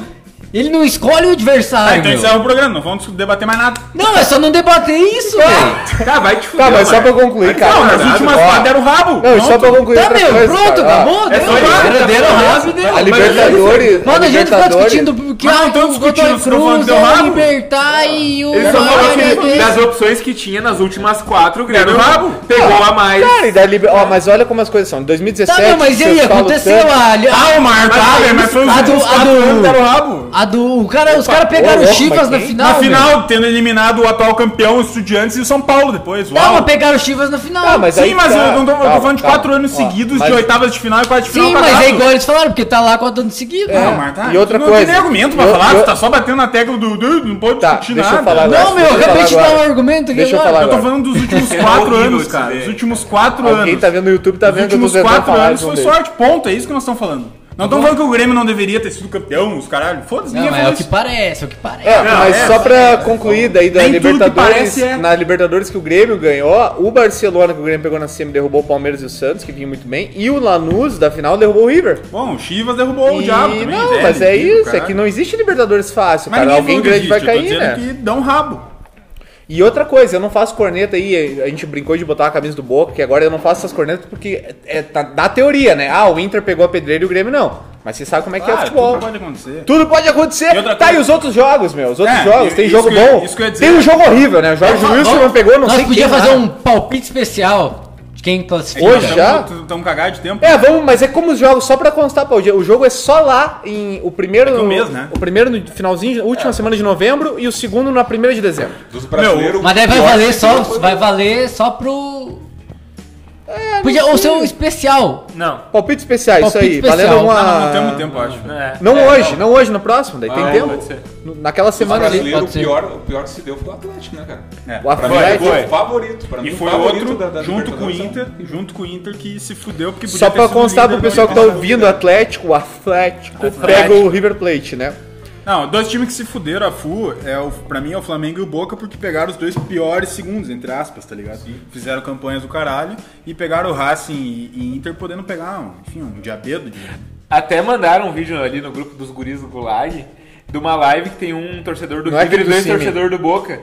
S7: Ele não escolhe o
S5: Ah,
S7: adversário.
S5: então
S7: meu.
S5: encerra o programa, não vamos debater mais nada.
S7: Não, é só não debater
S5: Ah,
S7: isso, velho.
S6: Tá, vai te fuder.
S1: Tá, mas só pra
S6: Marcelo.
S1: eu concluir, cara.
S5: Não, nas últimas
S1: Ó,
S5: quatro deram rabo.
S1: Não, e só
S5: Pronto.
S1: pra eu concluir
S7: Tá,
S1: outra
S7: meu,
S1: coisa,
S7: pronto,
S1: cara, ó.
S7: acabou.
S5: é só
S7: deu,
S5: pra-
S7: Era deram
S5: tá,
S7: rápido,
S1: A
S7: deu.
S1: Libertadores...
S7: Mano, a gente ficar
S1: Libertadores-
S7: discutindo que
S5: Mas não
S7: ah,
S5: tão
S7: o
S5: discutindo,
S7: Godoy
S5: vocês tão falando que
S7: Cruz
S5: deu
S7: é o
S5: rabo.
S7: Libertar e o...
S6: Eles só falou que das
S7: Ai,
S6: opções que tinha nas últimas quatro, o Grêmio
S5: Era o rabo.
S6: pegou
S1: Tá.
S6: a mais.
S1: Cara, e da Liber- ó, mas olha como as coisas são. Em 2017...
S7: Tá, meu, mas e aí?
S1: vocês falam
S7: Aconteceu
S1: tanto-
S7: a...
S5: Ah, o Marco, ah, velho, mas foi os
S7: a do-
S5: últimos
S7: a
S5: quatro
S7: do-
S5: anos deram rabo.
S7: A do... O cara, os caras
S1: ô,
S7: pegaram o
S1: louco, mas
S7: Chivas na
S1: quem?
S7: final,
S5: Na
S7: velho.
S5: final, tendo eliminado o atual campeão, os Estudiantes e o São Paulo depois.
S7: Não,
S5: Uau.
S7: mas pegaram o Chivas na final.
S1: Tá, mas aí
S5: Sim, mas
S1: tá.
S5: eu não tô, eu tô
S1: Calma,
S5: falando de
S1: calma.
S5: quatro anos
S1: Ó,
S5: seguidos,
S1: mas-
S5: de oitavas de final e quartas de final.
S7: Sim, mas
S5: cagado.
S7: é igual eles falaram, porque tá lá quatro anos seguidos.
S5: Ah,
S7: mano.
S5: Marta,
S1: E outra
S5: não
S1: coisa.
S5: Não tem argumento pra
S1: Eu-
S5: falar,
S1: eu-
S5: tu tá só batendo na tecla do... do- não pode
S1: Tá,
S5: discutir
S1: deixa eu
S5: nada.
S1: falar agora.
S5: Não,
S7: Não, meu, eu
S1: Deixa eu
S7: acabei de
S1: falar
S7: dar um
S1: agora.
S7: argumento aqui
S1: Deixa eu falar
S7: agora.
S5: eu tô
S1: agora.
S5: falando dos últimos quatro
S6: horrível
S5: anos,
S6: isso
S5: cara.
S6: daí.
S5: Os últimos quatro
S1: Alguém
S5: anos.
S1: tá vendo no YouTube, tá
S5: Os
S1: vendo que eu tô
S5: últimos
S1: tentando
S5: quatro
S1: falar. um
S5: anos
S1: isso não
S5: foi
S1: deixa.
S5: sorte, ponto, é isso que nós estamos falando. Não estamos falando que o Grêmio não deveria ter sido campeão, os caralho. Foda-se,
S7: Não,
S5: ninguém
S7: mas é
S5: falou
S7: o que
S5: isso.
S7: parece, é o que parece.
S1: É, mas
S5: é,
S1: só pra concluir daí da
S5: Nem tudo que
S1: Libertadores,
S5: parece é.
S1: na Libertadores que o Grêmio ganhou, o Barcelona que o Grêmio pegou na semi derrubou o Palmeiras e o Santos, que vinha muito bem, e o Lanús da final derrubou o River.
S5: Bom, o Chivas derrubou o
S1: E
S5: diabo também,
S1: não,
S5: velho,
S1: mas é
S5: incrível,
S1: isso, é
S5: caralho.
S1: que não existe Libertadores fácil,
S5: Mas
S1: cara,
S5: ninguém
S1: alguém
S5: falou
S1: grande
S5: que
S1: vai
S5: existe, eu tô
S1: cair, né?
S5: dizendo que dá um rabo.
S1: E outra coisa, eu não faço corneta aí, a gente brincou de botar a camisa do Boca, que agora eu não faço essas cornetas porque é, tá, da teoria, né? Ah, o Inter pegou a pedreira e o Grêmio não, mas você sabe como é que é o
S5: Claro,
S1: futebol.
S5: tudo pode acontecer.
S1: Tudo pode
S5: E
S1: acontecer.
S5: outra
S1: Tá,
S5: coisa-
S1: e os outros jogos, meu? Os outros
S5: É,
S1: jogos. Tem
S5: isso
S1: jogo
S5: que eu-
S1: bom.
S5: isso que eu ia dizer.
S1: Tem um jogo horrível, né? O Jorge Wilson não pegou, não
S7: Nós
S1: sei
S7: podia
S1: quem
S7: fazer
S1: lá.
S7: um palpite especial. quem classifica.
S1: Hoje já?
S5: Estamos cagados de tempo.
S1: É, vamos, mas é como os jogos, só pra constar, Paulo, o jogo é só lá em o primeiro
S5: Daqui a um mês, né? É.
S1: O primeiro no finalzinho, última semana de novembro e o segundo na primeira de dezembro.
S4: Dos brasileiros.
S7: Mas daí vai
S4: o pior
S7: valer
S4: que
S7: só,
S4: foi-
S7: vai valer só pro.
S1: É,
S7: Podia, ou ser um especial.
S6: Não.
S1: Palpite especial, isso
S7: Palpite
S1: aí,
S7: especial.
S1: valendo uma
S5: Ah, não, não temos tempo, eu acho.
S6: É.
S1: Não hoje, não. hoje, no próximo, daí
S5: é,
S1: tem
S6: Ah,
S1: tempo.
S6: pode ser.
S1: No- Naquela
S4: Dos
S1: semana ali.
S4: brasileiros,
S7: pode ser.
S4: o pior, o pior que se deu foi o Atlético, né, cara?
S5: É.
S1: O é um
S4: Pra mim,
S1: Atlético.
S4: foi
S6: foi.
S4: o favorito. Pra mim,
S5: E
S4: o
S5: foi
S4: favorito
S5: outro,
S4: da- da
S5: junto com o
S4: Libertadores.
S5: Inter, junto com o Inter que se fudeu porque podia
S1: Só
S5: ter né?
S1: pra
S5: sido
S1: constar pro
S5: líder
S1: pessoal que tá
S5: da Libertadores.
S1: ouvindo, o Atlético, o Atlético pega o River Plate, né?
S5: Não, dois times que se fuderam a FU, é o, pra mim é o Flamengo e o Boca, porque pegaram os dois piores segundos, entre aspas, tá ligado? Fizeram campanhas do caralho e pegaram o Racing e, e Inter podendo pegar, um, enfim, um diabedo de.
S6: Até mandaram um vídeo ali no grupo dos guris do Gulag de uma live que tem um torcedor do
S1: Não é
S6: River e
S1: aquele do
S6: dois
S1: Cine.
S6: torcedor do Boca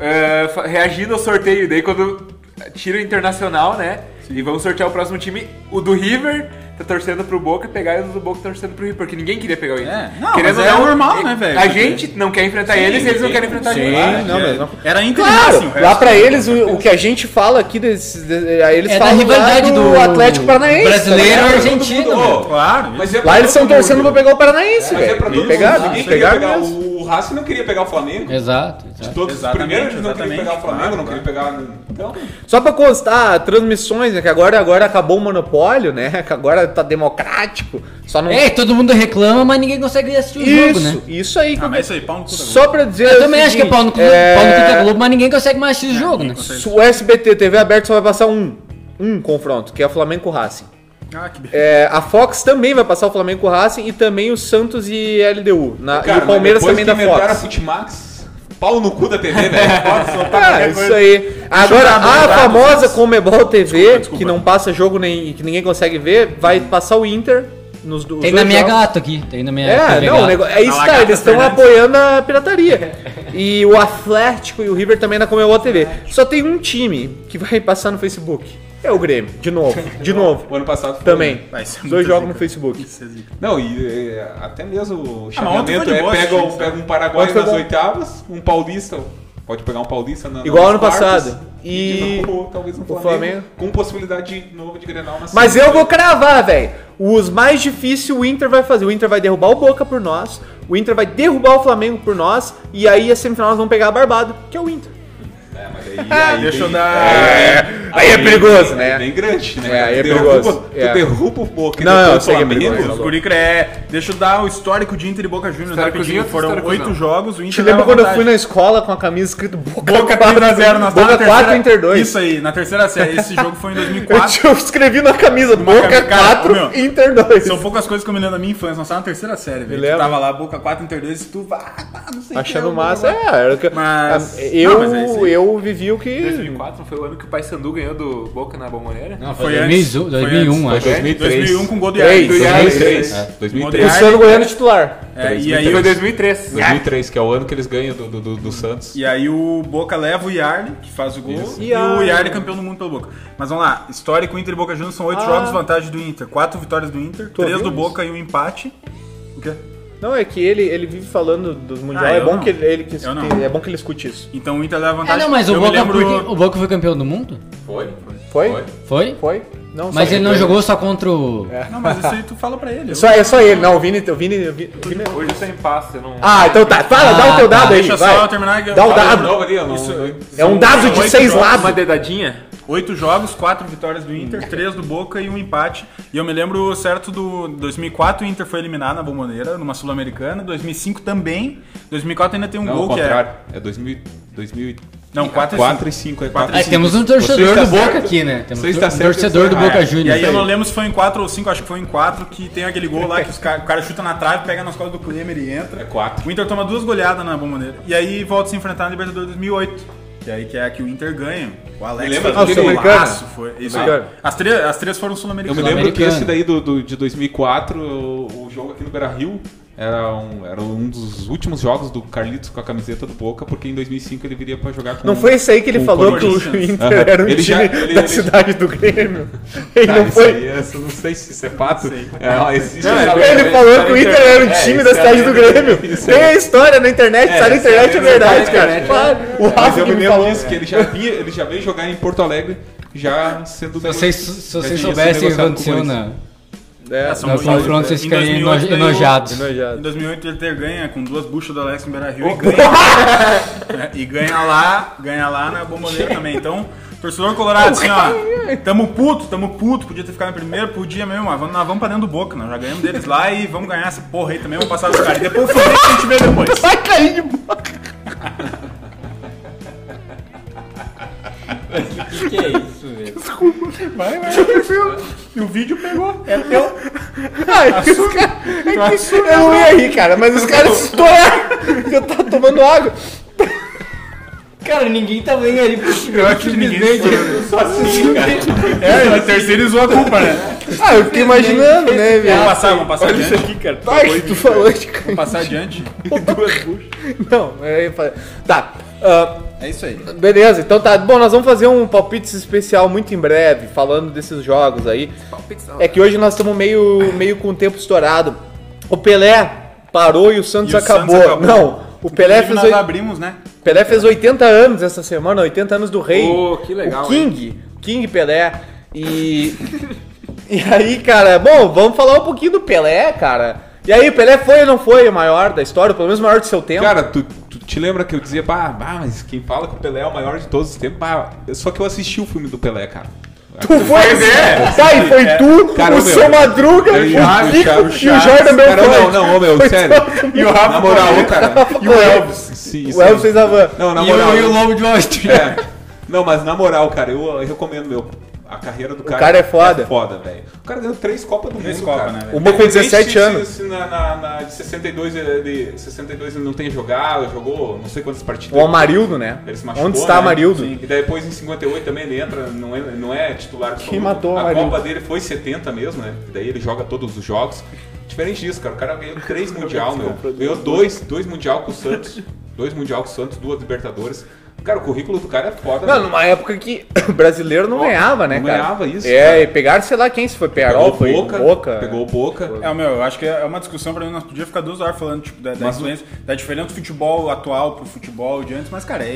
S6: eh, fa- reagindo ao sorteio. E daí quando tira o Internacional, né? E vamos sortear o próximo time. O do River tá torcendo pro Boca pegar e o do Boca tá torcendo pro River. Porque ninguém queria pegar o Inter.
S5: É, não, mas é normal, né, velho?
S6: A
S5: Porque-
S6: gente não quer enfrentar eles e eles não querem enfrentar a gente.
S1: não, mas não.
S5: Era Inter e Racing, o
S1: Claro,
S5: resto-
S1: lá pra eles, o, o que a gente fala aqui, desses, de- aí eles
S7: É da
S1: falam lá
S7: rivalidade do
S1: Atlético Paranaense. tá
S7: brasileiro
S1: ligado?
S7: e argentino. né?
S4: Todo mundo-
S7: velho.
S5: Claro,
S4: Mas é pra
S1: Lá eles estão
S4: todo mundo.
S1: torcendo pra pegar o Paranaense,
S4: Mas é pra
S1: velho. E
S4: todos os
S1: pegaram,
S4: lados.
S1: mesmo,
S4: Ninguém queria
S1: pegaram
S4: pegar
S1: mesmo.
S4: o Racing não queria pegar o
S7: É,
S4: Flamengo.
S7: Exato. exato.
S4: Todos os
S5: Exatamente,
S4: primeiros não queria
S5: exatamente,
S4: pegar o Flamengo,
S5: claro,
S4: não queria pegar. Então,
S1: Só pra constar, transmissões, né? Que agora, agora acabou o monopólio, né? Que agora tá democrático. Só não.
S7: É, todo mundo reclama, mas ninguém consegue assistir o
S1: isso,
S7: jogo, né?
S1: isso aí.
S5: Ah, mas isso aí, pau no cu da Globo.
S1: Só pra dizer.
S7: Eu
S1: o
S7: também acho que é
S1: seguinte,
S7: pau no cu
S1: é,
S7: pau no cu da Globo, mas ninguém consegue mais assistir o jogo, né?
S5: É, consegue.
S1: se O SBT TV aberto só vai passar um. Um confronto, que é o Flamengo com o Racing.
S5: Ah, que beleza.
S1: É, a Fox também vai passar o Flamengo com o Racing e também o Santos e LDU. na-
S4: cara,
S1: e o Palmeiras
S4: mas
S1: também
S4: depois
S1: da
S4: que inventaram a
S1: Fox.
S4: Futimax, pau no cu da TV, velho. Pode soltar
S1: Ah,
S4: qualquer
S1: isso
S4: coisa.
S1: aí. Agora,
S5: dar uma
S1: a
S5: olhada,
S1: famosa
S5: mas-
S1: Comebol TV,
S5: desculpa.
S1: que não passa jogo nem e que ninguém consegue ver, vai passar o Inter nos do- os
S7: Tem
S1: dois
S7: na minha
S1: jogos.
S7: gata aqui, tem na minha
S1: É,
S7: TV
S1: não, o
S7: gata.
S1: nego- é isso,
S5: Na
S1: tá, eles
S5: Lagarta
S1: estão
S5: Fernandes.
S1: apoiando a pirataria. E o Atlético e o River também na Comebol TV. Só tem um time que vai passar no Facebook. É o Grêmio, de novo, de novo.
S4: O ano passado foi.
S1: Também.
S5: Vai ser
S1: Dois
S5: muita
S1: jogos no
S5: zica.
S1: Facebook.
S5: Isso é zica.
S4: Não, e é, até mesmo o
S5: Ah, mas ontem
S4: chaveamento
S5: foi de
S4: é,
S5: boa, né?
S4: pega, um,
S5: gente.
S4: pega um Paraguai
S1: Ontem foi
S4: nas
S1: bom.
S4: oitavas, um paulista, pode pegar um paulista na,
S1: Igual
S4: nas
S1: ano
S4: quartas,
S1: passado.
S4: E,
S1: E-
S4: de novo, talvez um
S1: o
S4: Flamengo,
S1: Flamengo.
S4: com possibilidade de novo de Grenal na
S1: Mas
S4: segunda.
S1: eu vou cravar, velho. Os mais difíceis o Inter vai fazer. O Inter vai derrubar o Boca por nós. O Inter vai derrubar o Flamengo por nós. E aí a semifinal nós vamos pegar a Barbado, que é o Inter.
S4: É, mas aí, aí
S5: Deixa eu
S4: tem-
S5: dar-
S1: Aí é perigoso, né?
S4: É bem grande, né?
S1: É, aí é
S4: Tu derruba-
S1: perigoso.
S4: Tu
S1: É.
S4: derruba o Boca e
S1: Não,
S4: depois
S1: não,
S4: o
S1: sei que é
S4: Flamengo.
S1: perigoso.
S5: Os guri é. Deixa eu dar o histórico de Inter e Boca Juniors
S6: Históricozinho
S5: rapidinho.
S6: ou
S5: Foram
S6: históricozão?
S5: oito jogos, o Inter
S1: Te lembro
S5: leva
S1: quando eu
S5: vantagem.
S1: fui na escola com a camisa escrito Boca,
S5: Boca 3x0 na
S1: Boca
S5: na
S1: 4, Inter 2.
S5: Isso aí, na terceira série. Esse jogo foi em
S1: Eu
S5: 2004.
S1: te- Eu escrevi na camisa Boca
S5: camisa- cara,
S1: 4,
S5: meu,
S1: Inter 2.
S5: São poucas coisas que eu me lembro da minha infância. Nós tava na terceira série, velho. Tu
S1: lembro.
S5: tava lá, Boca 4, Inter 2, e tu... Ah, pá, não sei
S1: Achando
S5: quem é,
S1: massa.
S5: blá, blá,
S1: É, era o que-
S5: Mas-
S1: Ah, eu,
S5: Não, mas é isso aí.
S1: eu vivi o que.
S6: 2004 foi o ano que o Paysandu ganhou do Boca na Bombonera?
S7: Não,
S5: Foi
S7: foi 2001,
S5: antes, foi antes.
S7: 2001 acho.
S5: blá. 2001 com gol do
S1: Três.
S5: Iago.
S1: Dois.
S4: 2003.
S6: É,
S4: É, 2003.
S5: Mudei.
S1: Luciano Goiano titular.
S5: É, e, aí,
S6: Foi 2003.
S4: 2003, que é o ano que eles ganham do, do, do- do Santos.
S5: e aí o Boca leva o Yarley, que faz o gol,
S4: Isso.
S5: e o Yarley campeão do mundo pelo Boca. Mas vamos lá, histórico Inter e Boca Juniors são
S7: Ah.
S5: oito jogos, vantagem do Inter. Quatro vitórias do Inter, três
S1: ouviu
S5: do
S1: isso?
S5: Boca e um empate. O quê?
S1: Não, é que ele, ele vive falando do Mundial.
S5: Ah,
S1: é,
S5: eu
S1: bom
S5: não.
S1: que ele, ele que,
S5: Eu não.
S1: é bom que ele escute isso.
S5: Então o Inter leva
S7: É,
S5: vantagem.
S7: não, mas o
S5: eu me
S7: Boca, porque
S5: lembro...
S7: o Boca foi campeão do mundo?
S4: Foi?
S1: Foi?
S4: Foi.
S7: Foi?
S1: Foi? Não,
S7: Mas
S1: só
S7: ele não
S1: foi. É.
S7: jogou só contra o...
S5: Não, mas isso aí tu fala pra ele.
S1: Só, é só ele, não. O Vini. O Vini, o Vini- o Vini-
S6: Hoje eu tô em paz, eu não...
S1: Ah, então tá. Fala,
S7: Ah,
S1: dá o teu
S7: tá,
S1: dado aí.
S5: Deixa
S1: vai.
S5: só eu terminar. que eu-
S1: Dá o
S5: Fala
S1: dado.
S5: de
S4: Ah, Não,
S5: novo.
S4: ali, eu não.
S5: Isso-
S1: É um dado de
S5: Oito
S1: seis
S5: jogos,
S1: lados.
S6: Uma dedadinha?
S5: Oito jogos, quatro vitórias do Inter, três do Boca e um empate. E eu me lembro certo do 2004, o Inter foi eliminado na Bomboneira, numa Sul-Americana. 2005 também. 2004 ainda tem um
S4: Não, ao
S5: gol que é...
S4: contrário. É 2000, 2000
S5: Não, quatro e cinco.
S4: 4 e 5. É 4
S7: É,
S4: e 5.
S7: temos um
S4: Você
S7: torcedor
S4: está
S7: do Boca
S4: certo.
S7: aqui, né? Temos
S4: Você está
S7: um
S4: certo, você
S7: torcedor do
S4: está
S7: Boca
S4: errado.
S5: Ah, é. E aí eu
S7: Juniors.
S5: não lembro se foi em quatro ou cinco, acho que foi em quatro, que tem aquele gol lá que os ca- o cara chuta na trave, pega nas costas do Klemer e entra.
S4: É quatro.
S5: O Inter toma duas goleadas na Bomboneira. E aí volta a se enfrentar na Libertadores 2008. Que aí que é a que o Inter ganha. O Alex
S4: Me lembra
S5: faz
S1: do
S5: um
S1: Sul-Americana?
S5: golaço, foi. Isso aí.
S1: Sul-Americana.
S5: As, três, as três foram
S4: Eu
S5: sul-americanas.
S4: me lembro que
S7: Sul-Americano.
S4: esse daí do, do- de 2004, o, o jogo aqui no Beira-Rio, era um, era um dos últimos jogos do Carlitos com a camiseta do Boca, porque em 2005 ele viria pra jogar com...
S1: Não foi esse aí que ele
S5: Um
S4: com o
S1: falou que o
S4: Corinthians.
S1: Inter
S4: Aham.
S1: era um
S4: Ele
S1: time
S4: já- ele-
S1: da
S4: ele-
S1: cidade do Grêmio. Ele
S4: Tá,
S1: não
S4: isso
S1: foi.
S4: aí, essa- não sei se isso é fato. É, ó, existe
S6: Não,
S4: essa-
S6: é-
S1: Ele
S6: Ele
S1: falou
S6: tá
S1: que o
S6: na
S1: Inter
S6: internet.
S1: era o
S4: É,
S1: time
S4: isso
S1: da
S4: é
S1: cidade do
S4: verdade.
S1: Grêmio.
S4: Isso
S1: Tem a história na internet,
S4: É,
S1: tá na
S4: isso
S1: internet,
S4: é
S1: é verdade,
S4: verdade,
S1: cara.
S4: né?
S1: Claro, O
S4: Mas
S1: Rafa
S4: eu
S1: que
S4: me
S1: me
S4: lembro
S1: falou.
S4: disso, que ele já, vinha, ele já veio jogar em Porto Alegre já sendo.
S7: Se vocês, se
S4: já tinha
S7: vocês
S4: sido
S7: soubessem o que
S4: negociado com
S7: aconteceu
S4: eles.
S7: na,
S1: É,
S5: são
S7: na
S5: dois-
S7: confronto, vocês
S5: em
S7: ficariam
S5: 2008
S7: eno-
S5: daí o-
S7: enojados.
S5: Em
S1: enojado.
S5: 2008 ele ter ganha com duas buchas do Alex em Beira Rio e ganha. É, e ganha lá, ganha lá na bomboneira também. Então, torcedor colorado, assim, ó. Tamo puto, tamo puto. Podia ter ficado em primeiro, podia mesmo, mas vamos, nós vamos pra dentro do boca, nós já ganhamos deles lá e vamos ganhar essa porra aí também, vamos passar dos caras. E depois foi que a gente vê depois.
S7: Vai cair de boca. que, que é isso, velho?
S5: E o vídeo pegou. É
S1: Ai, os caras. É que isso eu não ia rir, cara, mas os caras estouraram. Eu tava tomando água.
S7: Cara, ninguém tá vendo ali pro
S5: ninguém
S7: Só assim, cara.
S5: É, ele terceirizou a culpa, né?
S1: Ah, eu fiquei imaginando, né,
S5: Vamos
S1: velho?
S5: passar, vamos passar
S6: Olha isso
S5: adiante.
S6: aqui, cara.
S1: Ai, que tu falou de
S5: Vamos passar adiante.
S6: Duas buchas.
S1: Não, eu ia falar. Tá. ah,
S5: É isso aí.
S1: beleza, então tá. Bom, nós vamos fazer um palpite especial muito em breve, falando desses jogos aí. É que hoje nós estamos meio, meio com o tempo estourado. O Pelé parou e o Santos,
S5: E o
S1: acabou.
S5: Santos acabou.
S1: Não, o Pelé
S5: Inclusive,
S1: fez,
S5: nós
S1: oi-
S5: abrimos, né?
S1: Pelé fez 80 anos essa semana, 80 anos do rei.
S6: Pô, que legal,
S1: O King, King Pelé. E. e aí, cara, bom, vamos falar um pouquinho do Pelé, cara. E aí, o Pelé foi ou não foi o maior da história, pelo menos o maior do seu
S7: É um
S1: tempo?
S4: Cara, tu, tu te lembra que eu dizia, bah, bah, mas quem fala que o Pelé é o maior de todos os tempos, bah, só que eu assisti o filme do Pelé, cara.
S1: Tu foi,
S5: é.
S1: Tá, e foi tu,
S4: Cara,
S1: o
S4: meu,
S1: seu Madruga,
S4: eu
S1: o
S4: já-
S1: Kiko
S4: já-
S1: e o
S4: já-
S1: Jordan
S4: Cara,
S1: Belfort.
S4: não, não, ô, meu,
S1: Foi
S4: sério.
S1: só tu.
S5: E o Rafa
S4: Na moral,
S5: também.
S4: cara.
S1: E o Elvis.
S4: Sim,
S1: O
S4: sim.
S1: Elvis fez a van.
S4: Não, na
S7: E
S4: moral.
S7: o, e o Lobo de Wall Street.
S4: É. Não, mas na moral, cara, eu, eu recomendo, meu. A carreira do cara.
S1: cara é foda.
S4: É foda, velho. O cara ganhou três Copas do
S5: Três
S4: Mundo.
S5: Copa,
S4: cara.
S5: né, velho?
S1: Uma com
S4: Ele
S1: 17
S4: se-
S1: anos.
S4: se- na, na, na- de 62 ele, eh, de 62 ele não tem jogado, jogou não sei quantas
S1: O
S4: partidas.
S1: Amarildo, né?
S4: Ele se machucou,
S1: Onde está
S4: né?
S1: Amarildo?
S4: Sim. E daí depois em 58 também ele entra, não é, não é titular absoluto.
S1: Quem matou o
S4: A
S1: Amarildo?
S4: Copa dele foi 70 mesmo, né? Daí ele joga todos os jogos. Diferente disso, cara. O cara ganhou três Mundial,
S1: é
S4: meu. Ganhou dois, dois Mundial com o Santos. Dois Mundial com o Santos, duas Libertadores. Cara, o currículo do cara é foda.
S1: Não,
S4: né?
S1: numa época que o brasileiro não ganhava, né,
S4: não
S1: cara?
S4: ganhava isso,
S1: É,
S4: cara.
S1: e pegaram, sei lá, quem se foi Pearol,
S4: Pegou
S1: foi
S4: Boca,
S1: Boca.
S4: Pegou o Boca.
S5: É, meu, eu acho que é uma discussão pra mim, nós podíamos ficar duas horas falando, tipo, da, da
S4: Mas-
S5: influência, da diferença do futebol atual pro futebol de antes, mas, cara, é,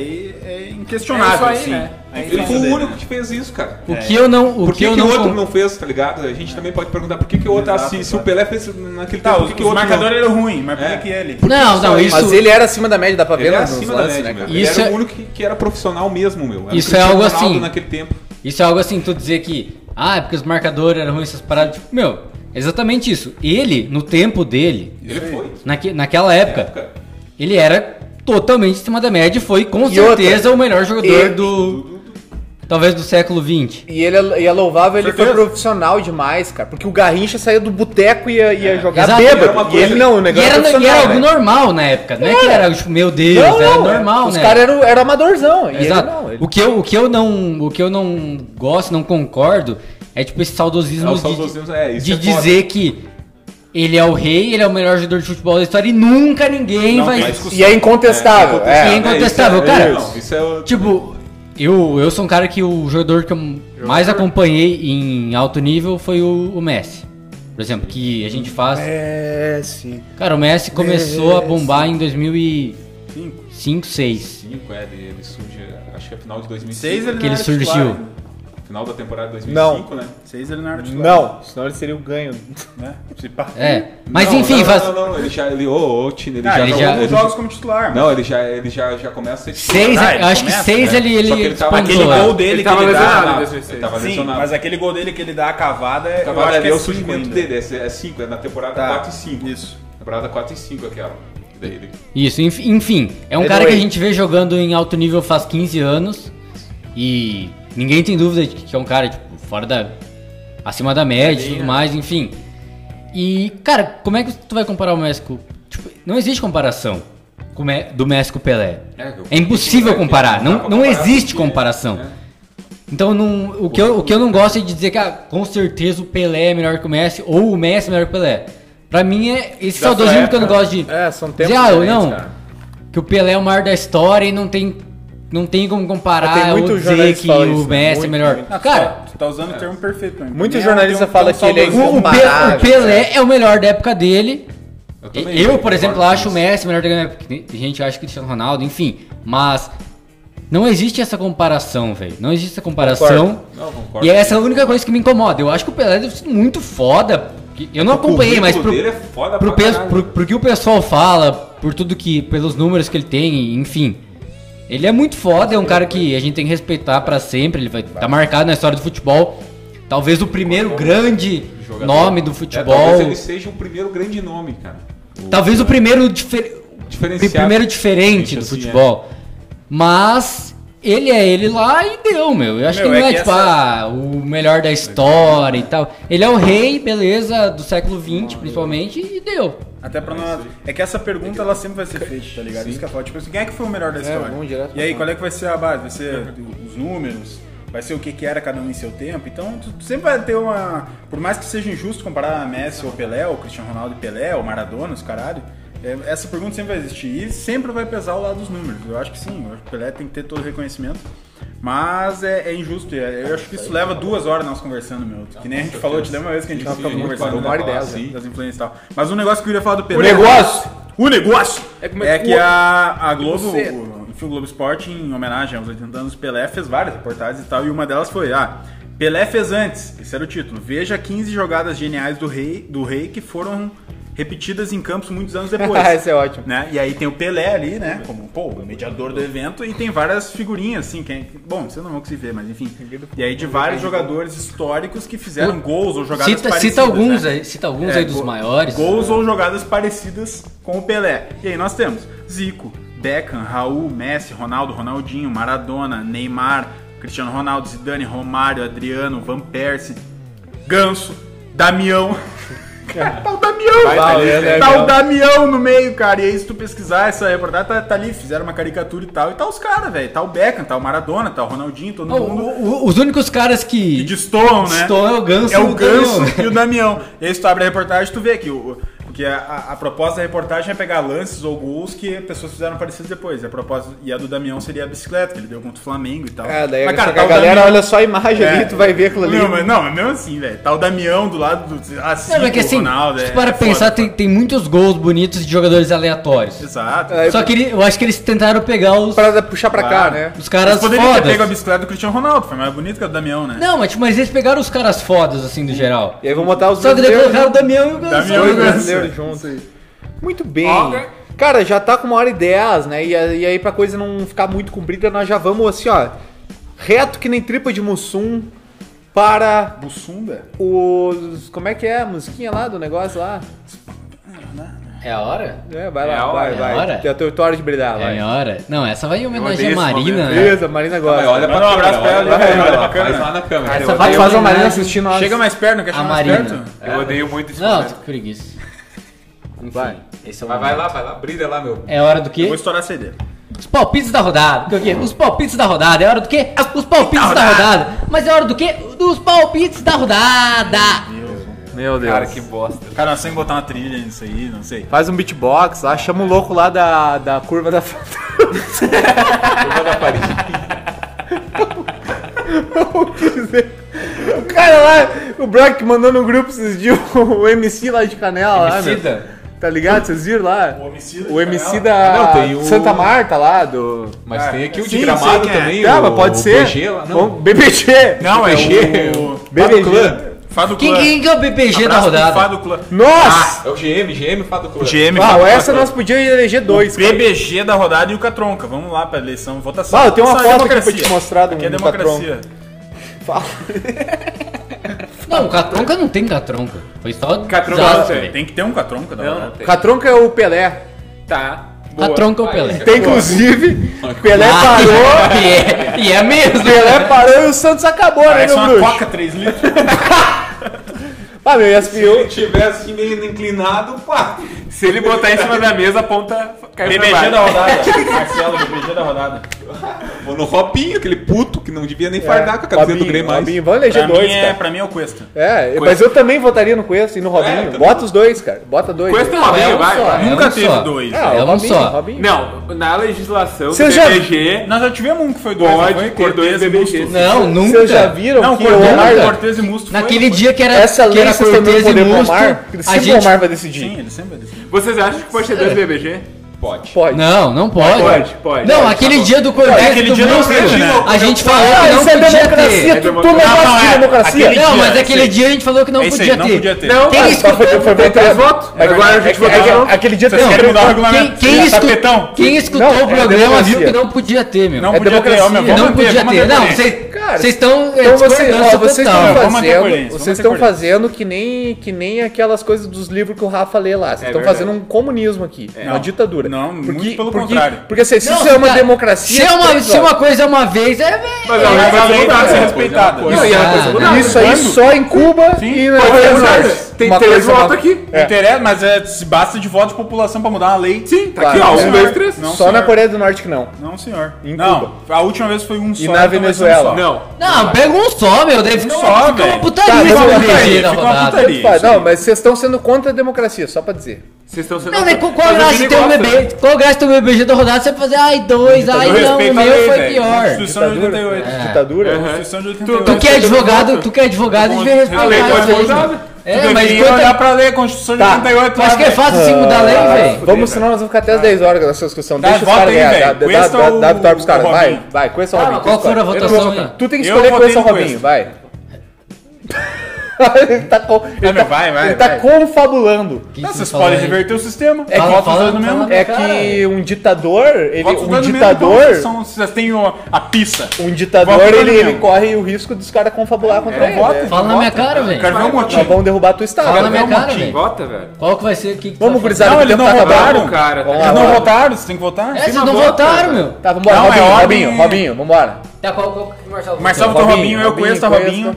S5: é inquestionável,
S6: É isso aí,
S5: assim.
S6: né?
S5: a
S4: Ele
S5: influência
S4: foi o
S5: dele.
S4: único que fez isso, cara.
S7: O que eu não. O
S4: Por
S7: que,
S4: que,
S7: eu
S4: que
S7: não.
S4: o outro
S7: con-
S4: não fez, tá ligado? A gente também pode perguntar por que, que o outro,
S5: Exato,
S4: assim, se
S5: exato.
S4: o Pelé fez naquele
S5: Tá,
S4: tempo,
S5: os,
S4: por que, que o
S5: os
S4: outro não?
S5: marcadores eram ruins, mas por
S4: É.
S5: que que ele?
S7: Não, não, isso.
S1: Mas ele era acima da média, dá pra ver
S4: Ele era
S1: nos
S4: acima da
S1: lances,
S4: média, meu.
S1: né,
S4: Ele
S7: Isso
S4: era
S7: é-
S4: o único que, que era profissional mesmo, meu. Era
S7: Isso
S4: Cristiano
S7: é algo
S4: Ronaldo
S7: assim.
S4: naquele tempo.
S7: Isso é algo assim, tu dizer que. Ah, é porque os marcadores eram ruins, essas paradas. Tipo, meu, exatamente isso. Ele, no tempo dele,
S4: Ele foi.
S7: naque, naquela época,
S4: época.
S7: ele era totalmente acima da média e foi com
S1: E
S7: certeza o melhor jogador
S1: e-
S7: do. Talvez do século XX.
S1: E ele é, e é louvável, ele foi
S5: Certeza.
S1: profissional demais, cara. Porque o Garrincha saía do boteco e ia, ia jogar
S7: Exato.
S4: É. Era
S1: bêbado.
S4: uma
S1: E
S4: coisa-
S1: ele não, o
S7: E
S1: negócio
S7: era, e era
S1: profissional,
S7: algo
S1: né?
S7: normal na época, não é, que era, tipo, meu Deus,
S1: Não,
S7: era
S1: não,
S7: normal,
S1: Os
S7: né?
S1: caras eram era amadorzão. E ele
S7: Exato.
S1: não. ele-
S7: O, que eu, o, que eu não, o que eu não gosto, não concordo, é tipo esse
S4: É,
S7: saudosismo
S4: o
S7: de,
S4: saudosismo, é, isso
S7: de
S4: é foda.
S7: dizer que ele é o rei, ele é o melhor jogador de futebol da história e nunca ninguém
S5: Não
S7: vai.
S5: tem discussão.
S1: E é incontestável.
S4: É,
S1: É,
S7: E é incontestável,
S4: isso é-
S7: cara.
S4: não, isso é o-
S7: Tipo, eu, eu sou um cara que o jogador que eu mais acompanhei em alto nível foi o, o Messi. Por exemplo, que a gente faz.
S1: É, sim.
S7: Cara, o Messi começou a bombar em 2005,
S5: Cinco.
S7: 2006.
S4: Cinco, é, ele, ele surge, acho que é final de 2005.
S5: Seis ele
S7: Que ele
S5: não era titular,
S7: surgiu.
S5: né?
S4: Final da temporada de 2005, né?
S5: Seis ele não era titular.
S1: Não, senão ele seria o ganho.
S5: Né? Se pá.
S7: É. Mas
S4: Hum. Não,
S7: enfim,
S4: não,
S7: faz.
S4: Não, não, ele já. Ele, ô, ô, Tine, ele
S5: Ah,
S4: já
S5: ele
S7: jogou
S5: já
S7: alguns
S5: jogou jogos como titular.
S4: Não, ele já, ele já, já começa tipo, a ser.
S7: Seis, é
S5: Ah,
S7: eu
S5: ele
S7: acho
S5: começa,
S7: que seis
S5: né?
S7: ele, ele,
S4: Só que ele tá tava-
S7: despontou,
S5: Aquele
S7: né?
S5: gol dele
S6: Ele
S5: que ele
S6: tava
S5: dá...
S6: lesionado em
S4: Ele
S6: 2006.
S4: tava
S5: Sim,
S4: lesionado.
S5: mas aquele gol dele que ele dá a cavada, eu
S4: Acabava
S5: acho que
S4: ali
S5: é
S4: o
S5: cinco
S4: surgimento
S5: ainda.
S4: dele, é 5, é, cinco, é na temporada
S5: Tá,
S4: 4 e 5.
S5: isso.
S4: Temporada 4 e 5 aquela. E Daí ele.
S7: Isso, enf- enfim. É um
S1: Anyway.
S7: cara que a gente vê jogando em alto nível faz 15 anos. E ninguém tem dúvida de que é um cara, tipo, fora da. acima da média e
S4: é.
S7: tudo mais, enfim. E, cara, como é que tu vai comparar o Messi com. Tipo, não existe comparação com o Me- do Messi com o Pelé.
S4: É, eu-
S7: É impossível
S4: é,
S7: comparar.
S4: não dá
S7: Não,
S4: pra
S7: não
S4: comparar
S7: existe
S4: porque,
S7: comparação.
S4: né?
S7: Então, não- o, que eu, o que eu não gosto é de dizer que ah, com certeza o Pelé é melhor que o Messi ou o Messi é melhor que o Pelé. Pra mim é esse
S5: Da sua
S7: saudosismo que eu não
S5: época.
S7: gosto de.
S1: É, são tempos
S7: dizer, ah,
S1: diferentes,
S7: não,
S1: cara.
S7: que o Pelé é o maior da história e não tem, não tem como comparar
S1: Mas tem muito
S7: ou dizer
S1: jornalista
S7: que
S1: fala
S7: o
S1: isso, né?
S7: Messi é
S1: Muito,
S7: melhor.
S5: Ah, tu tá-
S7: Cara,
S5: tu tá usando o termo perfeito. né?
S1: Muito
S5: Pra mim,
S1: jornalista
S5: tem um-
S1: fala
S5: tem um
S1: que ele é
S5: saudosismo.
S7: o, o Pe-
S1: comparável,
S7: o
S1: né?
S7: Pelé é o melhor da época dele.
S4: Eu
S7: Eu,
S4: também, eu
S7: por
S4: concordo
S7: exemplo,
S4: com
S7: acho o
S4: isso.
S7: Messi melhor da época. Tem tem gente que acha que o Cristiano Ronaldo, enfim. Mas Não existe essa comparação, velho. Não existe essa comparação.
S4: Não, concordo.
S7: E essa é a única coisa que me incomoda. Eu acho que o Pelé deve ser muito foda. que- Eu não
S4: O
S7: acompanhei, mas
S4: currículo
S7: pro,
S4: dele é foda
S7: pro,
S4: pra
S7: peso-
S4: caralho.
S7: pro, pro que o pessoal fala, por tudo que. pelos números que ele tem, enfim. Ele é muito foda, é um cara que a gente tem que respeitar pra sempre. Ele vai tá marcado na história do futebol. Talvez o primeiro grande
S4: Jogador.
S7: nome do
S4: É,
S7: futebol.
S4: talvez ele seja o primeiro grande nome, cara.
S7: Talvez o primeiro difer...
S4: Diferenciado.
S7: pri- primeiro diferente
S4: Gente,
S7: do
S4: assim,
S7: futebol. Mas ele é ele lá e deu, meu. Eu acho
S5: Meu,
S7: que não
S5: é
S7: é,
S5: que
S7: tipo,
S5: essa-
S7: ah, o melhor da história e tal. Ele é o rei, beleza, do século XX, principalmente, e deu.
S5: Até pra não. É que essa pergunta ela sempre vai ser feita, tá ligado? Isso que é foda. Tipo assim, quem é que foi o melhor da história?
S6: vamos direto
S5: e
S6: pra
S5: aí,
S6: lá.
S5: qual é que vai ser a base? Vai ser do- os números? Vai ser o que, que era cada um em seu tempo? Então, tu, tu sempre vai ter uma. Por mais que seja injusto comparar a Messi ou Pelé, ou Cristiano Ronaldo e Pelé, ou Maradona, os caralho. é, Essa pergunta sempre vai existir e sempre vai pesar o lado dos números. Eu acho que sim, eu acho que o Pelé tem que ter todo o reconhecimento. Mas é, é injusto. é- Eu acho que isso leva duas horas nós conversando, meu. Que nem a gente falou, te lembra uma vez que a gente ficava
S4: sim,
S5: conversando.
S4: uma hora e
S5: né?
S4: dez, né?
S5: Das influências e tal. Mas um negócio que eu queria falar do Pelé.
S6: O negócio!
S5: O negócio!
S6: É como é
S5: É
S6: que-
S5: que a, a Globo,
S6: Você-
S5: o, enfim, o Globo Esporte, em homenagem aos 80 anos do Pelé, fez várias reportagens e tal, e uma delas foi, ah, Pelé fez antes, esse era o título, veja 15 jogadas geniais do rei, do rei que foram repetidas em campos muitos anos depois.
S6: Esse é ótimo.
S5: Né? E aí tem o Pelé ali, né, como, pô, o mediador do evento, e tem várias figurinhas, assim, quem, bom, vocês não vão conseguir ver, mas enfim. E aí de vários jogadores históricos que fizeram
S7: O-
S5: gols ou jogadas
S7: Cita,
S5: parecidas,
S7: cita alguns
S5: né?
S7: aí, cita alguns
S5: É,
S7: aí dos
S5: go-
S7: maiores.
S5: Gols ou jogadas parecidas com o Pelé. E aí nós temos Zico, Beckham, Raul, Messi, Ronaldo, Ronaldinho, Maradona, Neymar, Cristiano Ronaldo, Zidane, Romário, Adriano, Van Persie, Ganso, Damião. Cara, tá o Damião,
S6: Vai,
S5: tá,
S6: Damião, né,
S5: tá
S6: meu?
S5: o Damião no meio, cara. E aí, se tu pesquisar essa reportagem, tá, tá ali, fizeram uma caricatura e tal. E tá os caras, velho. Tá o Beckham, tá o Maradona, tá o Ronaldinho, todo
S7: O-
S5: mundo.
S7: o- os únicos caras que.
S5: E destoam, né?
S7: Destoam é o Ganso
S5: É
S7: e
S5: o
S7: o Damião,
S5: Ganso
S7: né?
S5: e o Damião. E aí, se tu abre a reportagem, tu vê que o. Porque a, a- a proposta da reportagem é pegar lances ou gols que pessoas fizeram parecidos depois. E a, proposta, e a do Damião seria a bicicleta, que ele deu contra o Flamengo e tal.
S1: Ah, daí
S5: Mas,
S1: só que
S5: tá
S1: a
S5: o
S1: galera
S5: Damião- É.
S1: olha só a imagem ali, tu vai ver aquilo ali.
S5: Não, mas, não, mas mesmo assim, velho. Tá o Damião do lado do. Ah,
S7: Não,
S5: Zico,
S7: mas é que assim,
S5: Ronaldo,
S7: se
S5: é
S7: tu para
S5: foda,
S7: pensar,
S5: foda.
S7: tem, tem muitos gols bonitos de jogadores aleatórios.
S5: Exato.
S7: Só que ele- eu acho que eles tentaram pegar os,
S1: Pra puxar pra cá, né?
S7: os caras
S5: Eles poderiam ter pego a
S7: fodas.
S5: bicicleta do Cristiano Ronaldo, foi mais bonito que a do Damião, né?
S7: Não, mas, tipo, mas eles pegaram os caras fodas, assim, do geral.
S1: E aí vão botar os
S7: Só que daí
S1: brasileiros-
S7: colocaram o Damião e o Ganso.
S5: Damião e o
S1: dois
S5: Ganso.
S1: brasileiros juntos aí. Muito bem.
S6: Olga.
S1: Cara, já tá com uma hora e dez, né? E, a- e aí, pra coisa não ficar muito comprida, nós já vamos assim, ó. Reto que nem tripa de mussum para
S5: Bussunda?
S1: os. Como é que é? A musiquinha lá do negócio lá?
S7: É a hora?
S1: É, vai
S6: É
S1: lá, vai,
S6: a hora,
S7: é a
S1: vai.
S7: hora.
S1: É a tua tua hora de brilhar,
S7: É
S1: vai.
S7: a hora. Não, essa vai em homenagem à
S5: odeio esse momento.
S7: Marina, né?
S1: Beleza, Marina
S4: Vai,
S1: gosta.
S4: olha pra
S5: Manda um
S4: câmera,
S5: abraço pra
S4: olha,
S5: ela,
S4: olha,
S5: olha pra
S4: olha,
S5: câmera.
S4: faz lá na câmera.
S7: Essa vai
S1: Vai fazer uma Marina assistindo nós.
S5: Chega mais perto, não quer
S7: a
S5: chegar mais perto?
S7: Marina.
S6: Eu odeio muito esse
S7: Não, tô
S6: momento.
S7: com preguiça. Enfim,
S1: Vai.
S7: Esse é o
S4: Vai, vai
S7: momento.
S4: lá, vai lá, brilha lá, meu.
S7: É hora do
S5: Eu vou
S7: quê?
S5: estourar a CD.
S7: Os palpites da rodada. O quê? Os palpites da rodada. É hora do quê? Os palpites da rodada. Mas é hora do quê? Dos palpites da rodada.
S1: Meu Deus.
S6: Cara, que bosta.
S5: Cara, nós temos que botar uma trilha nisso aí, não sei.
S1: Faz um beatbox lá, chama o louco lá da, da curva da. curva da Paris. o que dizer? O cara lá, o Brock mandou no grupo esses dias o MC lá de Canela. lá, meu.
S7: Emicida.
S1: Tá ligado? Vocês viram lá?
S5: O Emicida
S1: O
S5: de
S1: MC
S4: Ah,
S1: da
S4: não, tem o-
S1: Santa Marta lá do.
S4: Mas
S5: Ah,
S4: tem aqui o de
S5: sim,
S4: gramado
S5: sim, é.
S4: também.
S1: Ah,
S4: o-
S1: mas pode
S4: o
S1: ser?
S4: PG lá,
S1: Bom,
S4: não.
S1: BBG!
S5: Não, é
S4: PG.
S5: o...
S1: BBG.
S4: Fado Clã.
S5: Fado
S7: Quem,
S5: Clã.
S7: quem que é o BPG da
S5: Abraço pro
S7: rodada?
S5: Fado Clã.
S1: Nossa!
S4: É o GM, GM Fado Clã.
S5: GM.
S1: Ah,
S5: Fado
S1: essa é
S5: Clã.
S1: nós podíamos eleger dois. cara.
S5: PBG da rodada e o Catronca. Vamos lá pra eleição, votação.
S1: Ah, eu tenho uma
S5: Votação é
S1: foto aqui pra
S5: democracia.
S1: te mostrar do
S5: Aqui é
S1: Catronca.
S5: democracia.
S7: Não, Catronca não tem Catronca. Foi só
S6: Catronca
S7: desastre,
S6: não tem.
S7: velho.
S5: Tem que ter um Catronca da
S6: Não,
S5: rodada.
S6: não tem.
S1: Catronca é o Pelé.
S6: Tá. boa.
S7: Catronca ou
S4: Ah,
S7: Pelé?
S4: esse
S1: Tem inclusive, Pelé
S7: Ah,
S1: parou.
S7: E é, e é mesmo.
S1: Pelé parou e o Santos acabou, né,
S5: Parece
S1: meu
S5: uma
S1: bruxo?
S5: coca 3 litros.
S1: Ah, meu, e as-
S4: Se ele tivesse meio inclinado, pá.
S6: Se ele botar em cima da mesa, a ponta cai pra
S5: BBG
S6: baixo.
S5: da rodada. Marcelo, BBG da rodada.
S4: Ou no Robinho, aquele puto que não devia nem fardar com a camiseta do
S1: Robinho,
S4: Grêmio mais.
S1: Robinho, vamos
S5: Pra
S1: eleger
S5: mim
S1: dois,
S5: é,
S1: cara.
S5: pra mim é o Cuesta.
S1: É, mas
S4: Cuesta.
S1: eu também votaria no Cuesta e no Robinho.
S4: também.
S1: Bota os dois, cara. Bota dois.
S6: Cuesta e
S1: É,
S6: Robinho,
S7: um
S6: vai.
S7: só.
S6: vai.
S7: É
S5: Nunca
S7: um
S5: teve
S7: só.
S5: dois.
S1: é, o
S7: É um
S1: Robinho,
S7: só.
S1: Robinho.
S6: Não, na legislação do
S1: Vocês já-
S6: BBG,
S5: Nós já tivemos um que foi dois. não foi?
S6: pode ter dois
S5: e Musto.
S6: BBG.
S7: Não, nunca.
S1: Vocês já viram
S5: Não,
S1: que
S5: Cortez,
S1: o
S7: Omar-
S1: Omar...
S5: Cortez e Musto foi,
S7: Naquele
S5: foi.
S7: dia que era,
S1: Essa
S7: que
S1: lei
S7: era
S1: vocês também
S7: Cortez e
S1: poder pro
S7: Musto,
S1: Omar, porque
S7: a
S1: sempre o
S7: gente...
S1: Omar vai decidir.
S5: Sim, ele sempre é desse.
S6: Vocês acham que pode ter dois BBG?
S4: Pode.
S1: Pode.
S7: Não, não pode.
S6: Pode, pode.
S7: Não,
S6: Pode,
S7: aquele
S6: tá
S7: dia do Corvette
S5: aquele
S7: do
S5: dia não
S7: Brusque,
S5: teve, né?
S7: a gente falou que não
S1: isso é
S7: podia
S1: democracia,
S7: ter.
S1: tu,
S6: É
S1: tu não
S6: democracia.
S1: gosta de
S5: Não, é.
S1: democracia?
S5: Aquele-
S7: Não,
S5: dia,
S7: mas
S5: é
S7: aquele
S5: esse
S7: dia a gente falou que não
S5: É isso aí,
S7: podia
S5: não podia
S7: ter.
S5: ter.
S6: Não,
S7: Quem
S6: mas
S7: escutou-
S1: só tá, foi, foi
S6: Tem três
S1: vetado.
S6: votos.
S1: É
S6: Agora a gente
S1: que- é
S6: votou
S1: que-
S6: não.
S1: Aquele dia
S5: Vocês
S1: teve-
S5: querem mudar o regulamento?
S7: Quem, quem
S5: Tá
S7: escutou-
S5: tapetão?
S7: quem escutou
S1: é Não,
S7: o
S1: é
S7: programa viu
S1: democracia.
S7: que não podia ter, meu.
S5: Não
S7: É,
S5: podia ter, democracia. ó, meu,
S7: não
S5: vamos manter,
S7: podia
S5: vamos
S7: ter.
S5: manter
S7: Não,
S5: coerência.
S1: Cara,
S7: vocês estão é,
S1: Então vocês, ó,
S7: discordância
S1: vocês estão
S7: total.
S5: vamos manter a
S1: fazendo,
S5: coerência, vamos
S1: vocês
S5: manter a
S1: estão
S5: coerência.
S1: fazendo que nem, que nem aquelas coisas dos livros que o Rafa lê lá. Vocês
S6: É
S1: estão
S6: verdade.
S1: fazendo um comunismo aqui, uma
S5: Não.
S1: ditadura.
S5: Não, muito pelo
S1: porque,
S5: contrário.
S1: Porque assim, se
S7: Não,
S1: isso é uma
S7: cara,
S1: democracia.
S7: Se é uma,
S1: três
S7: se é
S1: horas.
S7: uma coisa é uma vez, é.
S6: Mas
S5: Mas
S6: ela
S5: a
S6: vai ser
S5: lei tem que
S6: mudada.
S5: ser
S6: né?
S5: respeitada.
S6: Não, e ela foi
S7: Ah,
S6: mudada.
S1: Isso aí
S5: Quando?
S1: só em Cuba
S5: Sim.
S1: e na
S5: Pode
S1: Coreia
S5: ser
S1: do
S5: verdade.
S1: Norte.
S6: Tem
S1: Uma
S6: três
S1: coisa
S6: votos
S1: uma-
S6: aqui.
S5: Não interessa, mas é, se basta de voto de população pra mudar uma lei.
S6: Sim, tá
S1: Claro.
S6: aqui, ó.
S1: Não,
S6: Um, dois, três.
S5: não.
S1: Só na
S5: senhor.
S1: Coreia do Norte que não.
S5: Não, senhor.
S1: Em
S5: não, a última vez foi um
S1: na
S5: só. então vai ser um
S1: Venezuela?
S5: só.
S6: Não.
S7: Não, pega um só, meu. Deve ficar
S5: só,
S7: uma, fica uma
S5: velho.
S1: Tá,
S7: putaria
S1: mas
S7: essa
S1: eu-
S7: putaria
S5: fica
S7: na
S5: uma
S7: rodada.
S5: putaria. Isso
S1: Faz-
S5: aí.
S1: Não, mas vocês estão sendo contra a democracia, só pra dizer.
S6: Vocês estão sendo.
S7: Não, mas qual, qual
S6: Mas o
S7: graça
S6: Vini
S7: tem um
S6: gosta.
S7: bebê? Qual graça tem um BBG da rodada? Você vai fazer, ai, dois, ai,
S5: Eu
S7: não, Então, o
S5: respeito a
S7: meu
S5: lei,
S7: foi
S5: velho.
S7: pior.
S5: Constituição de 88.
S1: Ditadura?
S6: Aham.
S5: Constituição de
S6: É. Tu-
S5: 88.
S7: Tu que é advogado, tu que é advogado, a gente vai respeitar
S6: A lei pode
S7: isso
S6: ser
S7: aí, né?
S6: mudada.
S7: É,
S5: mas
S7: mas
S5: deveria
S7: quanto
S5: olhar pra ler a Constituição de
S1: Tá,
S5: 88 lá,
S7: Mas que é
S5: velho.
S7: fácil assim mudar a
S1: Ah,
S7: lei, velho?
S1: Vamos, senão nós vamos ficar até as 10 horas nessa discussão.
S5: Tá,
S1: Deixa os
S5: vota
S1: caras
S5: Ah. aí,
S1: ganhar. Dá,
S5: velho.
S1: dá, dá,
S5: Conheça o-
S1: dá vitória pros
S5: o
S1: caras. Vai,
S5: Robinho.
S1: vai, conheça o
S7: Ah,
S1: Robinho.
S7: qual
S1: tu escolhe.
S7: foi a
S1: Tu-
S7: votação aí?
S1: Tu tem que
S5: Eu
S1: escolher
S5: votei
S1: conheça o
S5: no
S1: Robinho,
S5: Cuesta.
S1: vai. ele tá, co- ele
S5: Ah,
S1: tá-
S5: meu, vai, vai,
S1: ele tá
S5: vai.
S1: confabulando.
S7: Que
S5: Não,
S7: isso
S5: vocês
S7: fala
S5: podem
S7: aí?
S5: reverter o sistema.
S1: que-
S5: Votos
S7: fala-
S5: dando mesmo.
S7: fala-
S1: É
S7: Cara,
S1: que um ditador, ele,
S5: Votos
S1: um
S5: dando mesmo,
S1: ditador,
S5: então, são- Vocês têm o- a pista.
S1: um
S5: Voto
S1: ditador,
S5: dando
S1: ele, ele
S5: mesmo. É,
S1: corre o risco dos caras confabular contra ele. né?
S5: Votem,
S7: Fala na
S5: votem.
S7: minha cara, velho.
S5: Quero ver um o
S1: Nós
S5: motivo.
S1: vamos derrubar a tua estátua.
S7: Fala na minha
S5: é um
S7: cara,
S5: motim.
S7: velho.
S6: Vota, velho.
S7: Qual que vai ser? O que que tu
S1: Vamos,
S7: vai
S1: gurizada,
S7: fazer?
S5: Não,
S1: o
S5: eles
S1: tempo
S5: não
S1: tá
S5: votaram.
S1: acabando.
S6: Vamos, cara.
S1: Vamos
S5: Eles
S1: lá,
S5: não
S1: vamos lá.
S5: votaram, vocês têm que votar.
S7: É, vocês não
S6: uma
S7: votaram, meu.
S1: Tá, vambora,
S5: Não, é
S1: Robinho,
S5: ordem-
S1: Robinho, Robinho, vambora.
S7: Tá, qual, qual que o Marcelo
S5: Marcelo
S7: votou?
S5: votou Robinho, eu
S1: Robinho,
S5: conheço a
S1: Cuesta.
S5: Robinho.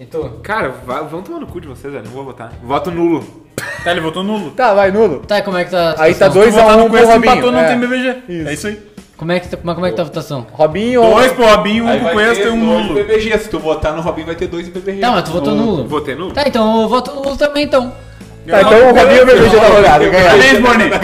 S7: E tu?
S6: Cara, vai- vão tomar no cu de vocês, velho. Não vou votar. Voto nulo.
S5: Tá, ele votou nulo.
S1: Tá, vai, nulo.
S7: Tá, como é que tá a
S1: Aí tá
S7: votação?
S1: dois a
S5: Votar
S1: um
S5: no
S1: pro
S5: Cuesta
S1: Robinho.
S5: empatou, não
S1: é.
S5: tem BBG. É isso aí.
S7: Como é que tá, mas como é que tá a votação?
S1: Robinho
S5: Dois pro Robinho, um
S4: Aí
S5: pro
S4: vai
S5: Cuesta e
S4: ter
S5: um
S4: dois
S5: nulo.
S4: BBG. Se tu votar no Robin, vai ter dois BBG.
S7: Tá, mas tu votou nulo.
S6: Votei nulo?
S7: Tá, então eu voto nulo também, então.
S1: Tá, então o Robinho é o vermelho da rodada. Ganhamos
S5: Parabéns, Borne.
S1: a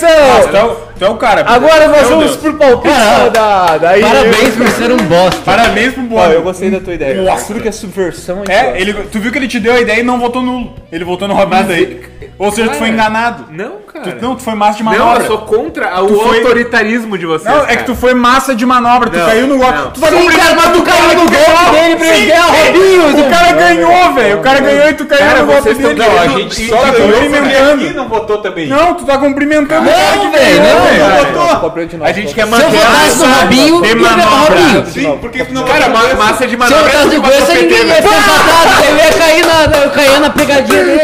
S1: eleição!
S5: Então, então, cara.
S1: Agora nós
S5: meu
S1: vamos
S5: Deus.
S1: pro palpite da
S7: Cara,
S1: rodada. Aí,
S7: Parabéns por ser um bosta.
S5: Parabéns pro
S1: Ó, eu
S5: Borne.
S1: gostei da tua ideia.
S5: Nossa.
S1: Tudo que é subversão
S5: É,
S1: idiota.
S5: ele, tu viu que ele te deu a ideia e não votou nulo. Ele votou no Robinho daí. Ou seja, tu foi
S6: Cara,
S5: enganado.
S6: Não, cara.
S5: Tu, não, tu foi massa de
S6: Não,
S5: manobra.
S6: eu sou contra o
S5: Tu foi-
S6: autoritarismo de vocês.
S5: Não, é que
S6: cara.
S5: tu foi massa de manobra, tu
S6: Não,
S5: caiu no golpe.
S6: não.
S5: Tu vai
S7: Sim, cara, mas tu caiu no golpe dele pra ele ganhar o Robinho,
S5: O cara ganhou, velho. O cara ganhou e tu caiu
S6: Cara,
S5: no golpe
S6: vocês tão
S5: dele.
S6: ganhando.
S5: Não,
S4: A
S5: tu-
S4: gente
S5: tu
S4: só
S5: tá
S4: ganhou
S5: cumprimentando.
S4: e não votou também.
S5: Não, tu tá cumprimentando. o cara que
S7: Não, velho,
S5: ganhou,
S7: não,
S5: velho.
S1: Não,
S4: eu
S1: não,
S4: tô-
S1: papel de nós,
S5: A gente quer
S7: Se eu
S5: manter
S7: votasse no Robinho,
S5: de
S7: eu ia ganhar o
S5: manobra.
S7: Robinho.
S4: Sim, porque tu não
S6: Cara,
S4: votou
S6: ma
S4: nesse.
S6: massa de
S7: Se eu
S6: manobra.
S7: votasse no Goiás, ninguém
S5: né?
S7: ia ser
S5: Ah!
S7: votado. Eu ia cair na, eu caía na pegadinha dele.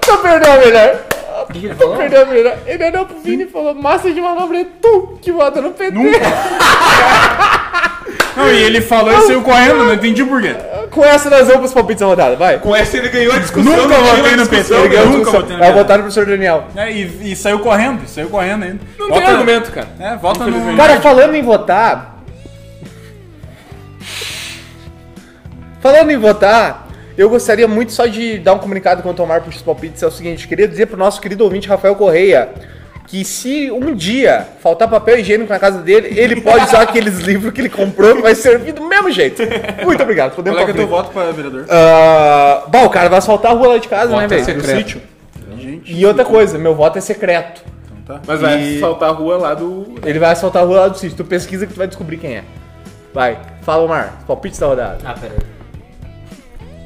S1: Tô perdendo a melhor.
S7: que ele
S1: Tô
S7: falou?
S1: perdendo a melhor. Ele olhou pro Vini e falou: massa de manobra é tu que vota no PT.
S5: Não, e ele falou e saiu correndo, não entendi por quê.
S1: Com essa nós vamos pros palpites da rodada, vai.
S4: Com essa ele ganhou a discussão.
S5: Nunca
S4: ganhou a
S5: votei no
S4: discussão,
S5: PT,
S4: ganhou.
S5: eu nunca votei no
S1: Vai
S5: PT.
S1: votar no professor Daniel.
S5: É, e, e saiu correndo, saiu correndo ainda.
S6: Não tem argumento, cara.
S5: É, volta no.
S1: Cara, falando em votar. Falando em votar, eu gostaria muito só de dar um comunicado quanto ao Mar Puxa os Palpites. É o seguinte: queria dizer pro nosso querido ouvinte Rafael Correia que se um dia faltar papel higiênico na casa dele, ele pode usar aqueles livros que ele comprou que vai servir do mesmo jeito. Muito obrigado, podemos
S5: Qual é que é teu
S1: concluir.
S5: voto pra vereador?
S1: Ah, bom, o cara vai asfaltar a rua lá de casa, né,
S4: Voto é
S1: velho? No
S4: secreto.
S1: sítio. E outra coisa, meu voto é secreto.
S5: tá.
S6: Mas vai
S1: E-
S6: saltar a rua lá do.
S1: Ele vai assaltar a rua lá do sítio. Tu pesquisa que tu vai descobrir quem é. Vai, fala, Omar. Palpite da rodada.
S7: Ah, peraí.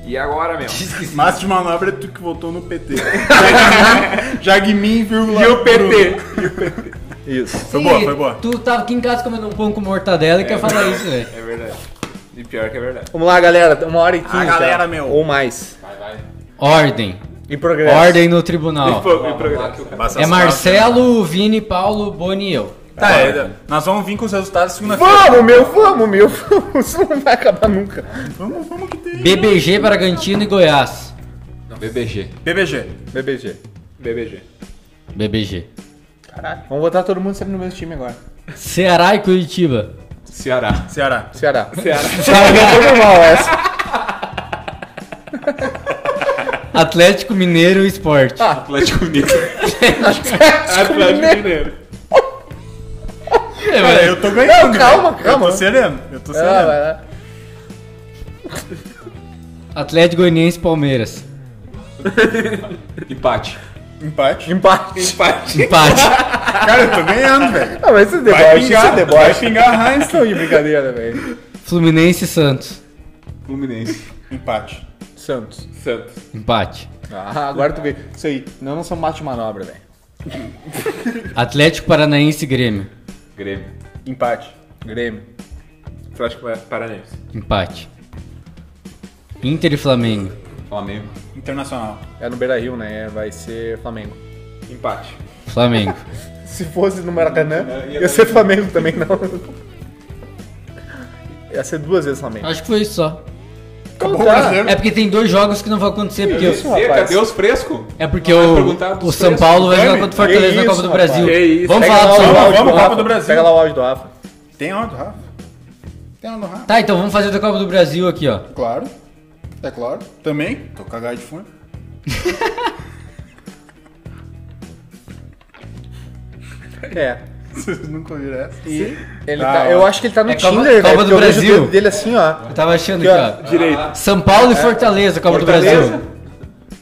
S6: E agora, meu?
S5: Massa de manobra é tu que votou no PT. Jagmin, vírgula.
S6: E o PT?
S1: Isso.
S5: Foi boa, foi boa.
S7: Tu tava aqui em casa comendo um pão com mortadela e quer falar isso, velho.
S6: É verdade. E pior que é verdade.
S1: Vamos lá, galera. Uma hora e quinze.
S5: Ah. galera,
S1: tá?
S5: meu.
S1: Ou mais.
S7: Ordem.
S1: E
S5: É.
S1: progresso.
S7: Ordem no tribunal.
S6: Pô, e programa.
S5: Passa
S7: É
S5: as
S7: Marcelo,
S5: né?
S7: Vini, Paulo, Boni e eu.
S5: costas. Tá, é, nós vamos vir com os resultados segunda-feira.
S1: Vamos, meu, vamos, meu, vamos. Isso não vai acabar nunca.
S5: Vamos, vamos que tem.
S7: BBG, Bragantino e Goiás.
S4: BBG.
S5: BBG.
S1: BBG.
S6: BBG.
S7: BBG.
S1: Vamos botar todo mundo sempre no mesmo time agora.
S7: Ceará e Curitiba.
S4: Ceará.
S5: Ceará.
S1: Ceará.
S6: Ceará.
S1: Ceará ganhou é. por mal essa.
S7: Atlético Mineiro e Esporte.
S5: Ah,
S4: Atlético Mineiro.
S6: Atlético Mineiro.
S7: É,
S5: Cara,
S7: velho.
S5: eu tô ganhando.
S1: Não, calma,
S5: velho.
S1: calma.
S5: Eu tô sereno. Eu tô sereno.
S1: Ah, vai lá.
S7: Atlético Goianiense e Palmeiras.
S4: Empate.
S5: É. Empate.
S1: Empate.
S6: Empate.
S7: Empate.
S5: Cara, eu tô ganhando, velho.
S1: Ah, mas esse
S5: Vai
S1: deboche, esse
S5: pingar, vai
S1: deboche.
S5: pingar Heinz.
S1: Estão de brincadeira, velho.
S7: Fluminense e Santos.
S4: Fluminense.
S5: Empate.
S1: Santos.
S6: Santos.
S7: Empate.
S1: Ah, agora tu vê. Isso aí. Não, não são mate manobra, velho.
S7: Atlético Paranaense e Grêmio.
S4: Grêmio.
S5: Empate.
S1: Grêmio.
S6: Atlético Paranaense.
S7: Empate. Inter e Flamengo.
S4: Flamengo.
S5: Internacional.
S1: É no Beira Rio, né? Vai ser Flamengo.
S6: Empate.
S7: Flamengo.
S1: Se fosse no Maracanã,
S4: É, ia
S1: ia ser Flamengo também, não. Ia ser duas vezes Flamengo.
S7: Acho que foi isso só.
S1: Então
S5: Acabou o
S1: tá.
S5: brasileiro.
S7: É porque tem dois jogos que não vão acontecer. Porque
S1: Isso,
S4: Zé,
S1: rapaz.
S4: Cadê os frescos?
S7: é porque
S4: Vai
S7: o,
S4: perguntar dos
S7: o São
S4: três,
S7: Paulo vai
S1: Grêmio?
S7: jogar contra o Fortaleza
S1: Que
S7: na Copa
S1: isso,
S7: do Brasil.
S1: rapaz.
S6: Que isso.
S7: Vamos
S1: Pega
S7: falar
S1: lá o
S7: do São
S1: áudio
S7: Paulo.
S5: Vamos, Copa
S1: Rafa.
S5: do Brasil.
S1: Pega lá o áudio do Rafa.
S5: Tem ano do Rafa? Tem ano do Rafa?
S7: Tá, então vamos fazer da Copa do Brasil aqui, ó.
S5: Claro. É claro. Também. Tô cagado de fome.
S1: É.
S5: Vocês nunca ouviram essa. E...
S1: Ele
S5: Ah,
S1: tá-
S5: ó.
S1: eu acho que ele tá no
S7: É Copa-
S1: Tinder, velho.
S7: Copa do
S1: porque eu vejo o
S7: Brasil.
S1: dedo dele assim, ó.
S7: Eu tava achando
S1: Aqui,
S7: aqui,
S1: ó.
S7: ó.
S6: Direito.
S7: São Paulo e Fortaleza, Copa do
S1: É. Fortaleza.
S7: Brasil.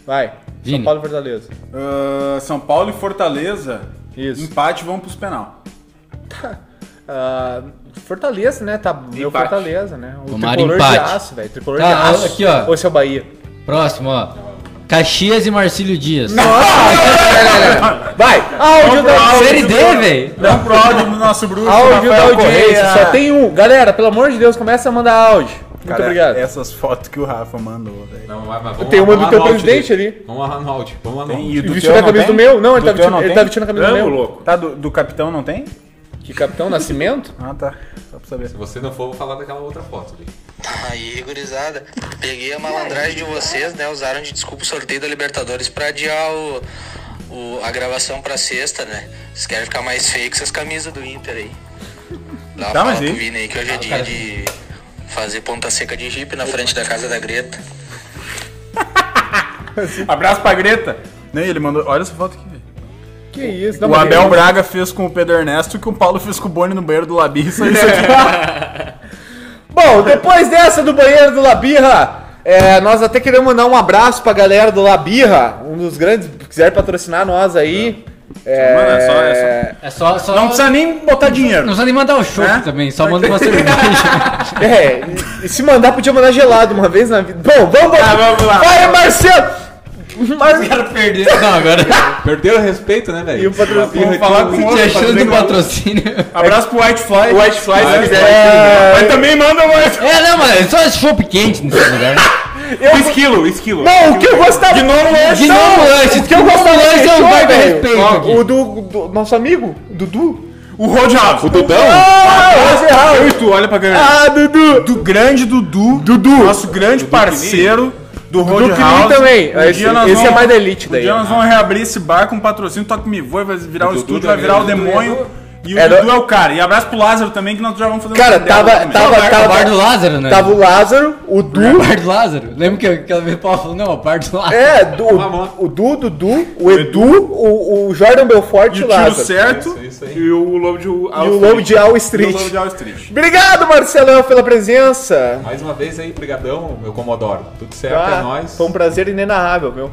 S1: Vai. São
S7: Vini.
S1: Paulo e Fortaleza.
S5: Ah, São Paulo e Fortaleza.
S1: Isso.
S5: Empate, vão pros penal.
S1: Ah, Fortaleza, né? Tá meu
S6: Empate.
S1: Fortaleza, né? O
S7: Tomara
S1: tricolor
S7: empate.
S1: de aço, velho. Tricolor de
S7: Tá,
S1: aço.
S7: aqui, ó.
S1: Ou seu Bahia.
S7: Próximo, ó. Caxias e Marcílio Dias.
S1: Vai! Áudio da
S7: Série D, velho.
S5: Vamos pro áudio do nosso bruxo.
S1: Áudio da
S5: Rafael
S1: audiência,
S5: Correia.
S1: só tem um. Galera, pelo amor de Deus, começa a mandar áudio. Muito
S5: Cara, é-
S1: obrigado.
S5: Essas fotos que o Rafa mandou, velho.
S4: Não, mas- mas vamos
S1: Tem
S4: lá,
S1: uma
S4: vamos
S1: do teu
S4: lá no áudio
S1: presidente
S4: dele.
S1: ali.
S4: Vamos lá no áudio. Vamos lá no
S5: Tem
S4: áudio.
S5: e do
S1: Ele
S5: teu
S1: vestiu a
S5: não
S1: camisa
S5: tem?
S1: do meu? Não, ele tá
S5: Do teu
S1: vestindo, ele tá
S5: tem?
S1: vestindo a camisa do
S6: Não,
S1: meu.
S6: louco.
S5: Tá, do, do capitão não tem?
S1: Que capitão Nascimento?
S5: Ah, tá. Só pra saber.
S4: Se você não for, eu vou falar daquela outra foto ali.
S3: Aí, gurizada. Peguei a malandragem de vocês, né? Usaram de desculpa o sorteio da Libertadores pra adiar o, o- a gravação pra sexta, né? Vocês querem ficar mais feio que essas camisas do Inter aí. Dá uma
S5: Tá,
S3: fala
S5: mas e aí?
S3: pro Vini aí que hoje é dia de fazer ponta seca de jipe na frente da casa da Greta.
S5: Abraço pra Greta. Nem ele mandou. Olha essa foto aqui, velho.
S1: Que isso,
S5: O Abel Braga fez com o Pedro Ernesto e que o Paulo fez com o Boni no banheiro do Labi. Isso aí, isso aqui.
S1: Bom, depois dessa do banheiro do Labirra, é, nós até queremos mandar um abraço pra galera do Labirra, um dos grandes, se quiser patrocinar nós aí. É,
S5: Mano, é só- é
S7: É só. só
S5: Não precisa nem botar
S7: não
S5: dinheiro.
S7: precisa nem mandar o show
S5: É?
S7: também, só manda uma cerveja.
S1: É, e se mandar, podia mandar gelado uma vez na vida. Bom, vamos,
S5: Ah, vamos lá.
S1: Vai, Marcelo! Mar...
S7: Perdeu. Não, agora.
S4: Perderam o respeito, né, velho?
S1: E o patrocínio.
S4: Vamos
S5: falar com-
S7: Te achando do patrocínio.
S5: Abraço pro Whitefly.
S1: White Fly, se
S5: White
S1: quiser.
S5: Fly.
S1: É,
S5: Mas também manda mais.
S7: É, não, mas só se for quente nesse lugar.
S1: eu-
S4: Esquilo, esquilo.
S1: Não, o que eu gostava. De novo é
S7: De novo, lanche.
S1: O que eu gostava
S7: Lanche
S1: desse
S7: é um
S1: show,
S7: baita
S1: velho.
S7: respeito
S1: Ó,
S7: aqui.
S1: O do, do nosso amigo, Dudu.
S5: O Roadhouse. O Dudão.
S1: Ah,
S5: Eu e tu, olha pra câmera.
S1: Ah, Dudu!
S5: Do grande Dudu. Dudu. Nosso grande parceiro. Do
S1: Dudu Kili
S5: Roadhouse.
S1: também.
S5: Um
S1: Esse-
S5: dia nós
S1: esse
S5: vamos-
S1: é mais da elite daí.
S5: Um dia nós vamos reabrir esse bar com patrocínio. Toque Me Voe vai virar o
S4: Dudu
S5: estúdio, vai
S4: também,
S5: virar o
S4: Dudu é
S5: demônio.
S4: do-
S5: E o
S1: Era-
S5: Dudu é o cara. E abraço pro Lázaro também, que nós já vamos fazer um
S1: Cara,
S5: vídeo dela
S1: tava-
S5: também.
S1: tava-
S7: O bar,
S1: tava-
S7: o bar do Lázaro, né? é
S1: Tava o Lázaro, o Du.
S7: O bar do Lázaro. Lembra que aquela vez o Paulo falou, não, o bar do Lázaro.
S1: É, do,
S4: Vamos.
S1: o Du, o Dudu, o Edu, o, o Jordan Belfort
S5: E
S1: e
S5: o
S1: o
S5: tiro
S1: Lázaro.
S5: certo.
S4: Isso, isso aí.
S6: E o Lobo de
S1: E o Lobo de All
S5: E o Lobo
S1: Street.
S5: de Wall Street.
S1: Obrigado, Marcelão, pela presença.
S4: Mais uma vez aí, brigadão, meu Comodoro. Tudo certo,
S1: Tá?
S4: é nóis.
S1: Foi um prazer inenarrável, meu.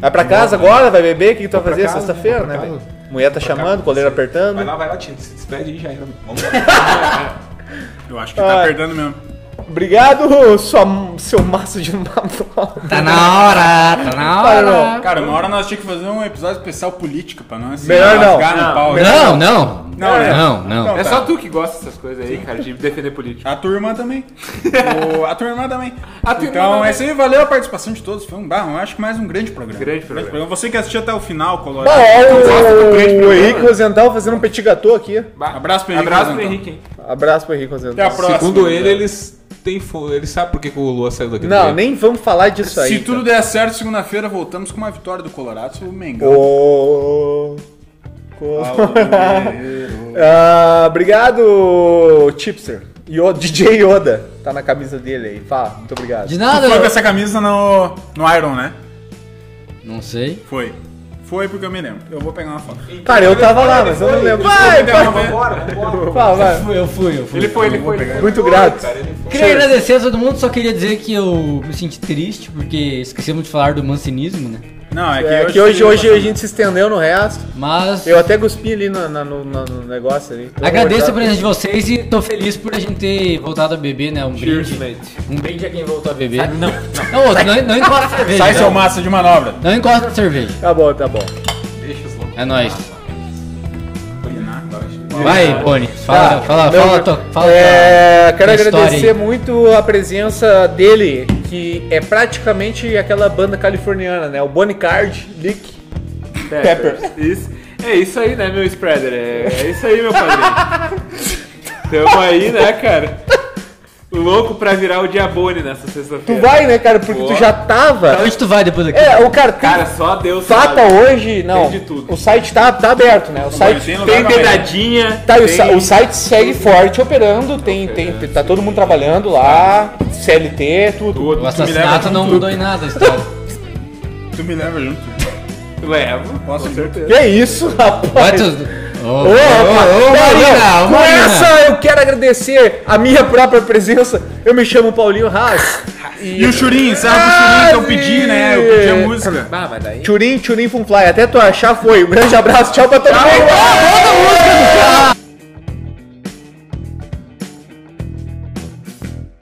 S1: Vai pra casa agora, vai beber? O que, que tu vai fazer?
S4: pra casa,
S1: Sexta-feira,
S4: vou
S1: né?
S4: pra
S1: velho?
S4: casa.
S1: Mulher tá chamando, coleira
S4: Vai
S1: apertando.
S4: lá, vai lá, Tito. Se despede aí já ainda. Vamos lá.
S5: Eu acho que tá
S1: Ah.
S5: perdendo mesmo.
S1: Obrigado, sua, seu maço de manobra.
S7: Tá na hora, tá na hora.
S5: Cara, uma hora nós tínhamos que fazer um episódio especial política pra nós.
S1: Melhor não.
S5: rasgar no
S6: Não.
S5: pau. né?
S7: Não, não.
S5: Não, né?
S7: não. não.
S6: É
S5: Tá.
S6: só tu que gosta dessas coisas aí, cara, de defender político.
S5: A tua irmã também. O- a tua irmã também.
S6: A tua
S5: então,
S6: irmã também.
S5: esse aí valeu a participação de todos. Foi um barro. Eu acho que mais um grande programa.
S6: Grande programa.
S5: Você que assistiu até o final,
S1: Ó,
S5: Colorado.
S1: ó, Tá, é o Henrique Rosenthal fazendo um petit gâteau aqui.
S5: Abraço pro Henrique,
S6: Abraço pro
S5: então.
S6: Henrique. hein?
S1: Abraço pro Henrique Rosenthal.
S5: Até a próxima.
S4: Segundo ele,
S1: é
S4: eles têm fo... ele sabe por que que o Lua saiu daqui. do
S1: né? Não,
S4: Grêmio.
S1: nem vamos falar disso aí.
S5: Se tudo der certo, segunda-feira voltamos com uma vitória do Colorado sobre o Mengão.
S1: Ô, co-
S5: Cavaleiro.
S1: Ah, obrigado, Chipster. Yo- DJ Yoda. Tá na camisa dele aí. Fala, muito obrigado.
S7: De
S5: Tu
S7: nada.
S5: Foi com essa camisa no, no Iron, né?
S7: Não sei.
S5: Foi. Foi porque eu me lembro. Eu vou pegar uma foto.
S6: Então,
S5: Então, é.
S1: Cara, eu tava lá, mas eu não lembro. Vai, vai, fala, vai.
S7: Eu fui, eu fui.
S6: Ele foi, ele foi. Ele
S1: Muito grato.
S7: Queria agradecer a todo mundo, só queria dizer que eu me senti triste porque esquecemos de falar do mancinismo, né?
S5: Não, é que,
S1: É,
S5: hoje,
S1: que hoje,
S5: tem
S1: hoje a
S5: relação.
S1: gente se estendeu no resto.
S7: Mas
S1: Eu até cuspi ali na- na- no, na- no negócio ali. Tô
S7: agradeço a
S1: conversando.
S7: presença de vocês e tô feliz por a gente ter voltado a beber, né? Um
S6: Cheers,
S7: brinde.
S6: mate.
S7: Um brinde a quem voltou a beber. Não, não, outro, não, não encosta na cerveja.
S5: Sai
S7: não.
S5: seu massa de manobra.
S7: Não encosta na cerveja.
S1: Tá bom, tá bom.
S7: É nóis. Vai, Pony. Fala, fala,
S1: Tá. Meu-
S7: fala, to- fala.
S1: é,
S7: tua-
S1: quero
S7: tua história
S1: agradecer
S7: aí.
S1: muito a presença dele, que é praticamente aquela banda californiana, né? O Bonnie Card, Lick.
S6: Peppers. Isso. É isso aí, né, meu spreader? É, é isso aí, meu padrinho. Tamo aí, né, cara? Louco pra virar o Diabone nessa
S1: Tu
S6: sexta-feira.
S1: vai, né, cara? Porque
S6: Boa.
S1: tu já tava.
S7: Onde tu vai depois daqui?
S1: É, o cara, tem
S6: Cara, só Deus
S1: fata
S6: sabe.
S1: hoje. Não,
S6: de tudo.
S1: o site tá, tá aberto, né? O site
S5: tem lugar
S6: Tem
S5: pra melhorar.
S6: dedadinha.
S1: Tá, e o,
S6: tem- é
S1: sa- o site segue forte operando, tem, tem, tá todo mundo trabalhando lá, CLT, tudo.
S7: O
S5: Tu me leva
S7: assassinato
S5: junto.
S7: não mudou em nada a história.
S5: Tu me leva junto.
S6: Levo.
S5: Posso
S6: com
S5: ir?
S6: certeza.
S1: Que é isso,
S7: Vai
S1: rapaz?
S7: tudo. Ô,
S1: Ô,
S7: ô,
S1: rapaz,
S7: ô,
S1: pera,
S7: Marina, ô,
S1: Com
S7: Marina.
S1: essa eu quero agradecer a minha própria presença. Eu me chamo Paulinho Haas.
S5: E o Churinho, sabe o Churinho que eu pedi, né? Eu pedi a música.
S6: Ah, mas daí.
S1: Tchurim, Tchurim Funfly. Até tu achar foi. Um grande abraço, tchau pra todo mundo.